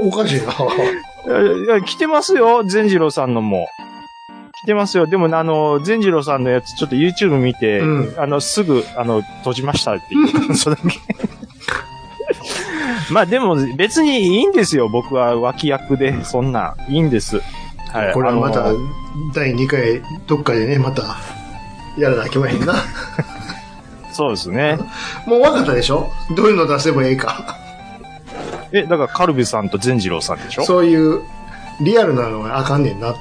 [SPEAKER 4] おかしいな。
[SPEAKER 3] いやいや、来てますよ、善次郎さんのも。来てますよ。でも、あの、善次郎さんのやつ、ちょっと YouTube 見て、
[SPEAKER 4] うん
[SPEAKER 3] あの、すぐ、あの、閉じましたっていう 感想だけ。まあ、でも、別にいいんですよ。僕は脇役で、そんな、いいんです。はい。
[SPEAKER 4] これはま
[SPEAKER 3] あ
[SPEAKER 4] た
[SPEAKER 3] の、
[SPEAKER 4] 第2回、どっかでね、また、やらなきゃいけまへんな。
[SPEAKER 3] そうですね。
[SPEAKER 4] もう分かったでしょどういうの出せばいいか。
[SPEAKER 3] え、だから、カルビさんと善次郎さんでしょ
[SPEAKER 4] そういう、リアルなのはあかんねんなって。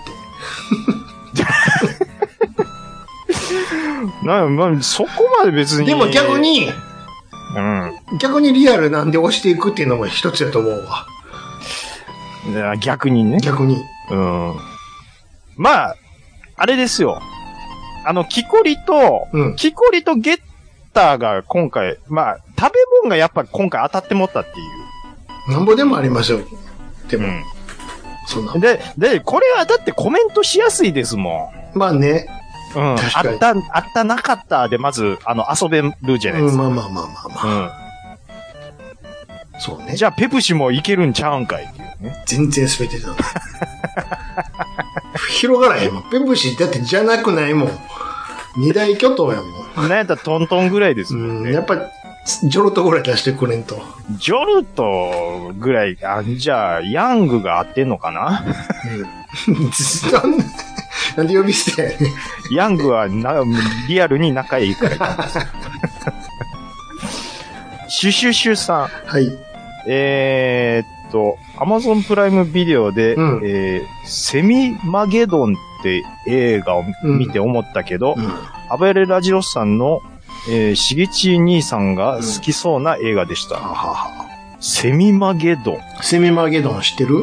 [SPEAKER 3] な、まあ、そこまで別に。
[SPEAKER 4] でも逆。に、
[SPEAKER 3] うん。
[SPEAKER 4] 逆にリアルなんで押していくっていうのも一つやと思うわ。
[SPEAKER 3] いや逆にね。
[SPEAKER 4] 逆に。
[SPEAKER 3] うん。まあ、あれですよ。あの、木こりと、
[SPEAKER 4] うん。
[SPEAKER 3] 木こりとゲッターが今回、まあ、食べ物がやっぱり今回当たってもったってい
[SPEAKER 4] なんぼでもありましょう。で
[SPEAKER 3] う。
[SPEAKER 4] も、そんな。
[SPEAKER 3] で、で、これはだってコメントしやすいですも
[SPEAKER 4] まあね。
[SPEAKER 3] ん。うん。あ
[SPEAKER 4] 確かに
[SPEAKER 3] った、あったなかったで、まず、あの、遊べるじゃないで
[SPEAKER 4] うん、
[SPEAKER 3] すか。
[SPEAKER 4] まあまあまあまあま
[SPEAKER 3] う
[SPEAKER 4] あ。
[SPEAKER 3] ん。
[SPEAKER 4] そうね。
[SPEAKER 3] じゃあ、ペプシもいけるんちゃうんかいっていうね。
[SPEAKER 4] 全然全てじゃない。広がらへんもん。ペプシーだってじゃなくないもん。二大巨頭やもん。
[SPEAKER 3] なんやったらトントンぐらいですもん
[SPEAKER 4] うん、
[SPEAKER 3] ね。
[SPEAKER 4] やっぱ、ジョルトぐらい出してくれんと。
[SPEAKER 3] ジョルトぐらい、あ、じゃあ、ヤングが合ってんのかな
[SPEAKER 4] なんでなんで呼び捨てやねん
[SPEAKER 3] ヤングはな、リアルに仲いいからいたんです。シュシュシュさん。
[SPEAKER 4] はい。
[SPEAKER 3] えーっと、アマゾンプライムビデオで、
[SPEAKER 4] うん
[SPEAKER 3] えーセミマゲドンって映画を見て思ったけど、
[SPEAKER 4] う
[SPEAKER 3] アベレラジロスさんの、えー、しげち兄さんが好きそうな映画でした。セミマゲドン。い
[SPEAKER 4] ん。セミマーゲドン知ってる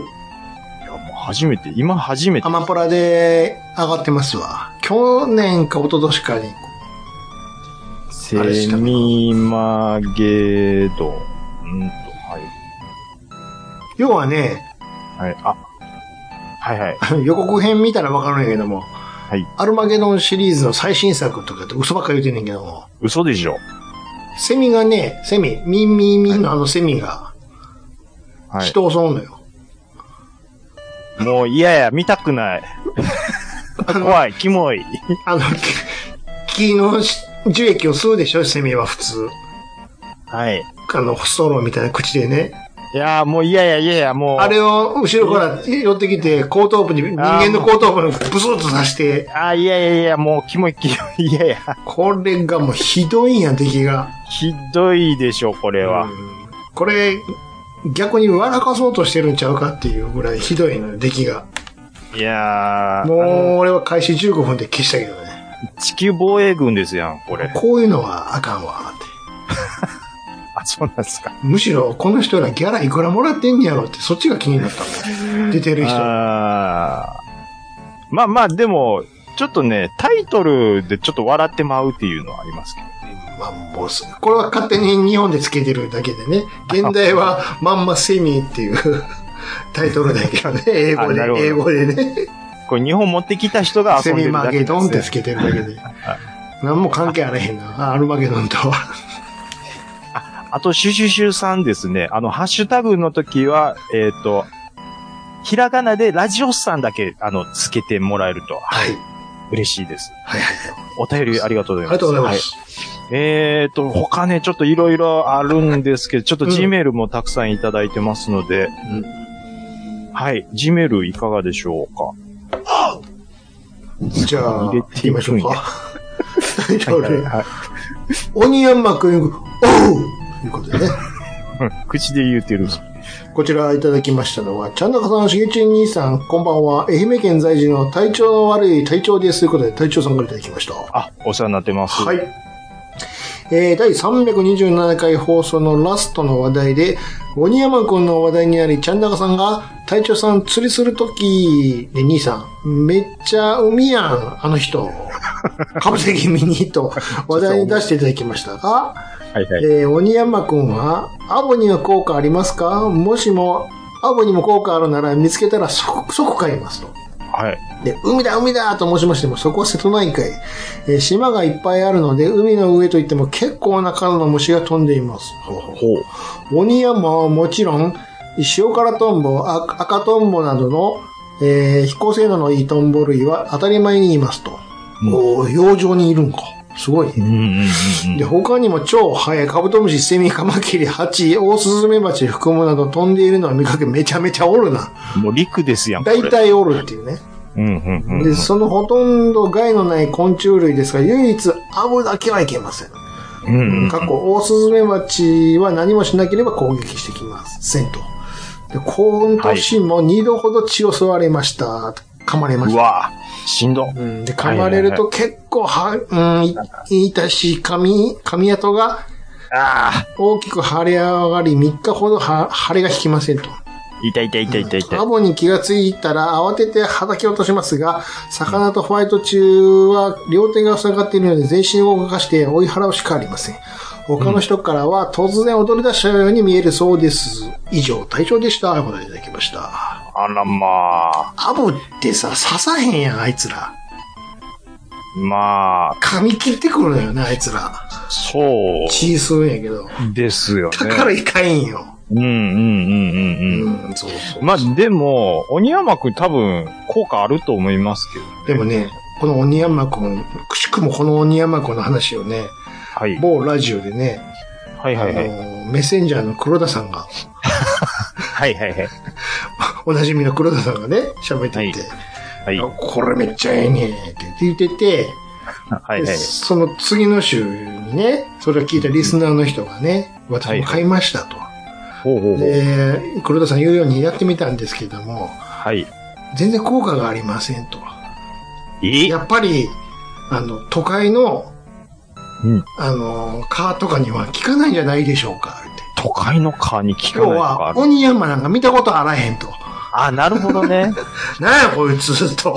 [SPEAKER 3] や、もう初めて、今初めて
[SPEAKER 4] ア。マプラで上がってますわ。去年か一昨年かに。
[SPEAKER 3] セ
[SPEAKER 4] あれしたな
[SPEAKER 3] ミマゲドン。うんと、はい。
[SPEAKER 4] 要はね、
[SPEAKER 3] はい、あ。はいはい。
[SPEAKER 4] 予告編見たらわかるんやけども、
[SPEAKER 3] い
[SPEAKER 4] アルマゲドンシリーズの最新作とかって嘘ばっか言うてんねんけども、
[SPEAKER 3] 嘘でしょ。
[SPEAKER 4] セミがね、セミ、ミンミンミンのあのセミが、
[SPEAKER 3] はい。
[SPEAKER 4] 人を襲うのよ。
[SPEAKER 3] もう嫌や、見たくない。怖い、キモい。
[SPEAKER 4] あの、木木のし樹液を吸うでしょ、セミは普通。
[SPEAKER 3] はい。
[SPEAKER 4] あの、ストローみたいな口でね。
[SPEAKER 3] いやーもう嫌や嫌や、もう。
[SPEAKER 4] あれを後ろから寄ってきて、後頭部に、人間の後頭部にブスッと刺して、
[SPEAKER 3] あーいやいやいや、もうキモいキモい、嫌や。
[SPEAKER 4] これがもうひどいんや、出来が。
[SPEAKER 3] ひどいでしょ、これは。
[SPEAKER 4] これ、逆に笑かそうとしてるんちゃうかっていうぐらいひどいのよ、出来が。
[SPEAKER 3] いやー、
[SPEAKER 4] もう
[SPEAKER 3] あの
[SPEAKER 4] 俺は開始15分で消したけどね。
[SPEAKER 3] 地球防衛軍ですやん、これ。
[SPEAKER 4] こういうのはあかんわ、って。
[SPEAKER 3] あ、そうなんですか。
[SPEAKER 4] むしろ、この人らギャラいくらもらってんやろって、そっちが気になったもん。出てる人。
[SPEAKER 3] あーまあまあ、でも、ちょっとね、タイトルでちょっと笑ってまうっていうのはありますけど。
[SPEAKER 4] マンモス。これは勝手に日本でつけてるだけでね。現代はまんまセミっていうタイトルだけどね。英語
[SPEAKER 3] あ
[SPEAKER 4] で
[SPEAKER 3] なる、ほど
[SPEAKER 4] 英語でね。
[SPEAKER 3] これ日本持ってきた人が遊
[SPEAKER 4] セ
[SPEAKER 3] んで
[SPEAKER 4] ミ
[SPEAKER 3] る
[SPEAKER 4] マ
[SPEAKER 3] だけ
[SPEAKER 4] ゲ
[SPEAKER 3] です、
[SPEAKER 4] ドンってつけてるだけで。何も関係あらへんな。あアルマゲドンとは。
[SPEAKER 3] あと、シュシュシュさんですね。あの、ハッシュタグの時は、えっ、と、ひらがなでラジオスさんだけ、あの、つけてもらえると、
[SPEAKER 4] はい。
[SPEAKER 3] 嬉しいです。
[SPEAKER 4] はい。
[SPEAKER 3] お便りありがとうござ
[SPEAKER 4] あ
[SPEAKER 3] います。
[SPEAKER 4] りがとうございま
[SPEAKER 3] は
[SPEAKER 4] す。
[SPEAKER 3] えーと、他ね、ちょっといろいろあるんですけど、ちょっと
[SPEAKER 4] うん
[SPEAKER 3] G メールもたくさんいただいてますので、はい、G メールいかがでしょうか
[SPEAKER 4] じゃあ、
[SPEAKER 3] 入れ
[SPEAKER 4] 行
[SPEAKER 3] て
[SPEAKER 4] き
[SPEAKER 3] い
[SPEAKER 4] まし
[SPEAKER 3] く
[SPEAKER 4] ょ
[SPEAKER 3] ん
[SPEAKER 4] う
[SPEAKER 3] や
[SPEAKER 4] か。タイト
[SPEAKER 3] はい
[SPEAKER 4] ル、
[SPEAKER 3] は
[SPEAKER 4] オニヤンマクイング、おうということでね。
[SPEAKER 3] い、 口で言うてる。
[SPEAKER 4] こちらいただきましたのは、ちゃんなかさん、しげちん兄さん、こんばんは。愛媛県在住の体調の悪い隊長です。ということで、隊長さんからいただきました。
[SPEAKER 3] あ、お世話になってます。
[SPEAKER 4] はい。。えー、第327回放送のラストの話題で、鬼山くんの話題にあり、ちゃんなかさんが、隊長さん釣りするとき、で、兄さん、めっちゃ海やん、あの 人。かぶせ気味に、と話題に出していただきましたが、
[SPEAKER 3] はいはい。
[SPEAKER 4] えー、鬼山くんは、アボには効果ありますかもしも、アボにも効果あるなら見つけたら即、即買いますと。
[SPEAKER 3] はい。
[SPEAKER 4] で、海だ海だと申しましても、そこは瀬戸内海。えー島がいっぱいあるので、海の上といっても結構な数の虫が飛んでいます。
[SPEAKER 3] ほう。
[SPEAKER 4] 鬼山はもちろん、塩辛トンボ、あ赤トンボなどの、えー、飛行性能のいいトンボ類は当たり前にいますと。
[SPEAKER 3] うん
[SPEAKER 4] おー洋上にいるんか。すごいね。
[SPEAKER 3] うんうんうんうん。
[SPEAKER 4] で、他にも蝶、ハエ、カブトムシ、セミ、カマキリ、ハチ、オオスズメバチ含むなど飛んでいるのを見かけめちゃめちゃおるな。
[SPEAKER 3] もう陸ですやん、これ
[SPEAKER 4] 大。体おるっていうね。
[SPEAKER 3] うんうんうんうん。
[SPEAKER 4] で、そのほとんど害のない昆虫類ですが、唯一アブだけはいけません。
[SPEAKER 3] うんうんうん
[SPEAKER 4] 過去、オオスズメバチは何もしなければ攻撃してきませんと。で、今年も2度ほど血を吸われました。噛まれまし
[SPEAKER 3] う
[SPEAKER 4] た。
[SPEAKER 3] わぁ、しんど。
[SPEAKER 4] うん、で、噛まれると結構、は、うん、い痛いし、噛み、噛み跡が
[SPEAKER 3] ああ、
[SPEAKER 4] 大きく腫れ上がり、3日ほどは腫れが引きませんと。
[SPEAKER 3] 痛い痛い痛い痛い痛い
[SPEAKER 4] ア。ボに気がついたら慌ててはたき落としますが、魚とホワイト中は両手が塞がっているので全身を動かして追い払うしかありません。他の人からは突然踊り出したように見えるそうです。以上、隊長でした。ご覧いただきました。
[SPEAKER 3] あらまあ、
[SPEAKER 4] アボってさ、刺さへんやん、あいつら。
[SPEAKER 3] ま
[SPEAKER 4] 噛み切ってくるのよね、あいつら。
[SPEAKER 3] あ、そう
[SPEAKER 4] 血吸うんやけど。
[SPEAKER 3] ですよね。
[SPEAKER 4] だからいかんよ。
[SPEAKER 3] うんうんうんう
[SPEAKER 4] う
[SPEAKER 3] んうん。
[SPEAKER 4] ん、そうそう。
[SPEAKER 3] まあでも、鬼山くん多分効果あると思いますけど。
[SPEAKER 4] でもね、この鬼山くん、くしくもこの鬼山くんの話をね、
[SPEAKER 3] はい。
[SPEAKER 4] 某ラジオでね、
[SPEAKER 3] はいはいはい。
[SPEAKER 4] あのメッセンジャーの黒田さんが、
[SPEAKER 3] はいはいはい。
[SPEAKER 4] おなじみの黒田さんがね、喋ってて、
[SPEAKER 3] はい。
[SPEAKER 4] あこれめっちゃええねって言ってて、
[SPEAKER 3] はいは
[SPEAKER 4] で
[SPEAKER 3] い。
[SPEAKER 4] その次の週にね、それを聞いたリスナーの人がね、私も買いましたと。
[SPEAKER 3] ほうほうほう。
[SPEAKER 4] で、黒田さん言うようにやってみたんですけども、
[SPEAKER 3] はい。
[SPEAKER 4] 全然効果がありませんと。
[SPEAKER 3] え
[SPEAKER 4] やっぱり、あの、都会の、
[SPEAKER 3] うん
[SPEAKER 4] あの、蚊とかには効かないんじゃないでしょうか、って。
[SPEAKER 3] 都会の蚊に効かない
[SPEAKER 4] 今日
[SPEAKER 3] とかあ
[SPEAKER 4] は、
[SPEAKER 3] る。
[SPEAKER 4] 鬼山なんか見たことあらへんと。
[SPEAKER 3] あ、なるほど ね。
[SPEAKER 4] なんやこいつ、と。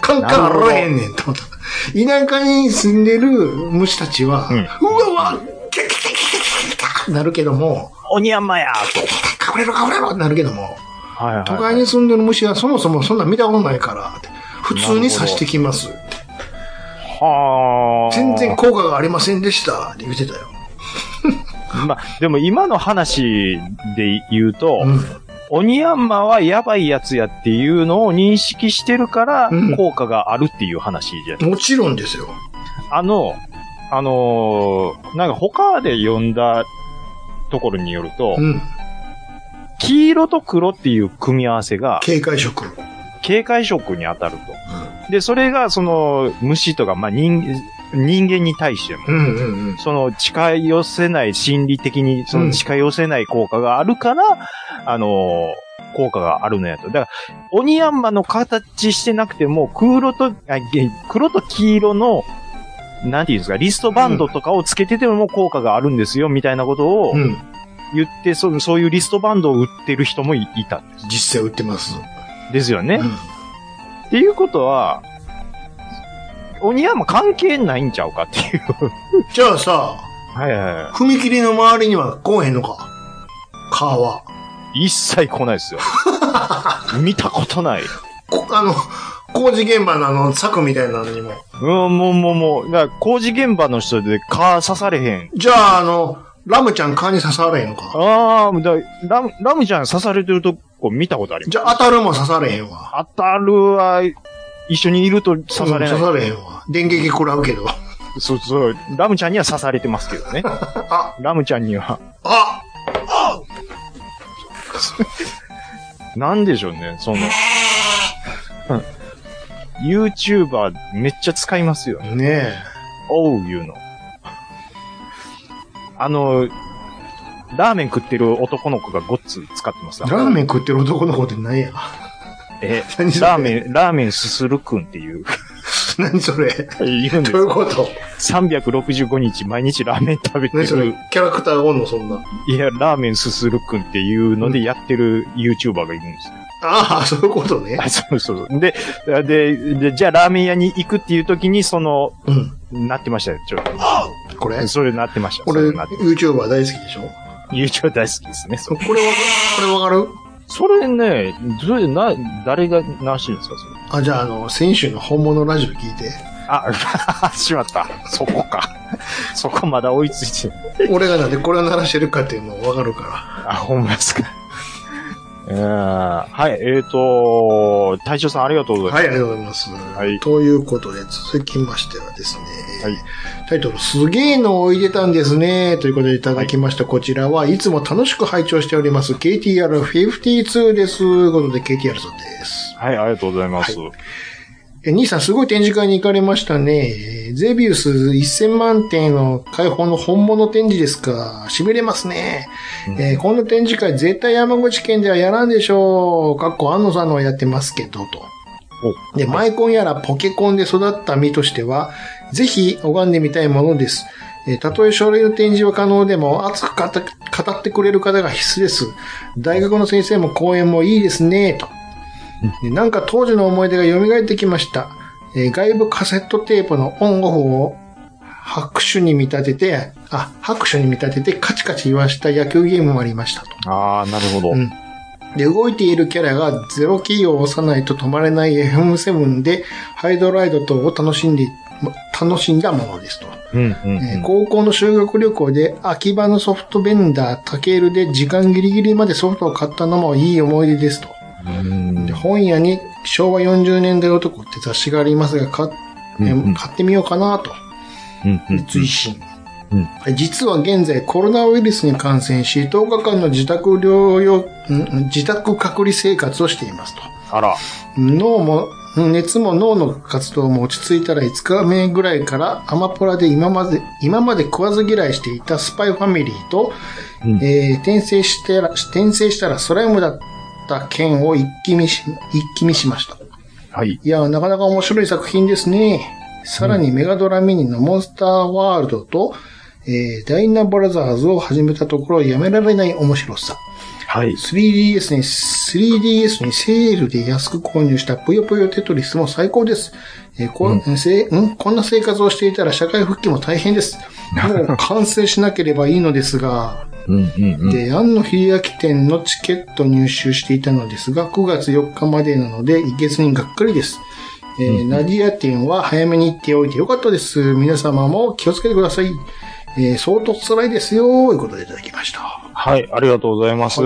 [SPEAKER 4] カンカンあらへんねん、と。田舎に住んでる虫たちは、う
[SPEAKER 3] うん
[SPEAKER 4] わうわ、キャキャキャキャキャキャキャなるけども、
[SPEAKER 3] 鬼山やーと。
[SPEAKER 4] かぶれろかぶれろなるけども、
[SPEAKER 3] はいはい。
[SPEAKER 4] 都会に住んでる虫はそもそもそんなん見たことないから、って普通に刺してきます。
[SPEAKER 3] はあ。
[SPEAKER 4] 全然効果がありませんでした、って言ってたよ。
[SPEAKER 3] まあ、でも今の話で言うと、
[SPEAKER 4] うん
[SPEAKER 3] 鬼山はやばいやつやっていうのを認識してるから
[SPEAKER 4] うん、
[SPEAKER 3] 効果があるっていう話じゃない、
[SPEAKER 4] もちろんですよ。
[SPEAKER 3] あの、あのーなんか他で読んだところによると、
[SPEAKER 4] うん。
[SPEAKER 3] 黄色と黒っていう組み合わせが
[SPEAKER 4] 警戒色。
[SPEAKER 3] 警戒色に当たると。で、それがその虫とか、まあ、人人間に対しても、
[SPEAKER 4] うんうんうん。
[SPEAKER 3] その近寄せない、心理的にその近寄せない効果があるから、あのー効果があるのやと。だから、鬼ヤンマの形してなくても、黒と、あげ黒と黄色の、なんていうんですか、リストバンドとかをつけてても効果があるんですよ、みたいなことを
[SPEAKER 4] うん。
[SPEAKER 3] 言って、そそういうリストバンドを売ってる人もいいた。
[SPEAKER 4] 実際売ってます。
[SPEAKER 3] ですよね。
[SPEAKER 4] うん
[SPEAKER 3] っていうことは、鬼山関係ないんちゃうかっていう。
[SPEAKER 4] じゃあさ、
[SPEAKER 3] はいはいは
[SPEAKER 4] 踏切の周りには来おへんのか川は。
[SPEAKER 3] い。一切来ないですよ。 見たことない。
[SPEAKER 4] こあの、工事現場のあの、柵みたいなのにも。
[SPEAKER 3] うん、もうもうもう、だから工事現場の人で蚊刺されへん。
[SPEAKER 4] じゃあ、あの、ラムちゃん蚊に刺されへんのか
[SPEAKER 3] ああ、だラム、ラムちゃん刺されてるとこ見たことあります。
[SPEAKER 4] じゃあ、当たるも刺されへんわ。
[SPEAKER 3] 当たるは、一緒にいると刺されない。
[SPEAKER 4] うん刺されへんわ。電撃食らうけど。
[SPEAKER 3] そうそう。ラムちゃんには刺されてますけどね。
[SPEAKER 4] あ、
[SPEAKER 3] ラムちゃんには。
[SPEAKER 4] あ
[SPEAKER 3] なんでしょうね、その。YouTuber めっちゃ使いますよね。
[SPEAKER 4] ね
[SPEAKER 3] おう、いうの。あの、ラーメン食ってる男の子がごっつ使ってます
[SPEAKER 4] え。。ラーメ
[SPEAKER 3] ン
[SPEAKER 4] ン食ってる男の子って何や
[SPEAKER 3] え、
[SPEAKER 4] 何それ
[SPEAKER 3] ラーメン、ラーメンすするくんっていう、
[SPEAKER 4] 何それ
[SPEAKER 3] 言うんで
[SPEAKER 4] どういうこと
[SPEAKER 3] す。365日毎日ラーメン食べて
[SPEAKER 4] 何それ
[SPEAKER 3] る、
[SPEAKER 4] キャラクターおんのそんな。
[SPEAKER 3] いや、ラーメンすするくんっていうのでやってる YouTuber がいるんです よ。
[SPEAKER 4] ああ、そういうことね。
[SPEAKER 3] あ、そうそうそう。で、で、でじゃあラーメン屋に行くっていう時に、その、
[SPEAKER 4] うん。
[SPEAKER 3] なってましたよ、ちょっ
[SPEAKER 4] これ
[SPEAKER 3] と。それなってました。
[SPEAKER 4] これ、
[SPEAKER 3] そなってまし
[SPEAKER 4] YouTuber 大好きでしょ
[SPEAKER 3] た YouTube 大好きですね。そ
[SPEAKER 4] これわか、これわかる
[SPEAKER 3] それね、それな、誰がなしいんですか、それ。
[SPEAKER 4] あ、じゃあ、あの、先週の本物ラジオ聞いて。
[SPEAKER 3] あ、 しまった。そこか。 そこまだ追いついてない。
[SPEAKER 4] 俺がなんでこれを鳴らしてるかっていうのわかるか
[SPEAKER 3] あ、ほんまですか。えーはい、えっ、ー、と、隊長さんありがとうございます。
[SPEAKER 4] ら。はい、ありがとうございます。
[SPEAKER 3] い
[SPEAKER 4] ということで、続きましてはですね、
[SPEAKER 3] はい
[SPEAKER 4] タイトル、すげえのを入れたんですね、ということでいただきました。こちらはいつも楽しく拝聴しております、KTR52 です。ということで、KTR さんです。
[SPEAKER 3] はい、ありがとうございます。
[SPEAKER 4] え、兄さんすごい展示会に行かれましたね。えーゼビウス1000万点の開放の本物展示ですか。痺れますね。えーこの展示会絶対山口県ではやらんでしょう。かっこ安野さんのはやってますけど、と。
[SPEAKER 3] お
[SPEAKER 4] で、マイコンやらポケコンで育った身としては、ぜひ拝んでみたいものです。えーたとえ書類の展示は可能でも、熱く語っ語ってくれる方が必須です。大学の先生も講演もいいですね、と。でなんか当時の思い出が蘇ってきました。えー外部カセットテープのオンオフを拍手に見立てて、あ、拍手に見立ててカチカチ言わした野球ゲームもありましたと。
[SPEAKER 3] ああ、なるほど。
[SPEAKER 4] うんで、動いているキャラがゼロキーを押さないと止まれない FM7 でハイドライド等を楽しんで、楽しんだものですと。
[SPEAKER 3] うん、うん、
[SPEAKER 4] えー高校の修学旅行で秋葉のソフトベンダータケールで時間ギリギリまでソフトを買ったのもいい思い出ですと。
[SPEAKER 3] うん
[SPEAKER 4] で本屋に昭和40年代男って雑誌がありますが、買っえ
[SPEAKER 3] うんうん
[SPEAKER 4] 買ってみようかなと。
[SPEAKER 3] うんうん
[SPEAKER 4] 追伸
[SPEAKER 3] うん。
[SPEAKER 4] 実は現在コロナウイルスに感染し、10日間の自宅療養、ん自宅隔離生活をしていますと。
[SPEAKER 3] あら。
[SPEAKER 4] 脳も、熱も脳の活動も落ち着いたら5日目ぐらいからアマポラで今まで、今まで食わず嫌いしていたスパイファミリーと、
[SPEAKER 3] うん
[SPEAKER 4] えー転生したら、転生したらソライムだった件を一気見し、一気見しました。
[SPEAKER 3] はい。
[SPEAKER 4] いや、なかなか面白い作品ですね。さらにメガドラミニのモンスターワールドと、えーダイナブラザーズを始めたところやめられない面白さ。
[SPEAKER 3] はい。
[SPEAKER 4] 3DS に、3DS にセールで安く購入したぷよぷよテトリスも最高です。えーこんせんこんな生活をしていたら社会復帰も大変 です。もう完成しなければいいのですが、
[SPEAKER 3] うん、うん、うん。
[SPEAKER 4] で、庵野秀明店のチケット入手していたのですが、9月4日までなので、行けずにがっかりです。えーナディア店は早めに行っておいてよかったです。皆様も気をつけてください。えー相当辛いですよ、ということでいただきました。
[SPEAKER 3] はい、ありがとうございます。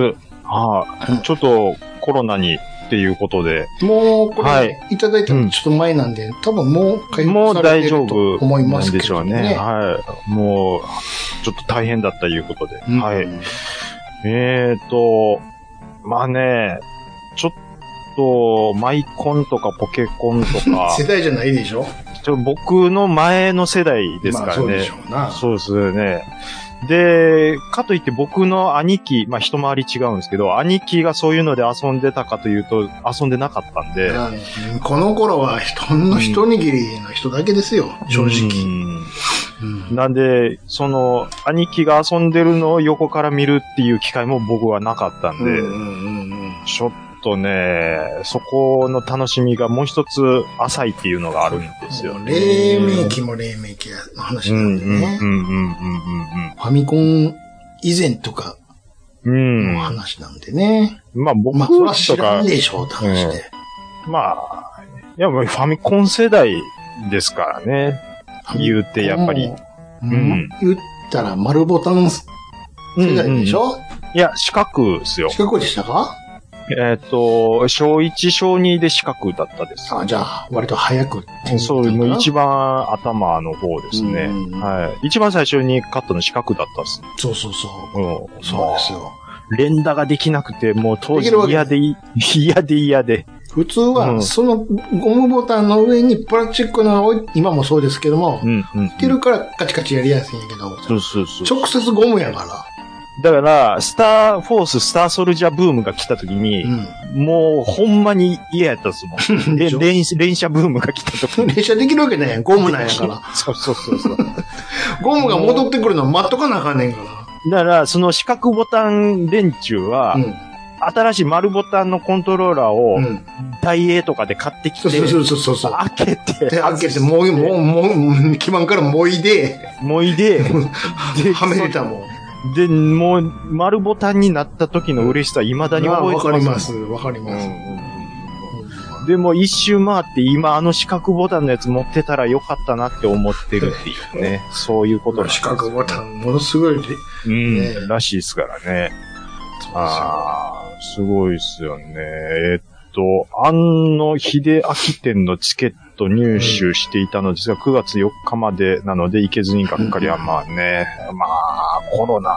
[SPEAKER 3] はい、ちょっとコロナにっていうことで、
[SPEAKER 4] もう、これ、
[SPEAKER 3] はい
[SPEAKER 4] い、ただいたのちょっと前なんで、多分もう回
[SPEAKER 3] も
[SPEAKER 4] 復
[SPEAKER 3] う
[SPEAKER 4] され
[SPEAKER 3] 大
[SPEAKER 4] て
[SPEAKER 3] 丈
[SPEAKER 4] ると
[SPEAKER 3] 夫
[SPEAKER 4] 思いま
[SPEAKER 3] なん
[SPEAKER 4] すけ
[SPEAKER 3] でしょ
[SPEAKER 4] ど
[SPEAKER 3] う
[SPEAKER 4] ね。
[SPEAKER 3] ね。はい。もう、ちょっと大変だったいうことで。
[SPEAKER 4] うん
[SPEAKER 3] はい。えーと、まあね、ちょっと、マイコンとかポケコンと か
[SPEAKER 4] 世、代じゃないでしょ
[SPEAKER 3] ちょ僕の前の世代ですか
[SPEAKER 4] まあ
[SPEAKER 3] ら
[SPEAKER 4] そうで
[SPEAKER 3] ね
[SPEAKER 4] しょ。うな。
[SPEAKER 3] そうですね。で、かといって僕の兄貴、まあ一回り違うんですけど、兄貴がそういうので遊んでたかというと、遊んでなかったんで、
[SPEAKER 4] うんこの頃は、ほんの一握りの人だけですよ、正直。うん
[SPEAKER 3] うん。なんで、その、兄貴が遊んでるのを横から見るっていう機会も僕はなかったんで、
[SPEAKER 4] うんうんうんうん
[SPEAKER 3] ちょっとね、そこの楽しみがもう一つ浅いっていうのがあるんですよね。
[SPEAKER 4] 黎明期も黎明期の話
[SPEAKER 3] う
[SPEAKER 4] なんん
[SPEAKER 3] う
[SPEAKER 4] で
[SPEAKER 3] ん
[SPEAKER 4] ね
[SPEAKER 3] う。んうん
[SPEAKER 4] ファミコン以前とか
[SPEAKER 3] うんうん。
[SPEAKER 4] の
[SPEAKER 3] うん。
[SPEAKER 4] 話なんでね。
[SPEAKER 3] まあ僕
[SPEAKER 4] まあ、それは
[SPEAKER 3] と
[SPEAKER 4] 知ら
[SPEAKER 3] か
[SPEAKER 4] ん、でしょうって話で。
[SPEAKER 3] まあ、いや、もうファミコン世代ですからね。言うて、やっぱり。
[SPEAKER 4] うん。
[SPEAKER 3] うん
[SPEAKER 4] 言ったら丸ボタン世代でしょ、
[SPEAKER 3] いや、四角ですよ。
[SPEAKER 4] 近くでしたか
[SPEAKER 3] えっ、と、小1、小2で四角だったです。
[SPEAKER 4] あじゃあ、割と早く手に入れたんだな。
[SPEAKER 3] そう、もう一番頭の方ですね
[SPEAKER 4] う。ん
[SPEAKER 3] はい。一番最初に買ったの四角だったっす。
[SPEAKER 4] そうそうそう。
[SPEAKER 3] うん。
[SPEAKER 4] そうですよ。
[SPEAKER 3] 連打ができなくて、もう当時
[SPEAKER 4] できるわけ
[SPEAKER 3] 嫌でい、 嫌で嫌で。
[SPEAKER 4] 普通
[SPEAKER 3] うん
[SPEAKER 4] は、そのゴムボタンの上にプラスチックの青い、今もそうですけども、
[SPEAKER 3] ん、うん。
[SPEAKER 4] ってるからカチカチやりやすいんやけど、
[SPEAKER 3] そうそうそう。
[SPEAKER 4] 直接ゴムやか
[SPEAKER 3] だから、スターフォース、スターソルジャーブームが来た時に、
[SPEAKER 4] ら。うん。
[SPEAKER 3] もう、ほんまに嫌やったっすも ん。で、
[SPEAKER 4] でしょ
[SPEAKER 3] 連、連射ブームが来た時に。
[SPEAKER 4] 連射できるわけないやん。ゴムなんや から。
[SPEAKER 3] そうそうそうそう。
[SPEAKER 4] ゴムが戻ってくるの待っとかなあかんねんか
[SPEAKER 3] だから、その四角ボタン連中は、
[SPEAKER 4] ら。うん。
[SPEAKER 3] 新しい丸ボタンのコントローラーを
[SPEAKER 4] う、ん。
[SPEAKER 3] ダイエーとかで買ってき
[SPEAKER 4] そ
[SPEAKER 3] て、
[SPEAKER 4] うそうそうそうそう。
[SPEAKER 3] 開けて、
[SPEAKER 4] で、開け て、もう、もう、もう、もう基盤からもいで、
[SPEAKER 3] もい で、で
[SPEAKER 4] はめれたもん。
[SPEAKER 3] で、もう、丸ボタンになった時の嬉しさ、未だに
[SPEAKER 4] まあ
[SPEAKER 3] 覚え
[SPEAKER 4] わ
[SPEAKER 3] て
[SPEAKER 4] か
[SPEAKER 3] ま
[SPEAKER 4] り
[SPEAKER 3] す。
[SPEAKER 4] ます。わかります。うん
[SPEAKER 3] でも、一周回って、今、あの四角ボタンのやつ持ってたらよかったなって思ってるっていう ね。そういうことなんです
[SPEAKER 4] 四角ボタン、ものすごいで、
[SPEAKER 3] うん、
[SPEAKER 4] ね
[SPEAKER 3] らしいですからね。ああ、すごいっすよね。えっと、庵野秀明店のチケット入手していたのですが、9月4日までなので行けずにがっかりはまあね、まあ、コロナ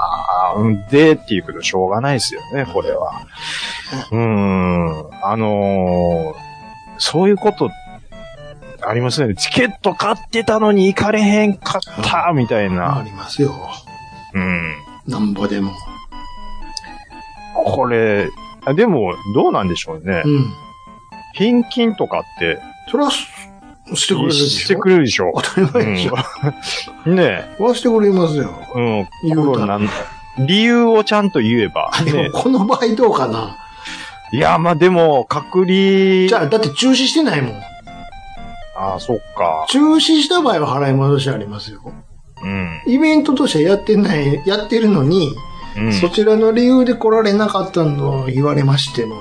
[SPEAKER 3] でっていうけどしょうがないですよね、これは。うーん、あのーそういうことありますよね。チケット買ってたのに行かれへんかった、みたい
[SPEAKER 4] あ
[SPEAKER 3] な。
[SPEAKER 4] りますよ。
[SPEAKER 3] うん
[SPEAKER 4] なんぼでも。
[SPEAKER 3] これ、あでも、どうなんでしょうね
[SPEAKER 4] う。ん。
[SPEAKER 3] 返金とかって、
[SPEAKER 4] それは、ししてくれるでしょ。
[SPEAKER 3] してくれるでしょ
[SPEAKER 4] 当たり前でしょ。
[SPEAKER 3] う。ね
[SPEAKER 4] はしてくれますよ。
[SPEAKER 3] え、うん、
[SPEAKER 4] 言
[SPEAKER 3] コ
[SPEAKER 4] う
[SPEAKER 3] ロ
[SPEAKER 4] た
[SPEAKER 3] ナ、理由をちゃんと言えば、
[SPEAKER 4] で
[SPEAKER 3] ね
[SPEAKER 4] も、この場合どうかな。
[SPEAKER 3] え。いや、まあでも、隔離、
[SPEAKER 4] じゃあ、だって中止してないもん。
[SPEAKER 3] ああ、そっか。
[SPEAKER 4] 中止した場合は払い戻しありますよ。
[SPEAKER 3] うん。
[SPEAKER 4] イベントとしてやってない、やってるのに、
[SPEAKER 3] うん
[SPEAKER 4] そちらの理由で来られなかったのを言われましてもっ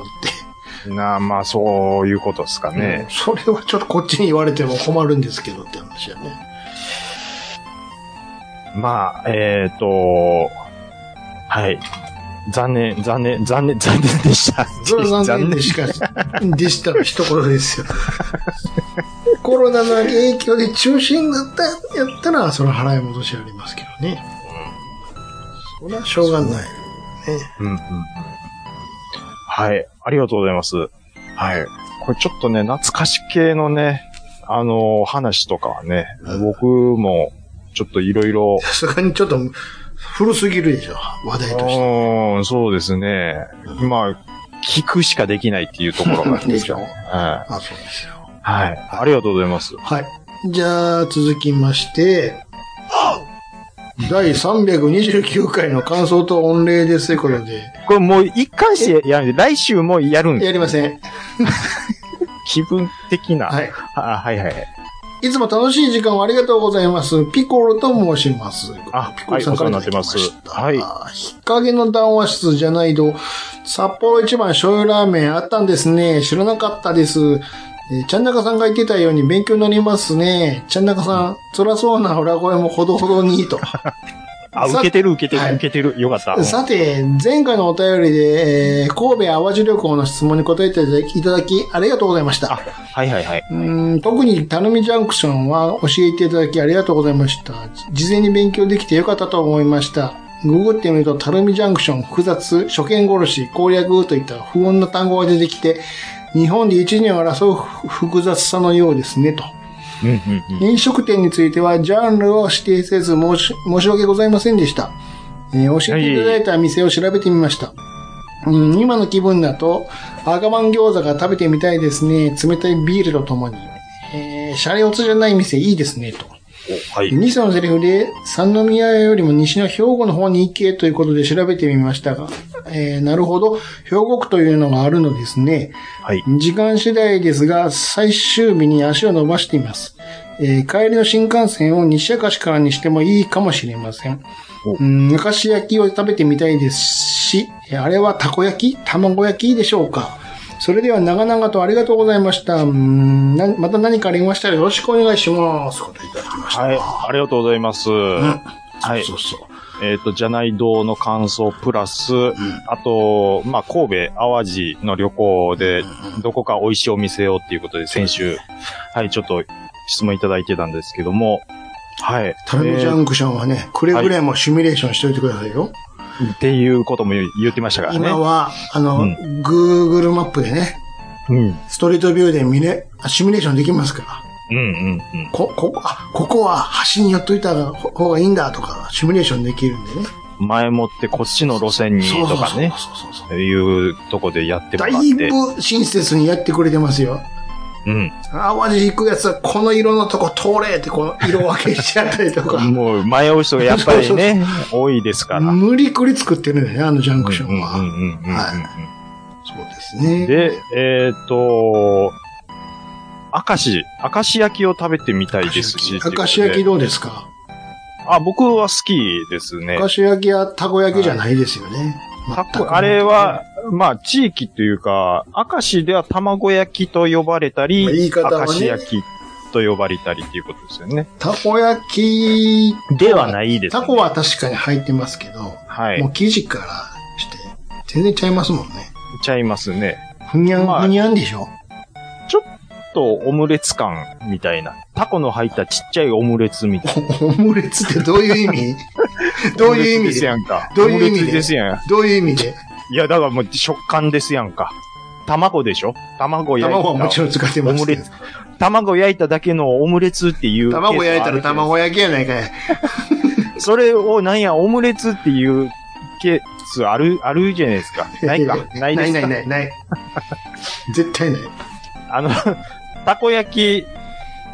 [SPEAKER 4] て。
[SPEAKER 3] なあ、まあ、そういうことですかね。
[SPEAKER 4] それはちょっとこっちに言われても困るんですけどって話だね。
[SPEAKER 3] まあ、えっ、と、はい。残念、残念、残念、残念でした。
[SPEAKER 4] それ は残念でしか、でしたの一言ですよ。 コロナの影響で中止になったやったら、その払い戻しありますけどね。それはしょうがないよね。
[SPEAKER 3] うんうんうんはい。ありがとうございます。はい。これちょっとね、懐かし系のね、あのー話とかはね、僕も、ちょっといろいろ、
[SPEAKER 4] さすがにちょっと古すぎるでしょ、話題として。
[SPEAKER 3] うんそうですね。まあ、聞くしかできないっていうところがあるん
[SPEAKER 4] で
[SPEAKER 3] です
[SPEAKER 4] し
[SPEAKER 3] けど。
[SPEAKER 4] ょ
[SPEAKER 3] は
[SPEAKER 4] あ、そうですよ。
[SPEAKER 3] い。はい。ありがとうございます。
[SPEAKER 4] はい。じゃあ、続きまして、第329回の感想と御礼ですということで、
[SPEAKER 3] これもう一回してやるんで、来週もやるんで
[SPEAKER 4] やりません。
[SPEAKER 3] 気分的な。
[SPEAKER 4] はい。
[SPEAKER 3] あはいはいはい。
[SPEAKER 4] いつも楽しい時間をありがとうございます。ピコロと申します。
[SPEAKER 3] あ
[SPEAKER 4] ピコロさんからいただきま
[SPEAKER 3] はいお世話にな
[SPEAKER 4] し
[SPEAKER 3] ってま
[SPEAKER 4] た。
[SPEAKER 3] すはい
[SPEAKER 4] あ。日陰の談話室じゃないと、札幌一番醤油ラーメンあったんですね。知らなかったです。えーちゃんなかさんが言ってたように勉強になりますね。ちゃんなかさん、辛そうな裏声もほどほどにいいと。
[SPEAKER 3] あ、
[SPEAKER 4] さ
[SPEAKER 3] 受けてる受けて
[SPEAKER 4] は
[SPEAKER 3] る
[SPEAKER 4] い
[SPEAKER 3] 受けてる。よかった。
[SPEAKER 4] さて、前回のお便りで、えー神戸淡路旅行の質問に答えていただき、ありがとうございまし
[SPEAKER 3] あ、
[SPEAKER 4] た。。
[SPEAKER 3] はいはいはいう
[SPEAKER 4] ーん特に、たるみジャンクションは教えていただきありがとうございました。事前に勉強できてよかったと思いました。ググってみると、たるみジャンクション、複雑、初見殺し、攻略といった不穏な単語が出てきて、日本で一年を争う複雑さのようですね、と。
[SPEAKER 3] うんうんうん。
[SPEAKER 4] 飲食店についてはジャンルを指定せず申し申し訳ございませんでした。えー教えていただいた店を調べてみました。うん、今の気分だと、アガマン餃子が食べてみたいですね。冷たいビールとともに。えー、シャレオツじゃない店いいですね、と。
[SPEAKER 3] おはい。
[SPEAKER 4] 西のセリフで、三宮よりも西の兵庫の方に行けということで調べてみましたが、えーなるほど。兵庫区というのがあるのですね。
[SPEAKER 3] はい。
[SPEAKER 4] 時間次第ですが、最終日に足を伸ばしています。えー帰りの新幹線を西明石からにしてもいいかもしれません。
[SPEAKER 3] お
[SPEAKER 4] うん、明石焼きを食べてみたいですし、えーあれはたこ焼き卵焼きでしょうかそれでは長々とありがとうございました。うんなまた何かありましたらよろしくお願いします。といただきました。
[SPEAKER 3] はい。ありがとうございます。はい。
[SPEAKER 4] そうそう。
[SPEAKER 3] えっ、と、じゃない道の感想プラス、あと、まあ、神戸、淡路の旅行で、どこか美味しいお店をっていうことで、先週、はい、ちょっと質問いただいてたんですけども、はい。
[SPEAKER 4] タイムジャンクションはね、くれぐれもシミュレーションしておいてくださいよ。
[SPEAKER 3] えーっていうことも言う言ってましたからね。
[SPEAKER 4] 今は、あ
[SPEAKER 3] う
[SPEAKER 4] の、Google マップでね、
[SPEAKER 3] うん。うん
[SPEAKER 4] ストリートビューで見れ、あシミュレーションできますから。
[SPEAKER 3] うんうん。
[SPEAKER 4] こ、ここ、あ、ここは橋に寄っといた方方がいいんだとか、シミュレーションできるんでね。
[SPEAKER 3] 前もってこっちの路線に
[SPEAKER 4] そう
[SPEAKER 3] と
[SPEAKER 4] そうそう
[SPEAKER 3] かね、
[SPEAKER 4] そうそうそう。
[SPEAKER 3] いうとこでやっても
[SPEAKER 4] だ
[SPEAKER 3] らっ
[SPEAKER 4] い
[SPEAKER 3] て。
[SPEAKER 4] ぶ親切にやってくれてますよ。
[SPEAKER 3] うん。
[SPEAKER 4] 淡路行くやつはこの色のとこ通れってこの色分けしちゃったりと か。
[SPEAKER 3] もう迷う人がやっぱり
[SPEAKER 4] そう
[SPEAKER 3] ね、多いですから。
[SPEAKER 4] 無理くり作ってるんだよね、あのジャンクションは。
[SPEAKER 3] うんうんうんうんうんうん
[SPEAKER 4] はそうですね。
[SPEAKER 3] で、えっ、と、明石、明石焼きを食べてみたいですし。
[SPEAKER 4] 明石焼きどうですか
[SPEAKER 3] あ、僕は好きですね
[SPEAKER 4] 明。石焼きはたこ焼きじゃないですよね。
[SPEAKER 3] た
[SPEAKER 4] 全く
[SPEAKER 3] こあれは、まあ、地域というか、明石では卵焼きと呼ばれたり、
[SPEAKER 4] まあ言い方はね
[SPEAKER 3] 明石焼きと呼ばれたりっていうことですよね。
[SPEAKER 4] たこ焼き、
[SPEAKER 3] ではないです、ね。
[SPEAKER 4] たこは確かに入ってますけど、
[SPEAKER 3] はい
[SPEAKER 4] もう。生地からして、全然ちゃいますもんね。
[SPEAKER 3] ちゃいますね。
[SPEAKER 4] ふにゃん、
[SPEAKER 3] まあ
[SPEAKER 4] ふにゃんでしょ
[SPEAKER 3] と、オムレツ感みたいな。タコの入ったちっちゃいオムレツみたいな。
[SPEAKER 4] オムレツってどういう意味 どうい
[SPEAKER 3] オ
[SPEAKER 4] う
[SPEAKER 3] ム
[SPEAKER 4] 意
[SPEAKER 3] レツで
[SPEAKER 4] 味
[SPEAKER 3] す
[SPEAKER 4] で
[SPEAKER 3] やんか。
[SPEAKER 4] どういう意味で
[SPEAKER 3] オムレツですやん。
[SPEAKER 4] どういう意味で
[SPEAKER 3] いや、だからもう食感ですやんか。卵でしょ卵焼いた。
[SPEAKER 4] 卵はもちろん使って
[SPEAKER 3] オ
[SPEAKER 4] ま
[SPEAKER 3] ム
[SPEAKER 4] すけ
[SPEAKER 3] レ
[SPEAKER 4] ど
[SPEAKER 3] ツ。卵焼いただけのオムレツっていう。
[SPEAKER 4] 卵焼いたら。卵焼きやないかい。
[SPEAKER 3] それをなんや、オムレツっていうケースある、 あるじゃないですか。ないか。ないで す
[SPEAKER 4] ない
[SPEAKER 3] か。
[SPEAKER 4] ないないない。絶対ない。
[SPEAKER 3] あの、 たこ焼き、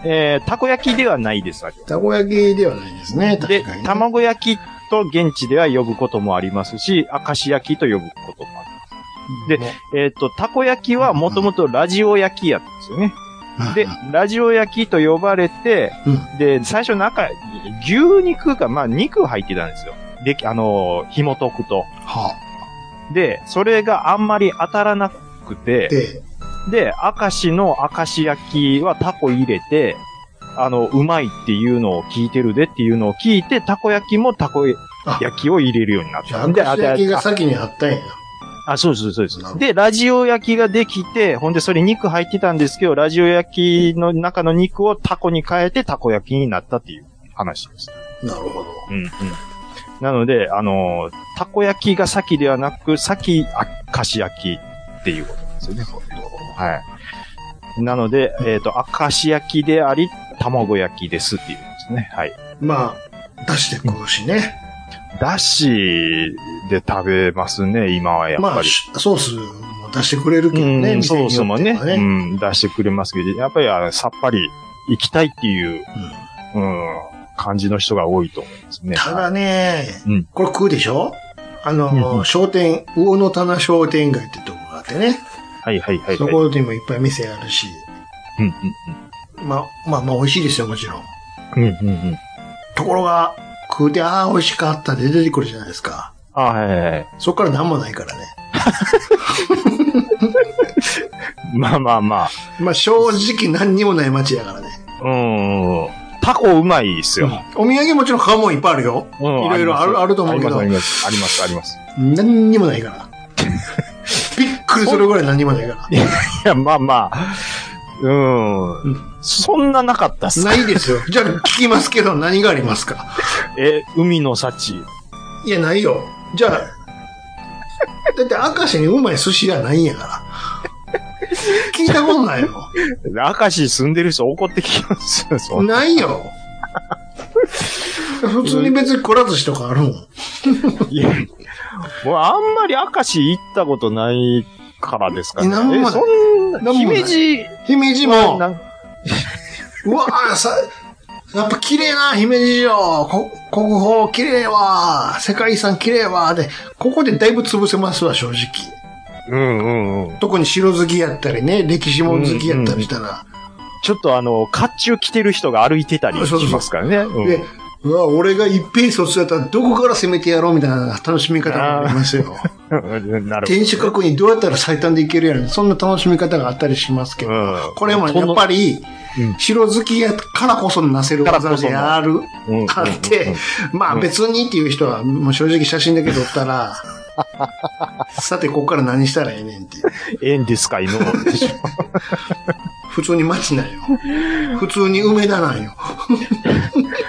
[SPEAKER 3] えー、たこ焼きではないです。あれ
[SPEAKER 4] たこ焼きではないですね。
[SPEAKER 3] で
[SPEAKER 4] 確かに、ね。
[SPEAKER 3] 卵焼きと現地では呼ぶこともありますし、明石焼きと呼ぶこともあで
[SPEAKER 4] もう
[SPEAKER 3] る。えっ、と、たこ焼きはもともとラジオ焼きやったんですよね。で、ラジオ焼きと呼ばれて、
[SPEAKER 4] う
[SPEAKER 3] で、最初中、牛肉が、まあ肉入ってたんですよ。で、あのー、紐解くと。
[SPEAKER 4] はあ
[SPEAKER 3] で、それがあんまり当たらなくて、
[SPEAKER 4] で、
[SPEAKER 3] で、明石の明石焼きはタコ入れて、あの、うまいっていうのを聞いてるでっていうのを聞いて、たこ焼きもたこ焼
[SPEAKER 4] あ
[SPEAKER 3] きを入れるようになっ
[SPEAKER 4] じゃ
[SPEAKER 3] た
[SPEAKER 4] あ、
[SPEAKER 3] ん
[SPEAKER 4] 明
[SPEAKER 3] で。
[SPEAKER 4] 石焼きが先にあったんや。
[SPEAKER 3] あ、そうです、そうです
[SPEAKER 4] なるほ。ど
[SPEAKER 3] で、ラジオ焼きができて、ほんでそれ肉入ってたんですけど、ラジオ焼きの中の肉をタコに変えてタコ焼きになったっていう話です。
[SPEAKER 4] なるほど。
[SPEAKER 3] うんうん。なので、あのーたこ焼きが先ではなく、先、明石焼きっていうことですよね。はい。なので、えっ、と、明石焼きであり、卵焼きですっていうことですね。はい。
[SPEAKER 4] まあ、出してくるしね。
[SPEAKER 3] だしで食べますね、今はやっぱり。
[SPEAKER 4] まあ、しソースも出してくれるけど
[SPEAKER 3] う
[SPEAKER 4] ね。
[SPEAKER 3] ん、
[SPEAKER 4] 店に
[SPEAKER 3] そ
[SPEAKER 4] よ
[SPEAKER 3] う
[SPEAKER 4] って
[SPEAKER 3] そ
[SPEAKER 4] は
[SPEAKER 3] もね、うん、出してくれますけど、やっぱりあのさっぱり行きたいっていう、うん、感じの人が多いと思いますね。
[SPEAKER 4] ただね、
[SPEAKER 3] うん
[SPEAKER 4] これ食うでしょあの、
[SPEAKER 3] うんうん
[SPEAKER 4] 商店、魚の棚商店街ってとこがあってね。
[SPEAKER 3] はいはいはい、
[SPEAKER 4] そ
[SPEAKER 3] はい。
[SPEAKER 4] こにもいっぱい店あるし。
[SPEAKER 3] うんうん
[SPEAKER 4] まあ、まあまあ美味しいですよ、もちろん。
[SPEAKER 3] うん。うんうんうん。
[SPEAKER 4] ところが、食うて、ああ、美味しかったで出てくるじゃないですか。
[SPEAKER 3] あはいはいはい。
[SPEAKER 4] そっから何もないからね。
[SPEAKER 3] まあまあまあ。
[SPEAKER 4] まあ正直何にもない街やからね。
[SPEAKER 3] うん。タコうまいっすよ。
[SPEAKER 4] お土産もちろん買うもんいっぱいあるよ。
[SPEAKER 3] うん
[SPEAKER 4] いろいろあるあると思うけど
[SPEAKER 3] あります、あります、あります。あります
[SPEAKER 4] 何にもな いから。びっくりするぐらい何にもないから。
[SPEAKER 3] いや、まあまあ。う。
[SPEAKER 4] うんん
[SPEAKER 3] そんななかったっすか
[SPEAKER 4] ないですよ。じゃあ聞きますけど何がありますか
[SPEAKER 3] え、海の幸。
[SPEAKER 4] いや、ないよ。じゃあ、だって明石にうまい寿司じゃないんやから。聞いたことないよ。
[SPEAKER 3] 明石住んでる人怒ってきますよ、そんな
[SPEAKER 4] ないよ。普通に別に来らずしとかあるもん。
[SPEAKER 3] いや、もうあんまり明石行ったことないからですかね。
[SPEAKER 4] なんもない
[SPEAKER 3] えそん
[SPEAKER 4] なんも
[SPEAKER 3] な、
[SPEAKER 4] ない
[SPEAKER 3] 姫路
[SPEAKER 4] 姫路
[SPEAKER 3] は
[SPEAKER 4] も、
[SPEAKER 3] なん、
[SPEAKER 4] うわあさ、やっぱ綺麗な姫路城、こ国宝綺麗わ、世界遺産綺麗わ、で、ここでだいぶ潰せますわ、正直。
[SPEAKER 3] うんうんうん。
[SPEAKER 4] 特に城好きやったりね、歴史も好きやったりしたら。
[SPEAKER 3] ちょっとあの、甲冑着てる人が歩いてたりしますからね。うん
[SPEAKER 4] で、うわ、俺が一平卒やったらどこから攻めてやろうみたいな楽しみ方がありますよ。
[SPEAKER 3] うんなる
[SPEAKER 4] 天守閣にどうやったら最短でいけるやろそんな楽しみ方があったりしますけ
[SPEAKER 3] ほ
[SPEAKER 4] ど。
[SPEAKER 3] ど。うん
[SPEAKER 4] これもやっぱり、城好きやからこそなせる技である、
[SPEAKER 3] うん
[SPEAKER 4] あっ、て、まあ別にっていう人は、もう正直写真だけ撮った ら、さて、ここから何したらええねんっていう。
[SPEAKER 3] ええんですか、 今のでしょ。
[SPEAKER 4] 普通に街なんよ。普通に梅田なんよ。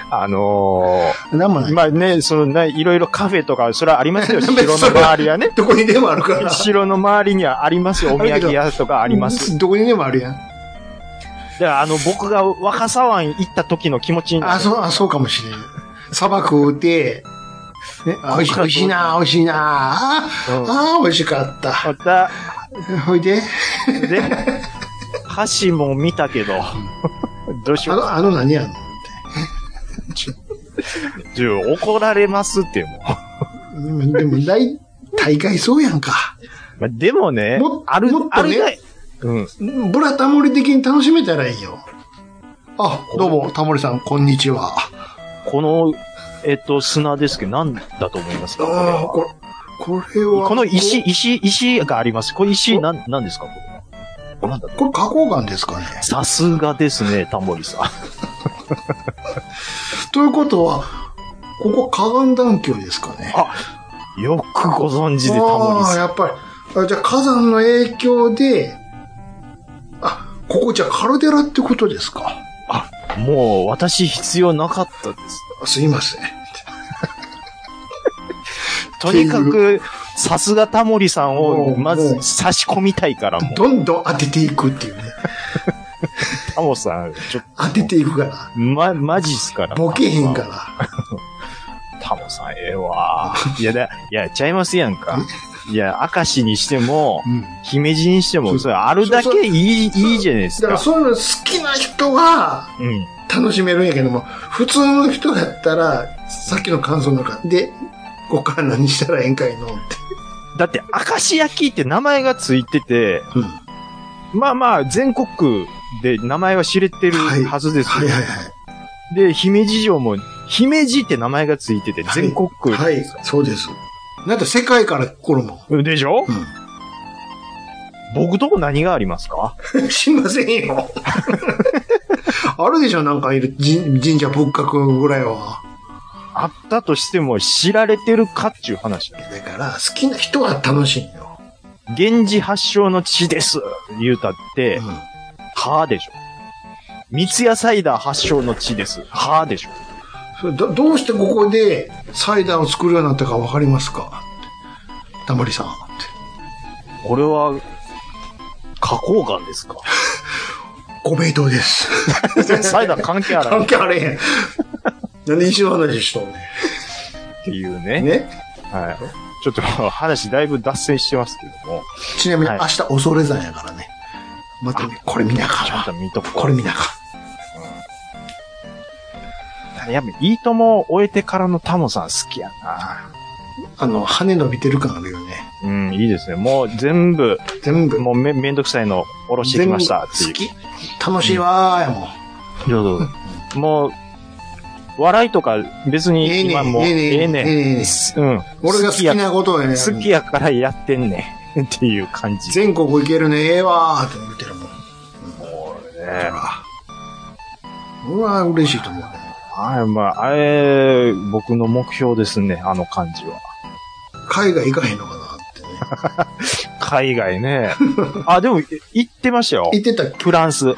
[SPEAKER 3] あの
[SPEAKER 4] なんもない
[SPEAKER 3] ー、。まあね、そのね、いろいろカフェとか、それはあり ますよ、
[SPEAKER 4] 別
[SPEAKER 3] 城
[SPEAKER 4] に
[SPEAKER 3] の周りはね。
[SPEAKER 4] どこにでもあるから。
[SPEAKER 3] 城の周りにはありますよ、お土産屋とかあります。
[SPEAKER 4] どこにでもあるやん。
[SPEAKER 3] だから、あの、僕が若狭湾行った時の気持ちに、
[SPEAKER 4] あ、そう、あ、そうかもしれん。砂漠うて、ね、あ美味し美味しいな、美味しいな、あー、
[SPEAKER 3] うん
[SPEAKER 4] あー、美味しかった。
[SPEAKER 3] また、
[SPEAKER 4] ほいで、
[SPEAKER 3] で、箸も見たけど、どうし
[SPEAKER 4] あ
[SPEAKER 3] よう
[SPEAKER 4] の、あの何やんの
[SPEAKER 3] ちょ怒られ ますって、もう。
[SPEAKER 4] うんでも、大、大概そうやんか。
[SPEAKER 3] まあ、でもね
[SPEAKER 4] も、
[SPEAKER 3] ある
[SPEAKER 4] もっ、
[SPEAKER 3] あ
[SPEAKER 4] とね
[SPEAKER 3] るがい、うん。
[SPEAKER 4] ブラタモリ的に楽しめたらいいよ。あ、どうも、タモリさん、こんにちは。
[SPEAKER 3] この、えっと、砂ですけど、何だと思いますかこれ
[SPEAKER 4] ああ、
[SPEAKER 3] は
[SPEAKER 4] これ、これは。
[SPEAKER 3] この石、石、石があります。これ石、なん、なんですかこれは。なんだ
[SPEAKER 4] これ、花崗岩ですかね。
[SPEAKER 3] さすがですね、タモリさん。
[SPEAKER 4] ということは、ここ、河岸段橋ですかね。
[SPEAKER 3] よくご存知で、タモリ
[SPEAKER 4] ああ、
[SPEAKER 3] さ
[SPEAKER 4] やっぱり。あじゃあ火山の影響で、あ、ここじゃあカルデラってことですか。
[SPEAKER 3] ん。もう、私必要なかったです。
[SPEAKER 4] あすいません。
[SPEAKER 3] とにか
[SPEAKER 4] って
[SPEAKER 3] く、さすがタモリさん
[SPEAKER 4] も
[SPEAKER 3] を、
[SPEAKER 4] う
[SPEAKER 3] ま
[SPEAKER 4] もう
[SPEAKER 3] ず差し込みたいから、もう、
[SPEAKER 4] どんどん当てていくっていうね。
[SPEAKER 3] タモさん、ちょっ
[SPEAKER 4] 当てていくから。
[SPEAKER 3] と、ま、マジっすから。
[SPEAKER 4] ボケへんから。
[SPEAKER 3] タモさん、ええわ。いやだ、いや、ちゃいますやん か。いや、明石にしても、
[SPEAKER 4] うん。
[SPEAKER 3] 姫路にして
[SPEAKER 4] そ
[SPEAKER 3] も、
[SPEAKER 4] う
[SPEAKER 3] それあるだ
[SPEAKER 4] そうそう
[SPEAKER 3] けいい、いいじゃないです
[SPEAKER 4] だか
[SPEAKER 3] か。
[SPEAKER 4] らそういうの好きな人は
[SPEAKER 3] うん。
[SPEAKER 4] 楽しめるんやけども、普通の人やったら、さっきの感想の中で、ここから何したらええんかいのって。
[SPEAKER 3] だって、明石焼きって名前がついてて、
[SPEAKER 4] うん。
[SPEAKER 3] まあまあ、全国で名前は知れてる
[SPEAKER 4] はい
[SPEAKER 3] はずですよ。
[SPEAKER 4] はいはいはい。
[SPEAKER 3] で、姫路城も、姫路って名前がついてて、
[SPEAKER 4] はい
[SPEAKER 3] 全国区、
[SPEAKER 4] はい、そうです。なんと世界から来るもん。
[SPEAKER 3] でしょ、
[SPEAKER 4] うん
[SPEAKER 3] 僕とこ何がありますか
[SPEAKER 4] しません よ。あるでしょなんかいる神神社仏閣ぐらいは。
[SPEAKER 3] あったとしても知られてるかっちゅう話だ。
[SPEAKER 4] だから、好きな人は楽しいよ。
[SPEAKER 3] 源氏発祥の地です言うたっ
[SPEAKER 4] う
[SPEAKER 3] て、
[SPEAKER 4] ん。
[SPEAKER 3] はぁでしょ。三ツ矢サイダー発祥の地です。はぁでしょ。
[SPEAKER 4] それどどうしてここでサイダーを作るようになったかわかりますかってタモリさんって。
[SPEAKER 3] これは、花崗岩です か
[SPEAKER 4] ご名答です。
[SPEAKER 3] サイダー関係あらんっ
[SPEAKER 4] 関係あれへん。なんで一緒の話しとんね。
[SPEAKER 3] ていうんね。
[SPEAKER 4] ね。
[SPEAKER 3] はい。ちょっと話だいぶ脱線してますけども。
[SPEAKER 4] ちなみに
[SPEAKER 3] はい
[SPEAKER 4] 明日恐れ山やからね。また、これ見な
[SPEAKER 3] ちょ
[SPEAKER 4] が
[SPEAKER 3] っと
[SPEAKER 4] ら。
[SPEAKER 3] 見とこう
[SPEAKER 4] これ見ながら。
[SPEAKER 3] やっぱ、いいともを終えてからのタモさん好きやな。
[SPEAKER 4] あの、羽伸びてる感あるよね。
[SPEAKER 3] うん、いいですね。もう全部、
[SPEAKER 4] 全部。
[SPEAKER 3] もうめめんどくさいの下ろしてきましたっていう。
[SPEAKER 4] 全部好き。楽しいわーやもん。
[SPEAKER 3] どうぞもう、笑いとか別
[SPEAKER 4] え
[SPEAKER 3] に
[SPEAKER 4] えねん
[SPEAKER 3] 今もう、
[SPEAKER 4] ええねんええねんええねん
[SPEAKER 3] うん。
[SPEAKER 4] 俺が好き
[SPEAKER 3] や
[SPEAKER 4] なことをね、
[SPEAKER 3] 好きやからやってんねん っていう感じ。
[SPEAKER 4] 全国行けるね、ええわーって言ってるもん。だ
[SPEAKER 3] ね
[SPEAKER 4] から。うわー嬉しいと思うね。
[SPEAKER 3] はい、まあ、あれ、僕の目標ですね、あの感じは。
[SPEAKER 4] 海外行かへんのかなっ てね。
[SPEAKER 3] 海外 ね。あ、でも、い行ってましたよ。
[SPEAKER 4] 行ってたっけ
[SPEAKER 3] フランス。
[SPEAKER 4] めっ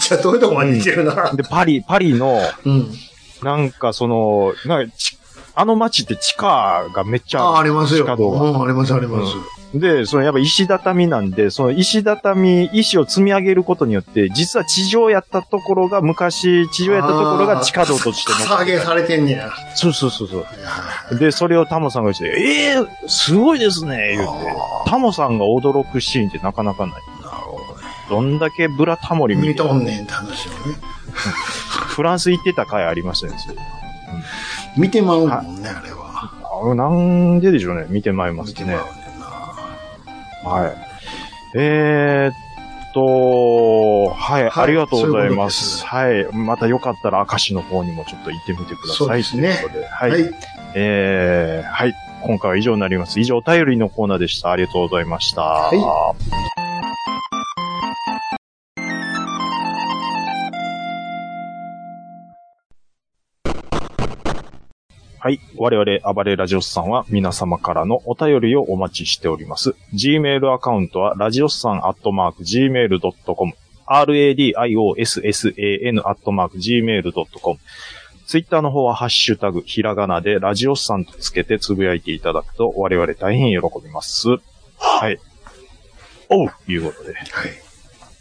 [SPEAKER 4] ちゃ遠いとこまで行ってるな。
[SPEAKER 3] で、パリ、パリの、
[SPEAKER 4] うん。
[SPEAKER 3] なんかその、なんかち、あの街って地下がめっちゃ
[SPEAKER 4] あ、ありますよ。
[SPEAKER 3] 地下道
[SPEAKER 4] う
[SPEAKER 3] が。
[SPEAKER 4] ん、あります、あります。
[SPEAKER 3] で、そのやっぱ石畳なんで、その石畳、石を積み上げることによって、実は地上やったところが、昔地上やったところが地下道として
[SPEAKER 4] かさ上げされてんねや。は
[SPEAKER 3] そうそうそうそ
[SPEAKER 4] いは
[SPEAKER 3] う。で、それをタモさんがして、ええー、すごいですね、言うて。タモさんが驚くシーンってなかなかない。
[SPEAKER 4] いなるほどね。
[SPEAKER 3] どんだけブラタモリ見
[SPEAKER 4] 見
[SPEAKER 3] て
[SPEAKER 4] とんねんって話をね。
[SPEAKER 3] フランス行ってた回ありましたね。それ
[SPEAKER 4] 見てまうもんね、あれは。
[SPEAKER 3] あなんででしょうね。見てまいりま
[SPEAKER 4] 見
[SPEAKER 3] す
[SPEAKER 4] て
[SPEAKER 3] ね
[SPEAKER 4] まう。ねんな。
[SPEAKER 3] はい。えーっと、はい、
[SPEAKER 4] はい
[SPEAKER 3] ありがとうございま
[SPEAKER 4] そ
[SPEAKER 3] す。
[SPEAKER 4] う
[SPEAKER 3] はい。またよかったら、明石の方にもちょっと行ってみてください。
[SPEAKER 4] そうです
[SPEAKER 3] と
[SPEAKER 4] ね
[SPEAKER 3] いうことでは。
[SPEAKER 4] はいい。
[SPEAKER 3] えー、はい。今回は以上になります。以上、お便りのコーナーでした。ありがとうございました。
[SPEAKER 4] は
[SPEAKER 3] はい。我々、暴れラジオスさんは皆様からのお便りをお待ちしております。Gmail アカウントは、ラジオスさんアットマーク Gmail.com、radiossan アットマーク Gmail.com、ツイッターの方は、ハッシュタグ、ひらがなで、ラジオスさんとつけてつぶやいていただくと、我々大変喜びます。はい。おうということで。
[SPEAKER 4] はい。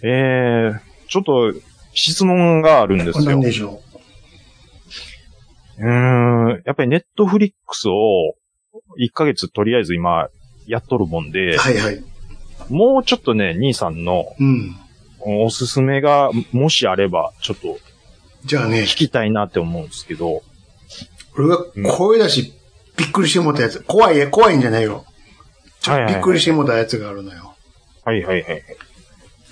[SPEAKER 3] えー、ちょっと、質問があるんですよ
[SPEAKER 4] 何。でしょ
[SPEAKER 3] うーん、やっぱりネットフリックスを1ヶ月とりあえず今やっとるもん
[SPEAKER 4] う。
[SPEAKER 3] で、
[SPEAKER 4] はいはい。
[SPEAKER 3] もうちょっとね、兄さんの
[SPEAKER 4] うん。
[SPEAKER 3] おすすめがもしあればちょっと
[SPEAKER 4] じゃあね
[SPEAKER 3] 聞、きたいなって思うんですけど、
[SPEAKER 4] 俺が声出し、びっくりしてもうたやつ。怖いや、怖いんじゃないよ。ちょ
[SPEAKER 3] はいはい
[SPEAKER 4] び
[SPEAKER 3] はい
[SPEAKER 4] っくりしてもうたやつがあるのよ。
[SPEAKER 3] はいはいはい。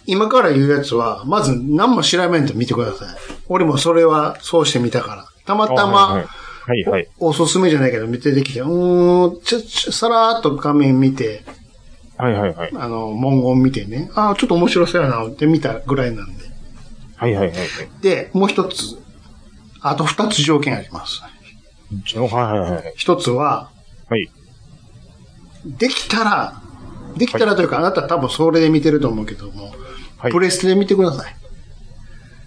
[SPEAKER 4] 今から言うやつは、まず何も調べんと見てください。俺もそれはそうしてみたから。たまた
[SPEAKER 3] あはい
[SPEAKER 4] ま、
[SPEAKER 3] はい。はいはい。
[SPEAKER 4] おすすめじゃないけど、見てできて、うーん、ちょ、ちょ、さらーっと画面見て、
[SPEAKER 3] はいはいはい。
[SPEAKER 4] あの、文言見てね、ああ、ちょっと面白そうやなって見たぐらいなんで。
[SPEAKER 3] はいはいはいはい。
[SPEAKER 4] で、もう一つ、あと二つ条件あります。
[SPEAKER 3] ちょはいはいはい。
[SPEAKER 4] 一つは、
[SPEAKER 3] はい。
[SPEAKER 4] できたら、できたらというか、あなた多分それで見てると思うけども、
[SPEAKER 3] はい
[SPEAKER 4] プレステで見てください。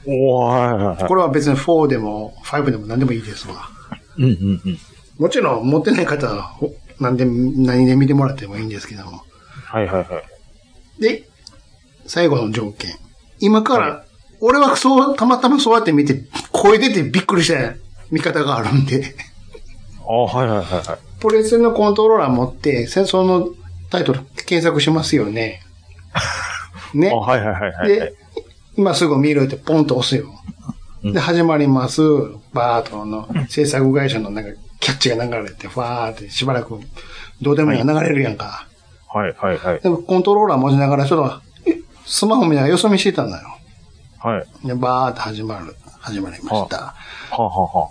[SPEAKER 3] おーはいはいはい。
[SPEAKER 4] これは別に4でも5でも何でもいいですわ。
[SPEAKER 3] うんうんうん。
[SPEAKER 4] もちろん持ってない方はお何で、何で見てもらってもいいんですけども。
[SPEAKER 3] はいはいはい。
[SPEAKER 4] で、最後の条件。今から、俺はそう、たまたまそうやって見て、声出てびっくりした見方があるん で、
[SPEAKER 3] あはいはいはいはい。
[SPEAKER 4] プレステのコントローラー持って、戦争のタイトル検索しますよ ね。ね
[SPEAKER 3] あ。はいはいはいはいはい
[SPEAKER 4] で。、今すぐ見るってポンと押すよ。
[SPEAKER 3] うん
[SPEAKER 4] で、始まります。バーッとあの、制作会社のなんか、キャッチが流れて、ファーってしばらく、どうでもいいの流れるやんか。
[SPEAKER 3] はいはいはい。
[SPEAKER 4] でも、コントローラー持ちながら、ちょっと、えスマホ見ながらよそ見してたんだよ。
[SPEAKER 3] はい。
[SPEAKER 4] で、バーッと始まる、始まりました。
[SPEAKER 3] はあ、はあは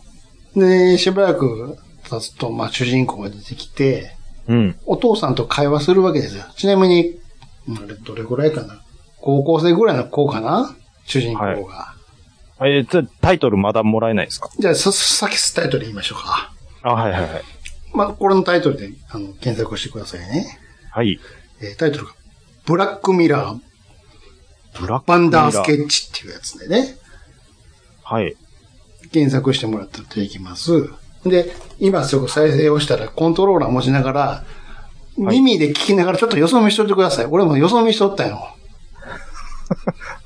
[SPEAKER 3] あ、
[SPEAKER 4] で、しばらく経つと、まあ、主人公が出てきて、
[SPEAKER 3] うん。
[SPEAKER 4] お父さんと会話するわけですよ。ちなみに、あれどれぐらいかな高校生ぐらいの子かな主人公が。
[SPEAKER 3] はいえー、つタイトルまだもらえないですか
[SPEAKER 4] じゃあ、さ、さっきタイトル言いましょうか。
[SPEAKER 3] あ、はいはいはい。
[SPEAKER 4] まあ、これのタイトルで、あの、検索をしてくださいね。
[SPEAKER 3] はい。
[SPEAKER 4] えータイトルが、ブラックミラー、
[SPEAKER 3] ブラック
[SPEAKER 4] バン
[SPEAKER 3] ミ
[SPEAKER 4] ダ
[SPEAKER 3] ラ
[SPEAKER 4] ースケッチっていうやつでね、
[SPEAKER 3] はい。
[SPEAKER 4] 検索してもらったらできます。で、今すぐ再生をしたら、コントローラー持ちながら、
[SPEAKER 3] はい
[SPEAKER 4] 耳で聞きながらちょっと予想見しといてください。俺も予想見しとったよ。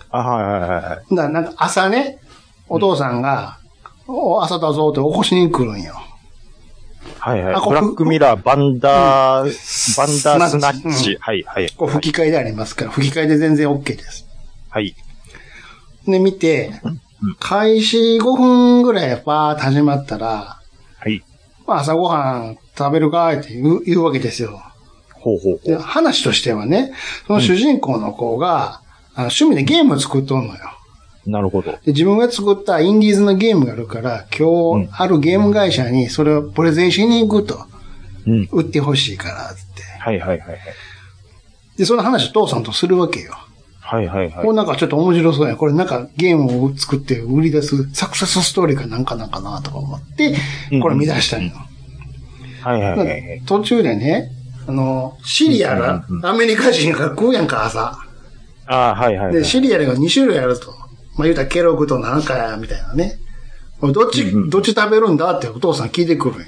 [SPEAKER 3] あ、はいはいはいはい。
[SPEAKER 4] だからなんか朝ね、お父さんが、お朝だぞって起こしに来るんよ。
[SPEAKER 3] はい
[SPEAKER 4] あ
[SPEAKER 3] はい。
[SPEAKER 4] こ
[SPEAKER 3] ブラックミラー、バンダー、バンダースナ
[SPEAKER 4] スナ
[SPEAKER 3] ッ
[SPEAKER 4] ッチ
[SPEAKER 3] チ。はいはい。
[SPEAKER 4] こう吹き替えでありますから、吹き替えで全然 OK です。
[SPEAKER 3] はい。
[SPEAKER 4] で、見て、開始5分ぐらいバーって始まったら、
[SPEAKER 3] はい。
[SPEAKER 4] まあ朝ごはん食べるかーって言う言うわけですよ。
[SPEAKER 3] ほうほうほ
[SPEAKER 4] で、
[SPEAKER 3] う。
[SPEAKER 4] 話としてはね、その主人公の子が、あの趣味でゲームを作っとんのよ。
[SPEAKER 3] なるほど。
[SPEAKER 4] で、自分が作ったインディーズのゲームがあるから、今
[SPEAKER 3] うん
[SPEAKER 4] 日あるゲーム会社にそれをプレゼンしに行くと、
[SPEAKER 3] うん。
[SPEAKER 4] 売ってほしいから、つって。
[SPEAKER 3] はいはいはいはい。
[SPEAKER 4] で、その話を父さんとするわけよ。
[SPEAKER 3] はいはいはい。
[SPEAKER 4] これなんかちょっと面白そうや。これなんかゲームを作って売り出すサクセスストーリーかなんかなんかなとか思って
[SPEAKER 3] うん、
[SPEAKER 4] これ見出したんよ。
[SPEAKER 3] はいはいはいはい。
[SPEAKER 4] 途中でね、あの、シリアが
[SPEAKER 3] うんうんう
[SPEAKER 4] アメリカ人が食うやんか、朝。
[SPEAKER 3] あ、はいはいは
[SPEAKER 4] で、
[SPEAKER 3] い。
[SPEAKER 4] シリアルが2種類あると。まあ、言うたらケログとなんかや、みたいなね。どっち
[SPEAKER 3] うんう、ん
[SPEAKER 4] どっち食べるんだってお父さん聞いてくるんよ。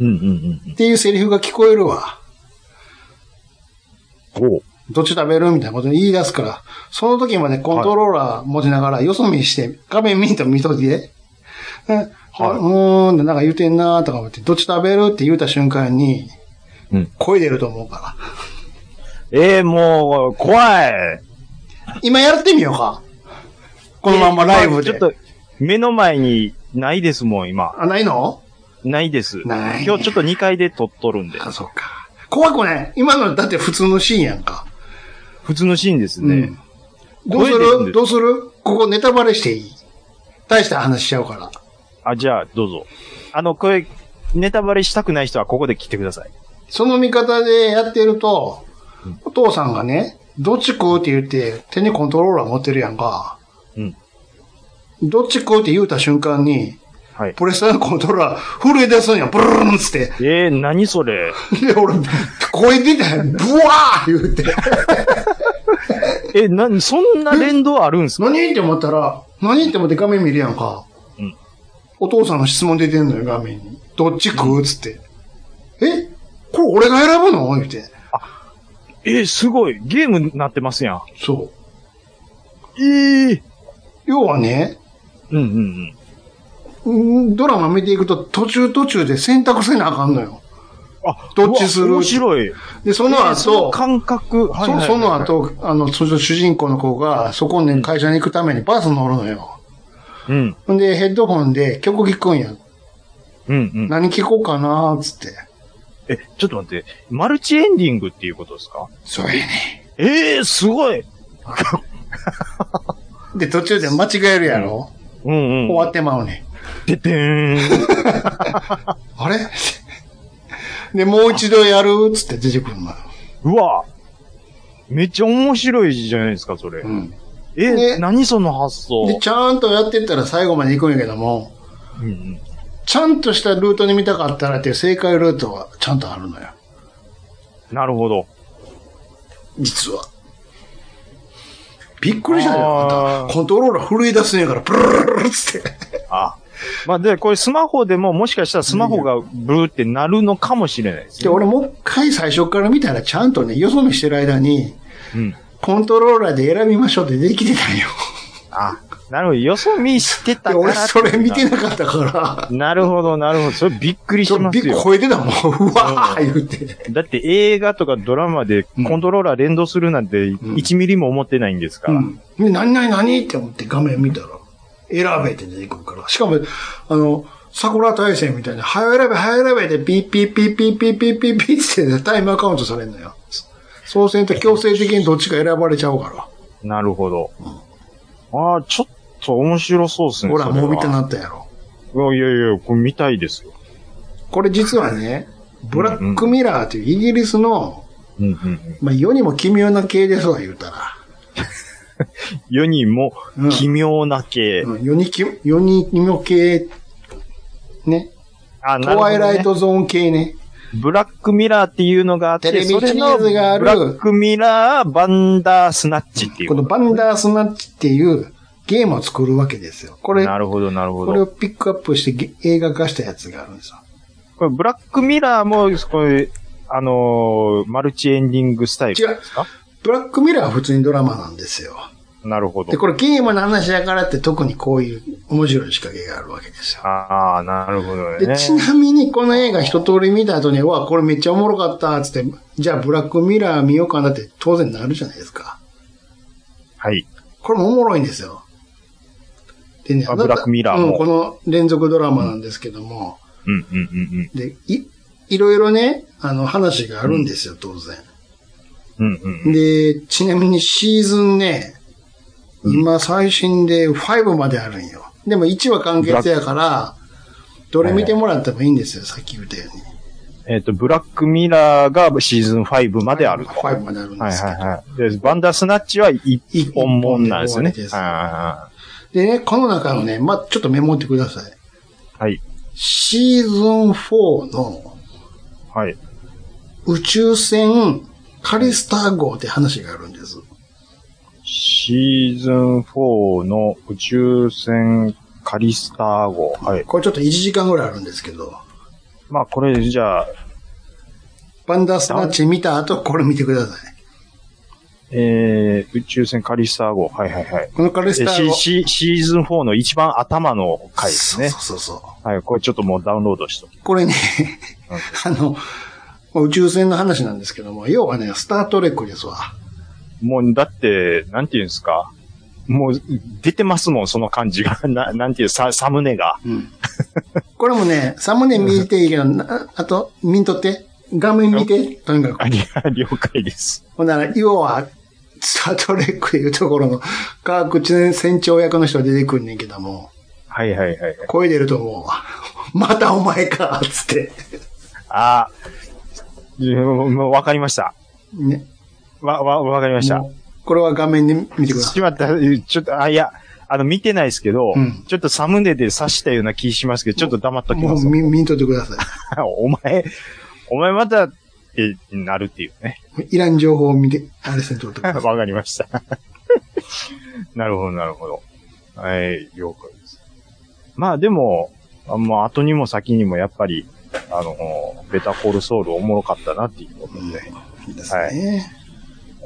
[SPEAKER 3] うんうんうん
[SPEAKER 4] っていうセリフが聞こえるわ。
[SPEAKER 3] うん。おう
[SPEAKER 4] どっち食べるみたいなこと言い出すから、その時までコントローラー持ちながら、よそ見して、画面見んと見といて。で
[SPEAKER 3] はいう
[SPEAKER 4] ーん、なんか言うてんなーとか思って、どっち食べるって言うた瞬間に、
[SPEAKER 3] うん
[SPEAKER 4] 声出ると思うか
[SPEAKER 3] えー、もう、怖い。
[SPEAKER 4] ら。今やってみようか。このまんまライブで。
[SPEAKER 3] ちょっと、目の前にないですもん、今。
[SPEAKER 4] あ、ないの
[SPEAKER 3] ないです。
[SPEAKER 4] ない
[SPEAKER 3] 今日ちょっと2階で撮っとるんで。
[SPEAKER 4] あ、そうか。怖くない今の、だって普通のシーンやんか。
[SPEAKER 3] 普通のシーンです
[SPEAKER 4] う
[SPEAKER 3] ね
[SPEAKER 4] ん。。どうす
[SPEAKER 3] 声出るんで
[SPEAKER 4] るどうするここネタバレしていい大した話しちゃうから。
[SPEAKER 3] あ、じゃあ、どうぞ。あの、これ、ネタバレしたくない人はここで切ってください。
[SPEAKER 4] その見方でやってると、お父さんがね、どっち食うって言って、手にコントローラー持ってるやんか。
[SPEAKER 3] うん。
[SPEAKER 4] どっち食うって言うた瞬間に、
[SPEAKER 3] はい。
[SPEAKER 4] プレスターのコントローラー震え出すんや、ブルルンっつって。
[SPEAKER 3] えー、何それ。
[SPEAKER 4] で、俺、声出たやん、ブワー言うて。
[SPEAKER 3] え、な、そんな連動あるんすか
[SPEAKER 4] 何って思ったら、何って思って画面見るやんか。
[SPEAKER 3] うん
[SPEAKER 4] お父さんの質問出てんのよ、画面に。どっち食うっつって。えこれ俺が選ぶの言うて。
[SPEAKER 3] えー、すごい。ゲームになってますやん。
[SPEAKER 4] そう。
[SPEAKER 3] ええー。
[SPEAKER 4] 要はね、
[SPEAKER 3] うんうんうん。
[SPEAKER 4] うんドラマ見ていくと途中途中で選択せなあかんのよ。
[SPEAKER 3] あ、
[SPEAKER 4] どっちする
[SPEAKER 3] うわ面白い。
[SPEAKER 4] で、その後、
[SPEAKER 3] えーの感覚。はいはいはい
[SPEAKER 4] そその。後、あの、その主人公の子が、そこに会社に行くためにバス乗るのよ。
[SPEAKER 3] うん。
[SPEAKER 4] ほんで、ヘッドホンで曲聞くんや。
[SPEAKER 3] うんうん。
[SPEAKER 4] 何聞こうかなーっつって。
[SPEAKER 3] え、ちょっと待って。マルチエンディングっていうことですか
[SPEAKER 4] そうやね。
[SPEAKER 3] ええー、すごい。
[SPEAKER 4] で、途中で間違えるやろ、
[SPEAKER 3] うんうん。
[SPEAKER 4] 終わってまうね
[SPEAKER 3] ててーん。
[SPEAKER 4] ん。あれで、もう一度やるっつって出てくるのよ。
[SPEAKER 3] うわ。めっちゃ面白いじゃないですか、それ
[SPEAKER 4] う。ん。
[SPEAKER 3] え、
[SPEAKER 4] ね
[SPEAKER 3] 何その発
[SPEAKER 4] で、
[SPEAKER 3] 想。
[SPEAKER 4] ちゃんとやってったら最後まで行くんやけども、
[SPEAKER 3] うんうん、
[SPEAKER 4] ちゃんとしたルートに見たかったらっていう正解ルートはちゃんとあるのよ。
[SPEAKER 3] なるほど。
[SPEAKER 4] 実は。びっくりしたじゃん。
[SPEAKER 3] あー
[SPEAKER 4] またコントローラー震え出すんやから、プルルルルルっつって。
[SPEAKER 3] あ。まあ、で、これスマホでももしかしたらスマホがブルーってなるのかもしれないです
[SPEAKER 4] で、
[SPEAKER 3] ね。
[SPEAKER 4] 俺もう一回最初から見たら、ちゃんとね、よそ見してる間に、
[SPEAKER 3] うん。
[SPEAKER 4] コントローラーで選びましょうってできてたんよ。
[SPEAKER 3] あ、なるほど。よそ見してた
[SPEAKER 4] で、
[SPEAKER 3] から
[SPEAKER 4] 俺
[SPEAKER 3] って
[SPEAKER 4] そ
[SPEAKER 3] いうのは。
[SPEAKER 4] れ見てなかったから、
[SPEAKER 3] なるほど、なるほど。それびっくり
[SPEAKER 4] ちょ
[SPEAKER 3] し
[SPEAKER 4] っと
[SPEAKER 3] ま
[SPEAKER 4] びっ
[SPEAKER 3] す
[SPEAKER 4] くり
[SPEAKER 3] よ。
[SPEAKER 4] 超えてたもん。うわー言うて。
[SPEAKER 3] だって映画とかドラマでコントローラー連動するなんて1ミリも思ってないんですか
[SPEAKER 4] う
[SPEAKER 3] ら。
[SPEAKER 4] ん。で、何々何って思って画面見たら、選べって出てくるから。しかも、あの、桜大戦みたいな、早選べ、早選べでピッピッピッピッピッピッピッピッってタイムアカウントされるのよ。そうせんと強制的にどっちか選ばれちゃうか
[SPEAKER 3] なるほど。ああ、ちょっと面白そうです
[SPEAKER 4] ら。
[SPEAKER 3] ね。
[SPEAKER 4] ほら、
[SPEAKER 3] それは
[SPEAKER 4] もう見てなったやろ。
[SPEAKER 3] いやいやいや、これ見たいですよ。
[SPEAKER 4] これ実はね、ブラックミラーというイギリスの、
[SPEAKER 3] うんうんうん。
[SPEAKER 4] まあ、世にも奇妙な系ですわ、言うたら。
[SPEAKER 3] 世にも
[SPEAKER 4] うん
[SPEAKER 3] 奇妙な系。
[SPEAKER 4] うん、世にき、世に奇妙系、ね。
[SPEAKER 3] あ、
[SPEAKER 4] ト
[SPEAKER 3] なるほ
[SPEAKER 4] ワイ
[SPEAKER 3] ど、
[SPEAKER 4] ライ
[SPEAKER 3] ね。
[SPEAKER 4] トゾーン系ね。
[SPEAKER 3] ブラックミラーっていうのがあって、
[SPEAKER 4] テレビシ
[SPEAKER 3] それ
[SPEAKER 4] リーズがある
[SPEAKER 3] のブラックミラーバンダースナッチっていう。
[SPEAKER 4] このバンダースナッチっていうゲームを作るわけですよ。これ、
[SPEAKER 3] なるほど、なるほ
[SPEAKER 4] これを
[SPEAKER 3] ど。
[SPEAKER 4] ピックアップしてゲ映画化したやつがあるんですよ。
[SPEAKER 3] これ、ブラックミラーも、これ、あのーマルチエンディングスタイルですか
[SPEAKER 4] ブラックミラーは普通にドラマなんですよ。
[SPEAKER 3] なるほど
[SPEAKER 4] で、。これゲームの話やからって特にこういう面白い仕掛けがあるわけですよ。
[SPEAKER 3] ああ、なるほどね。
[SPEAKER 4] で、ちなみにこの映画一通り見た後に、うわ、これめっちゃおもろかった、つって、じゃあブラックミラー見ようかなって当然なるじゃないですか。
[SPEAKER 3] はい。
[SPEAKER 4] これもおもろいんですよ。でね
[SPEAKER 3] あブラックミラーも
[SPEAKER 4] うん、この連続ドラマなんですけども、
[SPEAKER 3] うんうんうん
[SPEAKER 4] で、い、いろいろね、あの、話があるんですよ、当然。
[SPEAKER 3] うん。うんうんうん。
[SPEAKER 4] で、ちなみにシーズンね、今最新で5まであるんよ。でも1は完結やから、どれ見てもらってもいいんですよ、さっき言ったように。
[SPEAKER 3] えっ、と、ブラックミラーがシーズン5まであると。
[SPEAKER 4] 5まであるん
[SPEAKER 3] は
[SPEAKER 4] で
[SPEAKER 3] い
[SPEAKER 4] すけど。
[SPEAKER 3] はいはい。で、バンダースナッチは一
[SPEAKER 4] 一
[SPEAKER 3] 本もんなんですよね
[SPEAKER 4] 一本で。す
[SPEAKER 3] は
[SPEAKER 4] でね、この中のね、まあ、ちょっとメモってください。
[SPEAKER 3] いはいはい。
[SPEAKER 4] シーズン4の
[SPEAKER 3] はい。
[SPEAKER 4] 宇宙船カリスター号って話があるんです。
[SPEAKER 3] シーズン4の宇宙船カリスター号。はい。
[SPEAKER 4] これちょっと1時間ぐらいあるんですけど、
[SPEAKER 3] まあこれじゃあ、
[SPEAKER 4] バンダースナッチ見た後、これ見てください。
[SPEAKER 3] えー、宇宙船カリスター号。はいはいはい。
[SPEAKER 4] このカリ
[SPEAKER 3] え
[SPEAKER 4] スター
[SPEAKER 3] シ
[SPEAKER 4] 号。
[SPEAKER 3] シシーズン4の一番頭の回ですね。
[SPEAKER 4] そうそうそうそ
[SPEAKER 3] はい。これちょっともうダウンロードしとき
[SPEAKER 4] う。これね、あの、まあ宇宙船の話なんですけども、要はね、スタートレックですわ。
[SPEAKER 3] もうだって、なんていうんですか。もう、出てますもん、その感じが。 ななんていう、ササムネが。
[SPEAKER 4] うん。これもね、サムネ見ていいけど、なあと、見んとって。画面見て。とにかく。
[SPEAKER 3] あり了解です。
[SPEAKER 4] ほんなら、要は、スタートレックでいうところの、科学船長役の人が出てくんねんけども、
[SPEAKER 3] はいはいはい。
[SPEAKER 4] 声出るともう、またお前か、つって。
[SPEAKER 3] ああ、うんもうわかりました。
[SPEAKER 4] ね。
[SPEAKER 3] わ、わ、わかりました。
[SPEAKER 4] もうこれは画面で見てください。
[SPEAKER 3] しまった、ちょっと、あ、いや、あの、見てないですけど、
[SPEAKER 4] うん
[SPEAKER 3] ちょっとサムネで刺したような気しますけど、ちょっと黙っとき
[SPEAKER 4] も
[SPEAKER 3] ま
[SPEAKER 4] う
[SPEAKER 3] す。
[SPEAKER 4] 見、見んとってくださ
[SPEAKER 3] お前、お前また、ってなるっていうね。
[SPEAKER 4] い。いらん情報を見て、あれせんとってくださ
[SPEAKER 3] わかりました。なるほど、なるほど。はい、了解です。まあでも、あもう後にも先にもやっぱり、あの、ベタコールソウルおもろかったなっていうことで。
[SPEAKER 4] い。ですね。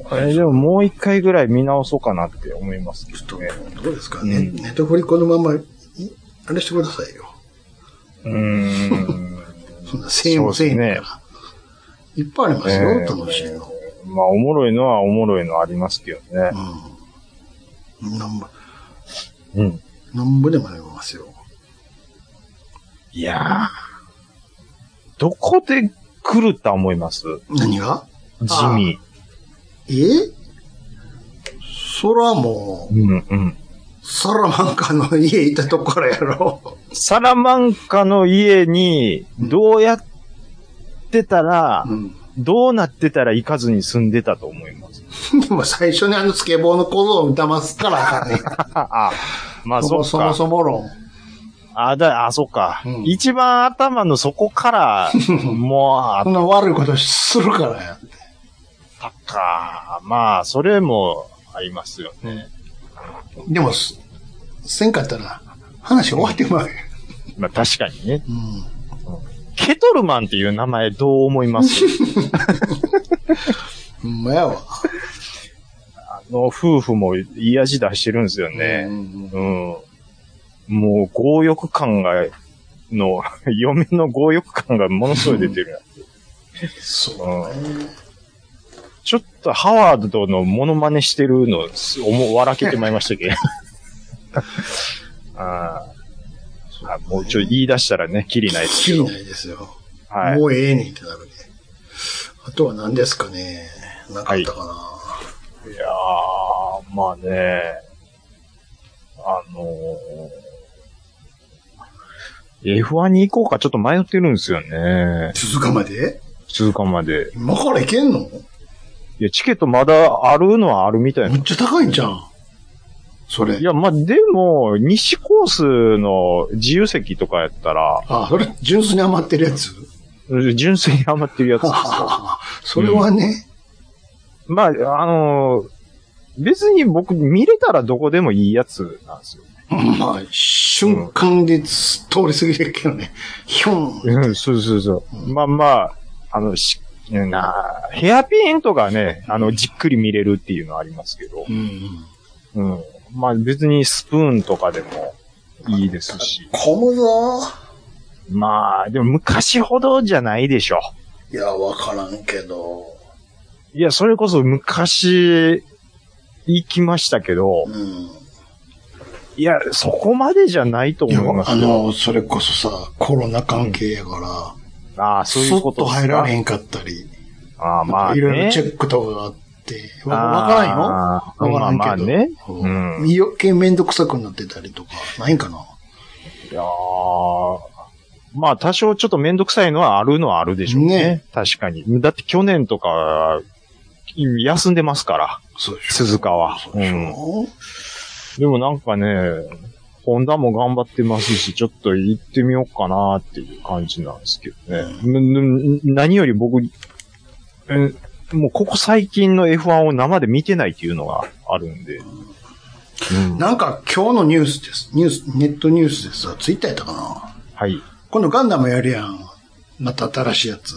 [SPEAKER 3] これでももう一回ぐらい見直そうかなって思います、ね。
[SPEAKER 4] ちょっと、どうですかね。
[SPEAKER 3] うん
[SPEAKER 4] ネットフリこのまま、いあれしてくださいよ。
[SPEAKER 3] うーん。
[SPEAKER 4] そんな1000円も
[SPEAKER 3] そう
[SPEAKER 4] 1000
[SPEAKER 3] です
[SPEAKER 4] 円
[SPEAKER 3] ね
[SPEAKER 4] から。いっぱいありますよ、
[SPEAKER 3] ええ
[SPEAKER 4] 楽しいの。
[SPEAKER 3] まあ、おもろいのはおもろいのありますけどね。
[SPEAKER 4] うん。なんぼ、
[SPEAKER 3] うん。
[SPEAKER 4] なんぼでもありますよ。
[SPEAKER 3] いやー。どこで来ると思います
[SPEAKER 4] 何が
[SPEAKER 3] 地味。
[SPEAKER 4] えそらもう、
[SPEAKER 3] うんうん。
[SPEAKER 4] サラマンカの家行ったところやろ。
[SPEAKER 3] サラマンカの家に、どうやってたら、
[SPEAKER 4] うん。
[SPEAKER 3] どうなってたら行かずに住んでたと思います。
[SPEAKER 4] でも最初にあのスケボーの小僧を騙すからあかんねん。
[SPEAKER 3] あ、あ、ま あ、
[SPEAKER 4] そ
[SPEAKER 3] そ
[SPEAKER 4] も
[SPEAKER 3] っ
[SPEAKER 4] そも
[SPEAKER 3] か。
[SPEAKER 4] そも論。
[SPEAKER 3] あ、だ、あ、そっか、
[SPEAKER 4] うん
[SPEAKER 3] 一番頭の底 から、もう、あ
[SPEAKER 4] そんな悪いことするからや。
[SPEAKER 3] ったか。まあ、それもありますよね。
[SPEAKER 4] でも、すせんかったら、話終わってまうよ。
[SPEAKER 3] まあ、確かにね。
[SPEAKER 4] うん。
[SPEAKER 3] ケトルマンっていう名前どう思います
[SPEAKER 4] ほんまやわ。
[SPEAKER 3] あの、夫婦もいい味出してるんですよね。
[SPEAKER 4] うん
[SPEAKER 3] うん。もう、強欲感が、の、 嫁の強欲感がものすごい出てる。
[SPEAKER 4] そう。
[SPEAKER 3] うん。ちょっとハワードのモノマネしてるの、すおも、笑けてまいりましたけど。あーあ。もうちょい言い出したらね、キリないですけ
[SPEAKER 4] 気
[SPEAKER 3] ど
[SPEAKER 4] に。ないですよ。
[SPEAKER 3] はい
[SPEAKER 4] も。うええねんってなるね。あとは何ですかね。なかったかな。
[SPEAKER 3] いやー、まあね、あのー、F1 に行こうかちょっと迷ってるんですよね。
[SPEAKER 4] 鈴鹿まで
[SPEAKER 3] 鈴鹿まで。
[SPEAKER 4] 今から行けんの
[SPEAKER 3] いや、チケットまだあるのはあるみたい
[SPEAKER 4] め
[SPEAKER 3] な。
[SPEAKER 4] っちゃ高いんじゃん。それ
[SPEAKER 3] い。や、まあ、でも、西コースの自由席とかやったら、
[SPEAKER 4] あ、それ、純粋に余ってるやつ。
[SPEAKER 3] 純粋に余ってるや つですよ。
[SPEAKER 4] それはね、
[SPEAKER 3] まあ、あのー別に僕見れたらどこでもいいやつなんですよ。
[SPEAKER 4] まあ、瞬間で通り過ぎてるけどね。ひょん。
[SPEAKER 3] うん、そうそうそう。まあまあ、あの、し、なヘアピンとかね、あの、じっくり見れるっていうのはありますけど
[SPEAKER 4] う、ん。
[SPEAKER 3] うん。まあ別にスプーンとかでもいいですし、
[SPEAKER 4] 混むぞ。
[SPEAKER 3] まあ、でも昔ほどじゃないでしょ。
[SPEAKER 4] いや、わからんけど。
[SPEAKER 3] いや、それこそ昔、行きましたけど
[SPEAKER 4] う、ん。
[SPEAKER 3] いや、そこまでじゃないと
[SPEAKER 4] いや、
[SPEAKER 3] 思いま
[SPEAKER 4] あ
[SPEAKER 3] すよ。
[SPEAKER 4] の、それこそさ、コロナ関係やから、
[SPEAKER 3] ああ、そういう
[SPEAKER 4] そ
[SPEAKER 3] こ
[SPEAKER 4] っ
[SPEAKER 3] と
[SPEAKER 4] と
[SPEAKER 3] ですか
[SPEAKER 4] 入られへんかったり、
[SPEAKER 3] ああ、まあ、ね。
[SPEAKER 4] いろいろチェックとかがあって、わわからんよ。
[SPEAKER 3] ああ
[SPEAKER 4] わからんけど。
[SPEAKER 3] まあまあね
[SPEAKER 4] うん
[SPEAKER 3] うん
[SPEAKER 4] 余計めんどくさくなってたりとか、ないんかない
[SPEAKER 3] やーまあ多少ちょっとめんどくさいのはあるのはあるでしょうね。
[SPEAKER 4] ね
[SPEAKER 3] 確かに。だって去年とか、休んでますから、
[SPEAKER 4] そうでしょ。
[SPEAKER 3] 鈴鹿は。
[SPEAKER 4] そう
[SPEAKER 3] う
[SPEAKER 4] でしょ。
[SPEAKER 3] ん。でもなんかね、ホンダも頑張ってますし、ちょっと行ってみようかなっていう感じなんですけどね。んん何より僕、えもうここ最近の F1 を生で見てないっていうのがあるんで。うん
[SPEAKER 4] なんか今日のニュースです。ニュース、ネットニュースです。ツイッターやったかな
[SPEAKER 3] はい。
[SPEAKER 4] 今度ガンダムやるやん。また新しいやつ。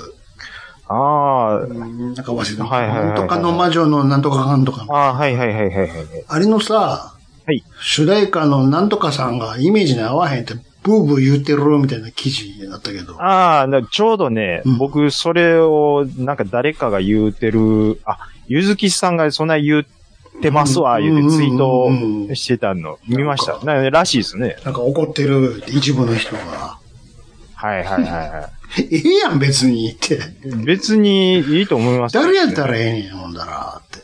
[SPEAKER 3] あー
[SPEAKER 4] うんなんか忘れて
[SPEAKER 3] はいはいはいは
[SPEAKER 4] ないんとかの魔女のなんとかかんとか。
[SPEAKER 3] あー、はいはいはいはいはいはい。
[SPEAKER 4] あれのさ、
[SPEAKER 3] はい
[SPEAKER 4] 主題歌のなんとかさんがイメージに合わへんって、ブーブー言うてるみたいな記事だったけど。
[SPEAKER 3] ああ、なちょうどね、
[SPEAKER 4] うん
[SPEAKER 3] 僕、それを、なんか誰かが言うてる、あ、ゆずきさんがそんな言うってますわ、言うてツイー
[SPEAKER 4] うんうんうんう
[SPEAKER 3] ト
[SPEAKER 4] ん
[SPEAKER 3] してたの、見ました。ならしいですね。
[SPEAKER 4] なんか怒ってるって一部の人が。
[SPEAKER 3] はいはいはいは
[SPEAKER 4] ええやん、別にって。
[SPEAKER 3] い。 別にいいと思いますけどね、
[SPEAKER 4] 誰やったらええねん、ほんだら、って。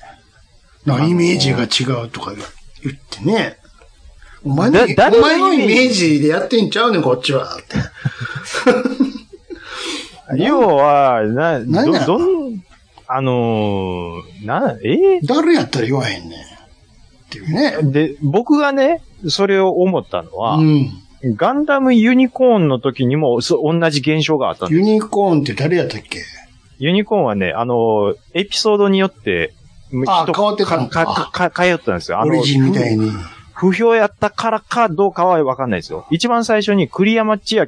[SPEAKER 4] なんかイメージが違うとか言う言ってね。お前の、
[SPEAKER 3] だ誰
[SPEAKER 4] お前の
[SPEAKER 3] のイ
[SPEAKER 4] イ
[SPEAKER 3] メージ
[SPEAKER 4] メージでやってんちゃうねん、こっちは、って。
[SPEAKER 3] 要は、な、
[SPEAKER 4] なん
[SPEAKER 3] ど、
[SPEAKER 4] や
[SPEAKER 3] どん、あのー、な、え
[SPEAKER 4] 誰やったら言わへんねん。っていうね。
[SPEAKER 3] ーで、僕がね、それを思ったのは、
[SPEAKER 4] うん。
[SPEAKER 3] ガンダムユニコーンの時にも、そ同じ現象があったんです
[SPEAKER 4] ユニコーンって誰やったっけ
[SPEAKER 3] ユニコーンはね、あの、エピソードによって、
[SPEAKER 4] あ
[SPEAKER 3] 人
[SPEAKER 4] 変わってたの
[SPEAKER 3] か、か、か、変えよったんですよ。あ
[SPEAKER 4] オ
[SPEAKER 3] の
[SPEAKER 4] リジンみたいに。
[SPEAKER 3] 不評やったからかどうかはわかんないですよ。一番最初に栗山千明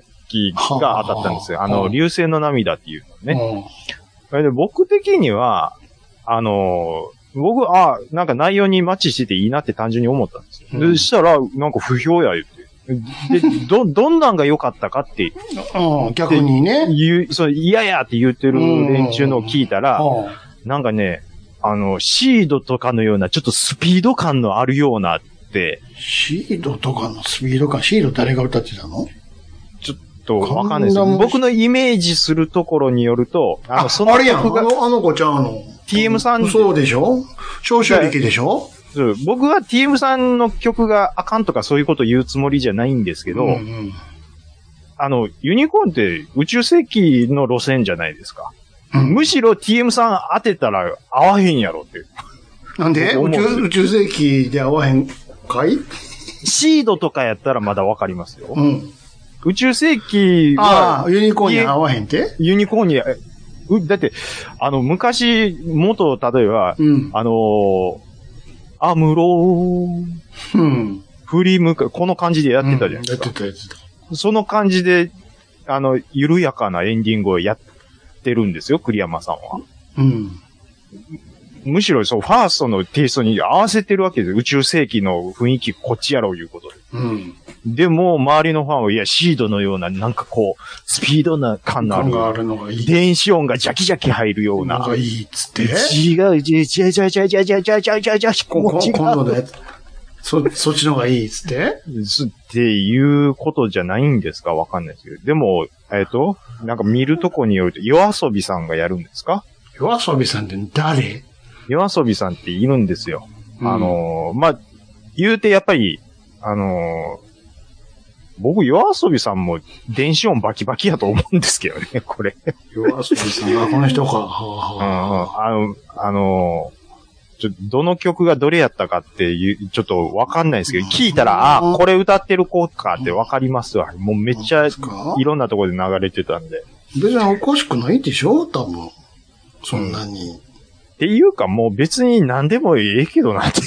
[SPEAKER 3] が当たったんですよ。
[SPEAKER 4] は
[SPEAKER 3] あ
[SPEAKER 4] あはあ
[SPEAKER 3] の、流星の涙っていうのね。
[SPEAKER 4] うん
[SPEAKER 3] それで僕的には、あの、僕、あなんか内容にマッチしてていいなって単純に思ったんですよ。
[SPEAKER 4] う
[SPEAKER 3] で
[SPEAKER 4] ん
[SPEAKER 3] したら、なんか不評や言って。で、ど、どんなんが良かったかって
[SPEAKER 4] うん、逆にね。
[SPEAKER 3] 言う、そう、嫌やって言ってる連中のを聞いたら、
[SPEAKER 4] うん
[SPEAKER 3] なんかね、あの、シードとかのような、ちょっとスピード感のあるようなって、
[SPEAKER 4] シードとかのスピード感、シード誰が歌ってたの
[SPEAKER 3] と、わかんないです
[SPEAKER 4] ガンダム
[SPEAKER 3] 僕のイメージするところによると、あの、その
[SPEAKER 4] あれやん、あ
[SPEAKER 3] 曲が、
[SPEAKER 4] の、あの子ちゃうの。
[SPEAKER 3] TM さん
[SPEAKER 4] そうでしょ少々力でしょ
[SPEAKER 3] そう僕は TM さんの曲があかんとかそういうこと言うつもりじゃないんですけど、
[SPEAKER 4] うんうん
[SPEAKER 3] あの、ユニコーンって宇宙世紀の路線じゃないですか。
[SPEAKER 4] うん
[SPEAKER 3] むしろ TM さん当てたら合わへんやろっていう。
[SPEAKER 4] なんで
[SPEAKER 3] 思う
[SPEAKER 4] 宇宙、宇宙世紀で会わへんかい
[SPEAKER 3] シードとかやったらまだわかりますよ。
[SPEAKER 4] うん。
[SPEAKER 3] 宇宙世紀は
[SPEAKER 4] ああ、ユニコーンに会わへんて
[SPEAKER 3] ユニコーンに、えうだって、あの、昔、元、例えば、
[SPEAKER 4] うん。
[SPEAKER 3] あのーアムロー、
[SPEAKER 4] うん。
[SPEAKER 3] 振り向か、この感じでやってたじゃないです
[SPEAKER 4] や
[SPEAKER 3] か。
[SPEAKER 4] ってた、やってた。
[SPEAKER 3] その感じで、あの、緩やかなエンディングをやってるんですよ、栗山さんは。
[SPEAKER 4] うん。
[SPEAKER 3] むしろ、そう、ファーストのテイストに合わせてるわけですよ。宇宙世紀の雰囲気、こっちやろういうことで。
[SPEAKER 4] うん。
[SPEAKER 3] でも、周りのファンは、いや、シードのような、なんかこう、スピードな感のあ
[SPEAKER 4] 感があ
[SPEAKER 3] る、
[SPEAKER 4] るのがいい。
[SPEAKER 3] 電子音がジャキジャキ入るよう
[SPEAKER 4] な
[SPEAKER 3] な。
[SPEAKER 4] んかいいっつって。
[SPEAKER 3] 違う、違う、違う、違う、違う、違う、違う、違う、違う、違う、違う、
[SPEAKER 4] ここ今度のやつ。そ、そっちの方がいいっつって
[SPEAKER 3] っていうことじゃないんですかわかんないですけど。でも、えっ、と、なんか見るとこによると、夜遊びさんがやるんですか
[SPEAKER 4] 夜遊びさんって誰
[SPEAKER 3] 夜遊びさんっているんですよ。あ、のーまあ、言うてやっぱり、あのー僕、夜遊びさんも電子音バキバキやと思うんですけどね、 これ。
[SPEAKER 4] 夜遊びさんがこの人か。はあ
[SPEAKER 3] うん、
[SPEAKER 4] はあ
[SPEAKER 3] あの、あのーちょ、どの曲がどれやったかっていう、ちょっとわかんないですけど、聞いたら、あ、これ歌ってる子かってわかりますわ。もうめっちゃ
[SPEAKER 4] ですか
[SPEAKER 3] いろんなところで流れてたんで。
[SPEAKER 4] 別におかしくないでしょ多分。そんなに。
[SPEAKER 3] っていうかもう別に何でもええけどな って。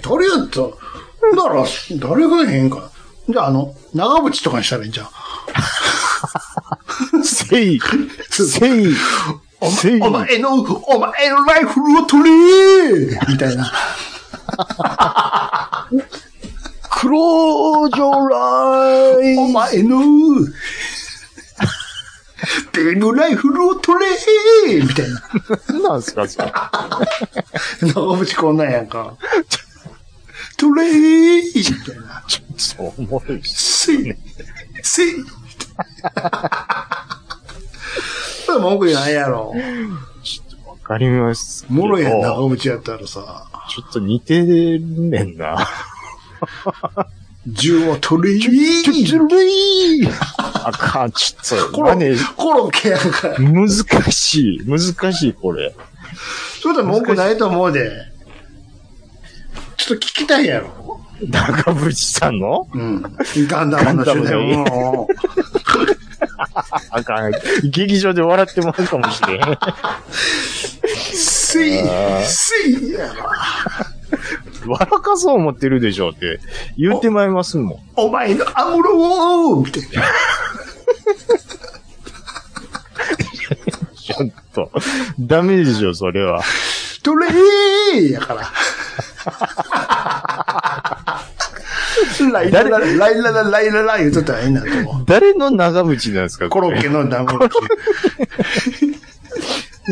[SPEAKER 4] 誰やっただから、誰が変か。じゃあ、あの、長渕とかにしたらいいんじゃん。
[SPEAKER 3] せい、せい、せい。
[SPEAKER 4] お前の、お前のライフルを取れみたいな。
[SPEAKER 3] クロージョライ
[SPEAKER 4] お前の、ビームライフルを取れみたいな。
[SPEAKER 3] 何なんすか、それ。
[SPEAKER 4] 長渕こんなんやんか。取れーみたいな。
[SPEAKER 3] そう思うし。
[SPEAKER 4] せい、せい。 それ文句ないやろ。
[SPEAKER 3] わかりますけど。
[SPEAKER 4] もろやん、長渕やったらさ、
[SPEAKER 3] ちょっと似てんねんな。
[SPEAKER 4] 銃を取り、
[SPEAKER 3] あかん、ちょっと。
[SPEAKER 4] コ
[SPEAKER 3] まあ
[SPEAKER 4] ロ
[SPEAKER 3] ね、
[SPEAKER 4] コロッケやんか。
[SPEAKER 3] 難しい。難しい、これ。
[SPEAKER 4] それと文句ないと思うで。ちょっと聞きたいやろ。
[SPEAKER 3] 長渕さんの
[SPEAKER 4] うん。ガンダムの主題
[SPEAKER 3] ガン
[SPEAKER 4] うん
[SPEAKER 3] あかん。劇場で笑ってもらうかもしれん。
[SPEAKER 4] せい、せいやろ。
[SPEAKER 3] 笑かそう思ってるでしょうって言ってまいりますもん。
[SPEAKER 4] お前のアムロをみたいな。
[SPEAKER 3] ちょっと。ダメでしょ、それは。
[SPEAKER 4] 取れーやから。ライララ、ライララ、ライララ言うとったらええなと思う。
[SPEAKER 3] 誰の長渕なんですか
[SPEAKER 4] コロッケのダムロッケ。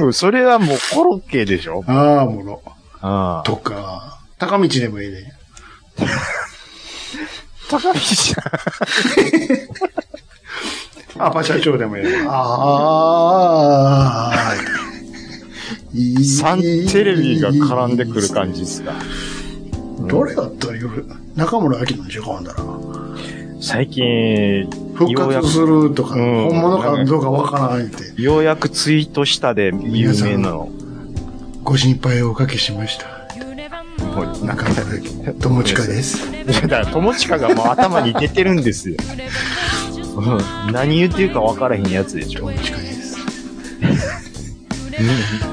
[SPEAKER 3] ケ。それはもうコロッケでしょ
[SPEAKER 4] ああ、おもろ。
[SPEAKER 3] あ
[SPEAKER 4] とか、高道でもいいね。
[SPEAKER 3] 高道さん。
[SPEAKER 4] アパ社長でもいいね。ああ、いい
[SPEAKER 3] 3テレビが絡んでくる感じですか。
[SPEAKER 4] どれだったら夜、中村明の時間だな。
[SPEAKER 3] 最近、
[SPEAKER 4] 復
[SPEAKER 3] ようや
[SPEAKER 4] 活するとか、
[SPEAKER 3] うん
[SPEAKER 4] 本物かどうかわからないって、
[SPEAKER 3] く、ようやくツイートしたで有名なの。
[SPEAKER 4] ご心配をおかけしました。
[SPEAKER 3] もう
[SPEAKER 4] 中村明、友近です。
[SPEAKER 3] いやだから、友近がもう頭に出てるんですよ。うん何言ってるか分からへんやつでしょ。
[SPEAKER 4] 友近です。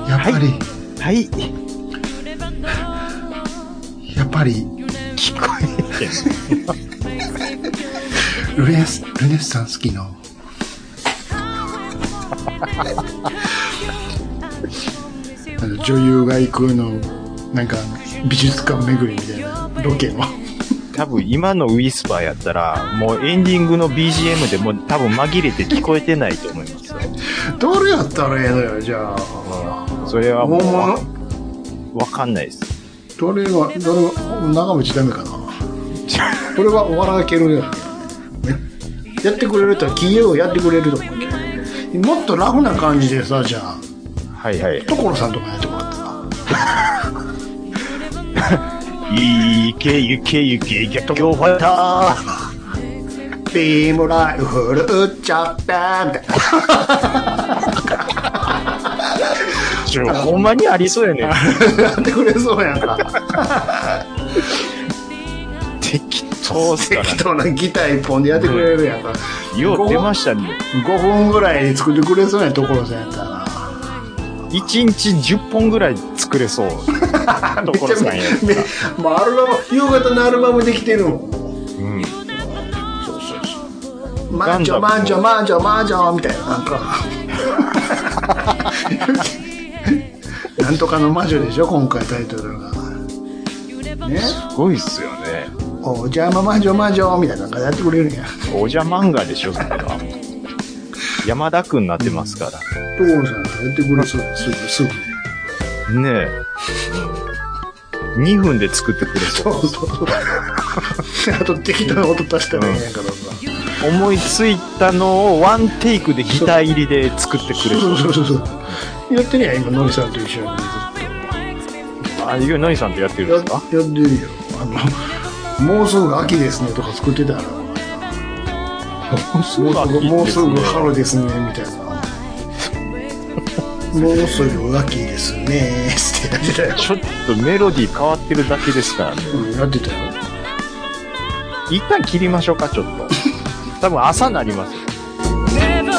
[SPEAKER 4] やっぱり、
[SPEAKER 3] はい。
[SPEAKER 4] やっぱり、
[SPEAKER 3] 聞こえてる。
[SPEAKER 4] ルネス、ルネッサンス期の、あの女優が行くの、なんか、美術館巡りみたいなロケの。
[SPEAKER 3] 多分今のウィスパーやったら、もうエンディングの BGM でもう多分紛れて聞こえてないと思いますよ。
[SPEAKER 4] どれやったらええのよ、じゃあ。
[SPEAKER 3] それはも
[SPEAKER 4] 本
[SPEAKER 3] うわ
[SPEAKER 4] 物
[SPEAKER 3] わかんないです。
[SPEAKER 4] どれは、どれは、長渕ダメかな。これは笑いけるよ。やってくれるとは企業がやってくれると思うけど。もっとラフな感じでさ、じゃあ、
[SPEAKER 3] はいはい。
[SPEAKER 4] 所さんとかやってもらったら。
[SPEAKER 3] いけいけいけいけ、今日ファイター
[SPEAKER 4] ビームライフル打っちゃったみたいな。
[SPEAKER 3] ちょほんまにありそうやねん。
[SPEAKER 4] やってくれそうやんか。
[SPEAKER 3] 適当っすから。
[SPEAKER 4] 適当なギター一本でやってくれるやんか。
[SPEAKER 3] よう出ましたね。
[SPEAKER 4] 5分ぐらいで作ってくれそうやん、所さんやったらな。
[SPEAKER 3] 1日10本ぐらい作れそう。ところさんや。
[SPEAKER 4] めっちゃめもうアルバム夕方のアルバムできてるもん
[SPEAKER 3] うん。
[SPEAKER 4] そうそうそうマンジョマ
[SPEAKER 3] ガンダムも
[SPEAKER 4] ンジョマンジョマンジョみたいななんか なんとかの魔女でしょ今回タイトルがね
[SPEAKER 3] すごいっすよね。
[SPEAKER 4] お邪魔魔女魔女みたいななんかやってくれるんや
[SPEAKER 3] おじゃ漫画でしょ、それは。山田くんなってますから。
[SPEAKER 4] 所さんとやってくれそうすぐすぐ
[SPEAKER 3] ねえ。2分で作ってくれそ。
[SPEAKER 4] そううそうそうあと適当な音足したらいいんやからさ、
[SPEAKER 3] 思いついたのをワンテイクでギター入りで作ってくれ
[SPEAKER 4] そ
[SPEAKER 3] そうう。
[SPEAKER 4] そうそうそうやってるやん今ノリさんと一緒にずっと
[SPEAKER 3] あ、ゆうのりさんとやってるん
[SPEAKER 4] や
[SPEAKER 3] で
[SPEAKER 4] やっ
[SPEAKER 3] すか
[SPEAKER 4] てるよあのもうすぐ秋ですねとか作ってたらもうすぐ
[SPEAKER 3] 秋ですね
[SPEAKER 4] もうすぐ春ですねみたいな もうすぐ秋ですねってやってたよ
[SPEAKER 3] ちょっとメロディー変わってるだけですからね。
[SPEAKER 4] うん やってたよ
[SPEAKER 3] 一旦切りましょうか、ちょっと。多分朝なりますよ。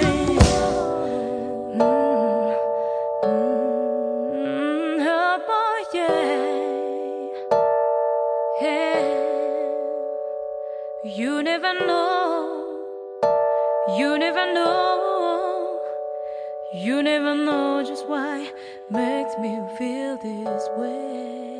[SPEAKER 7] Mm-hmm. You never know, you never know, you never know just why makes me feel this way.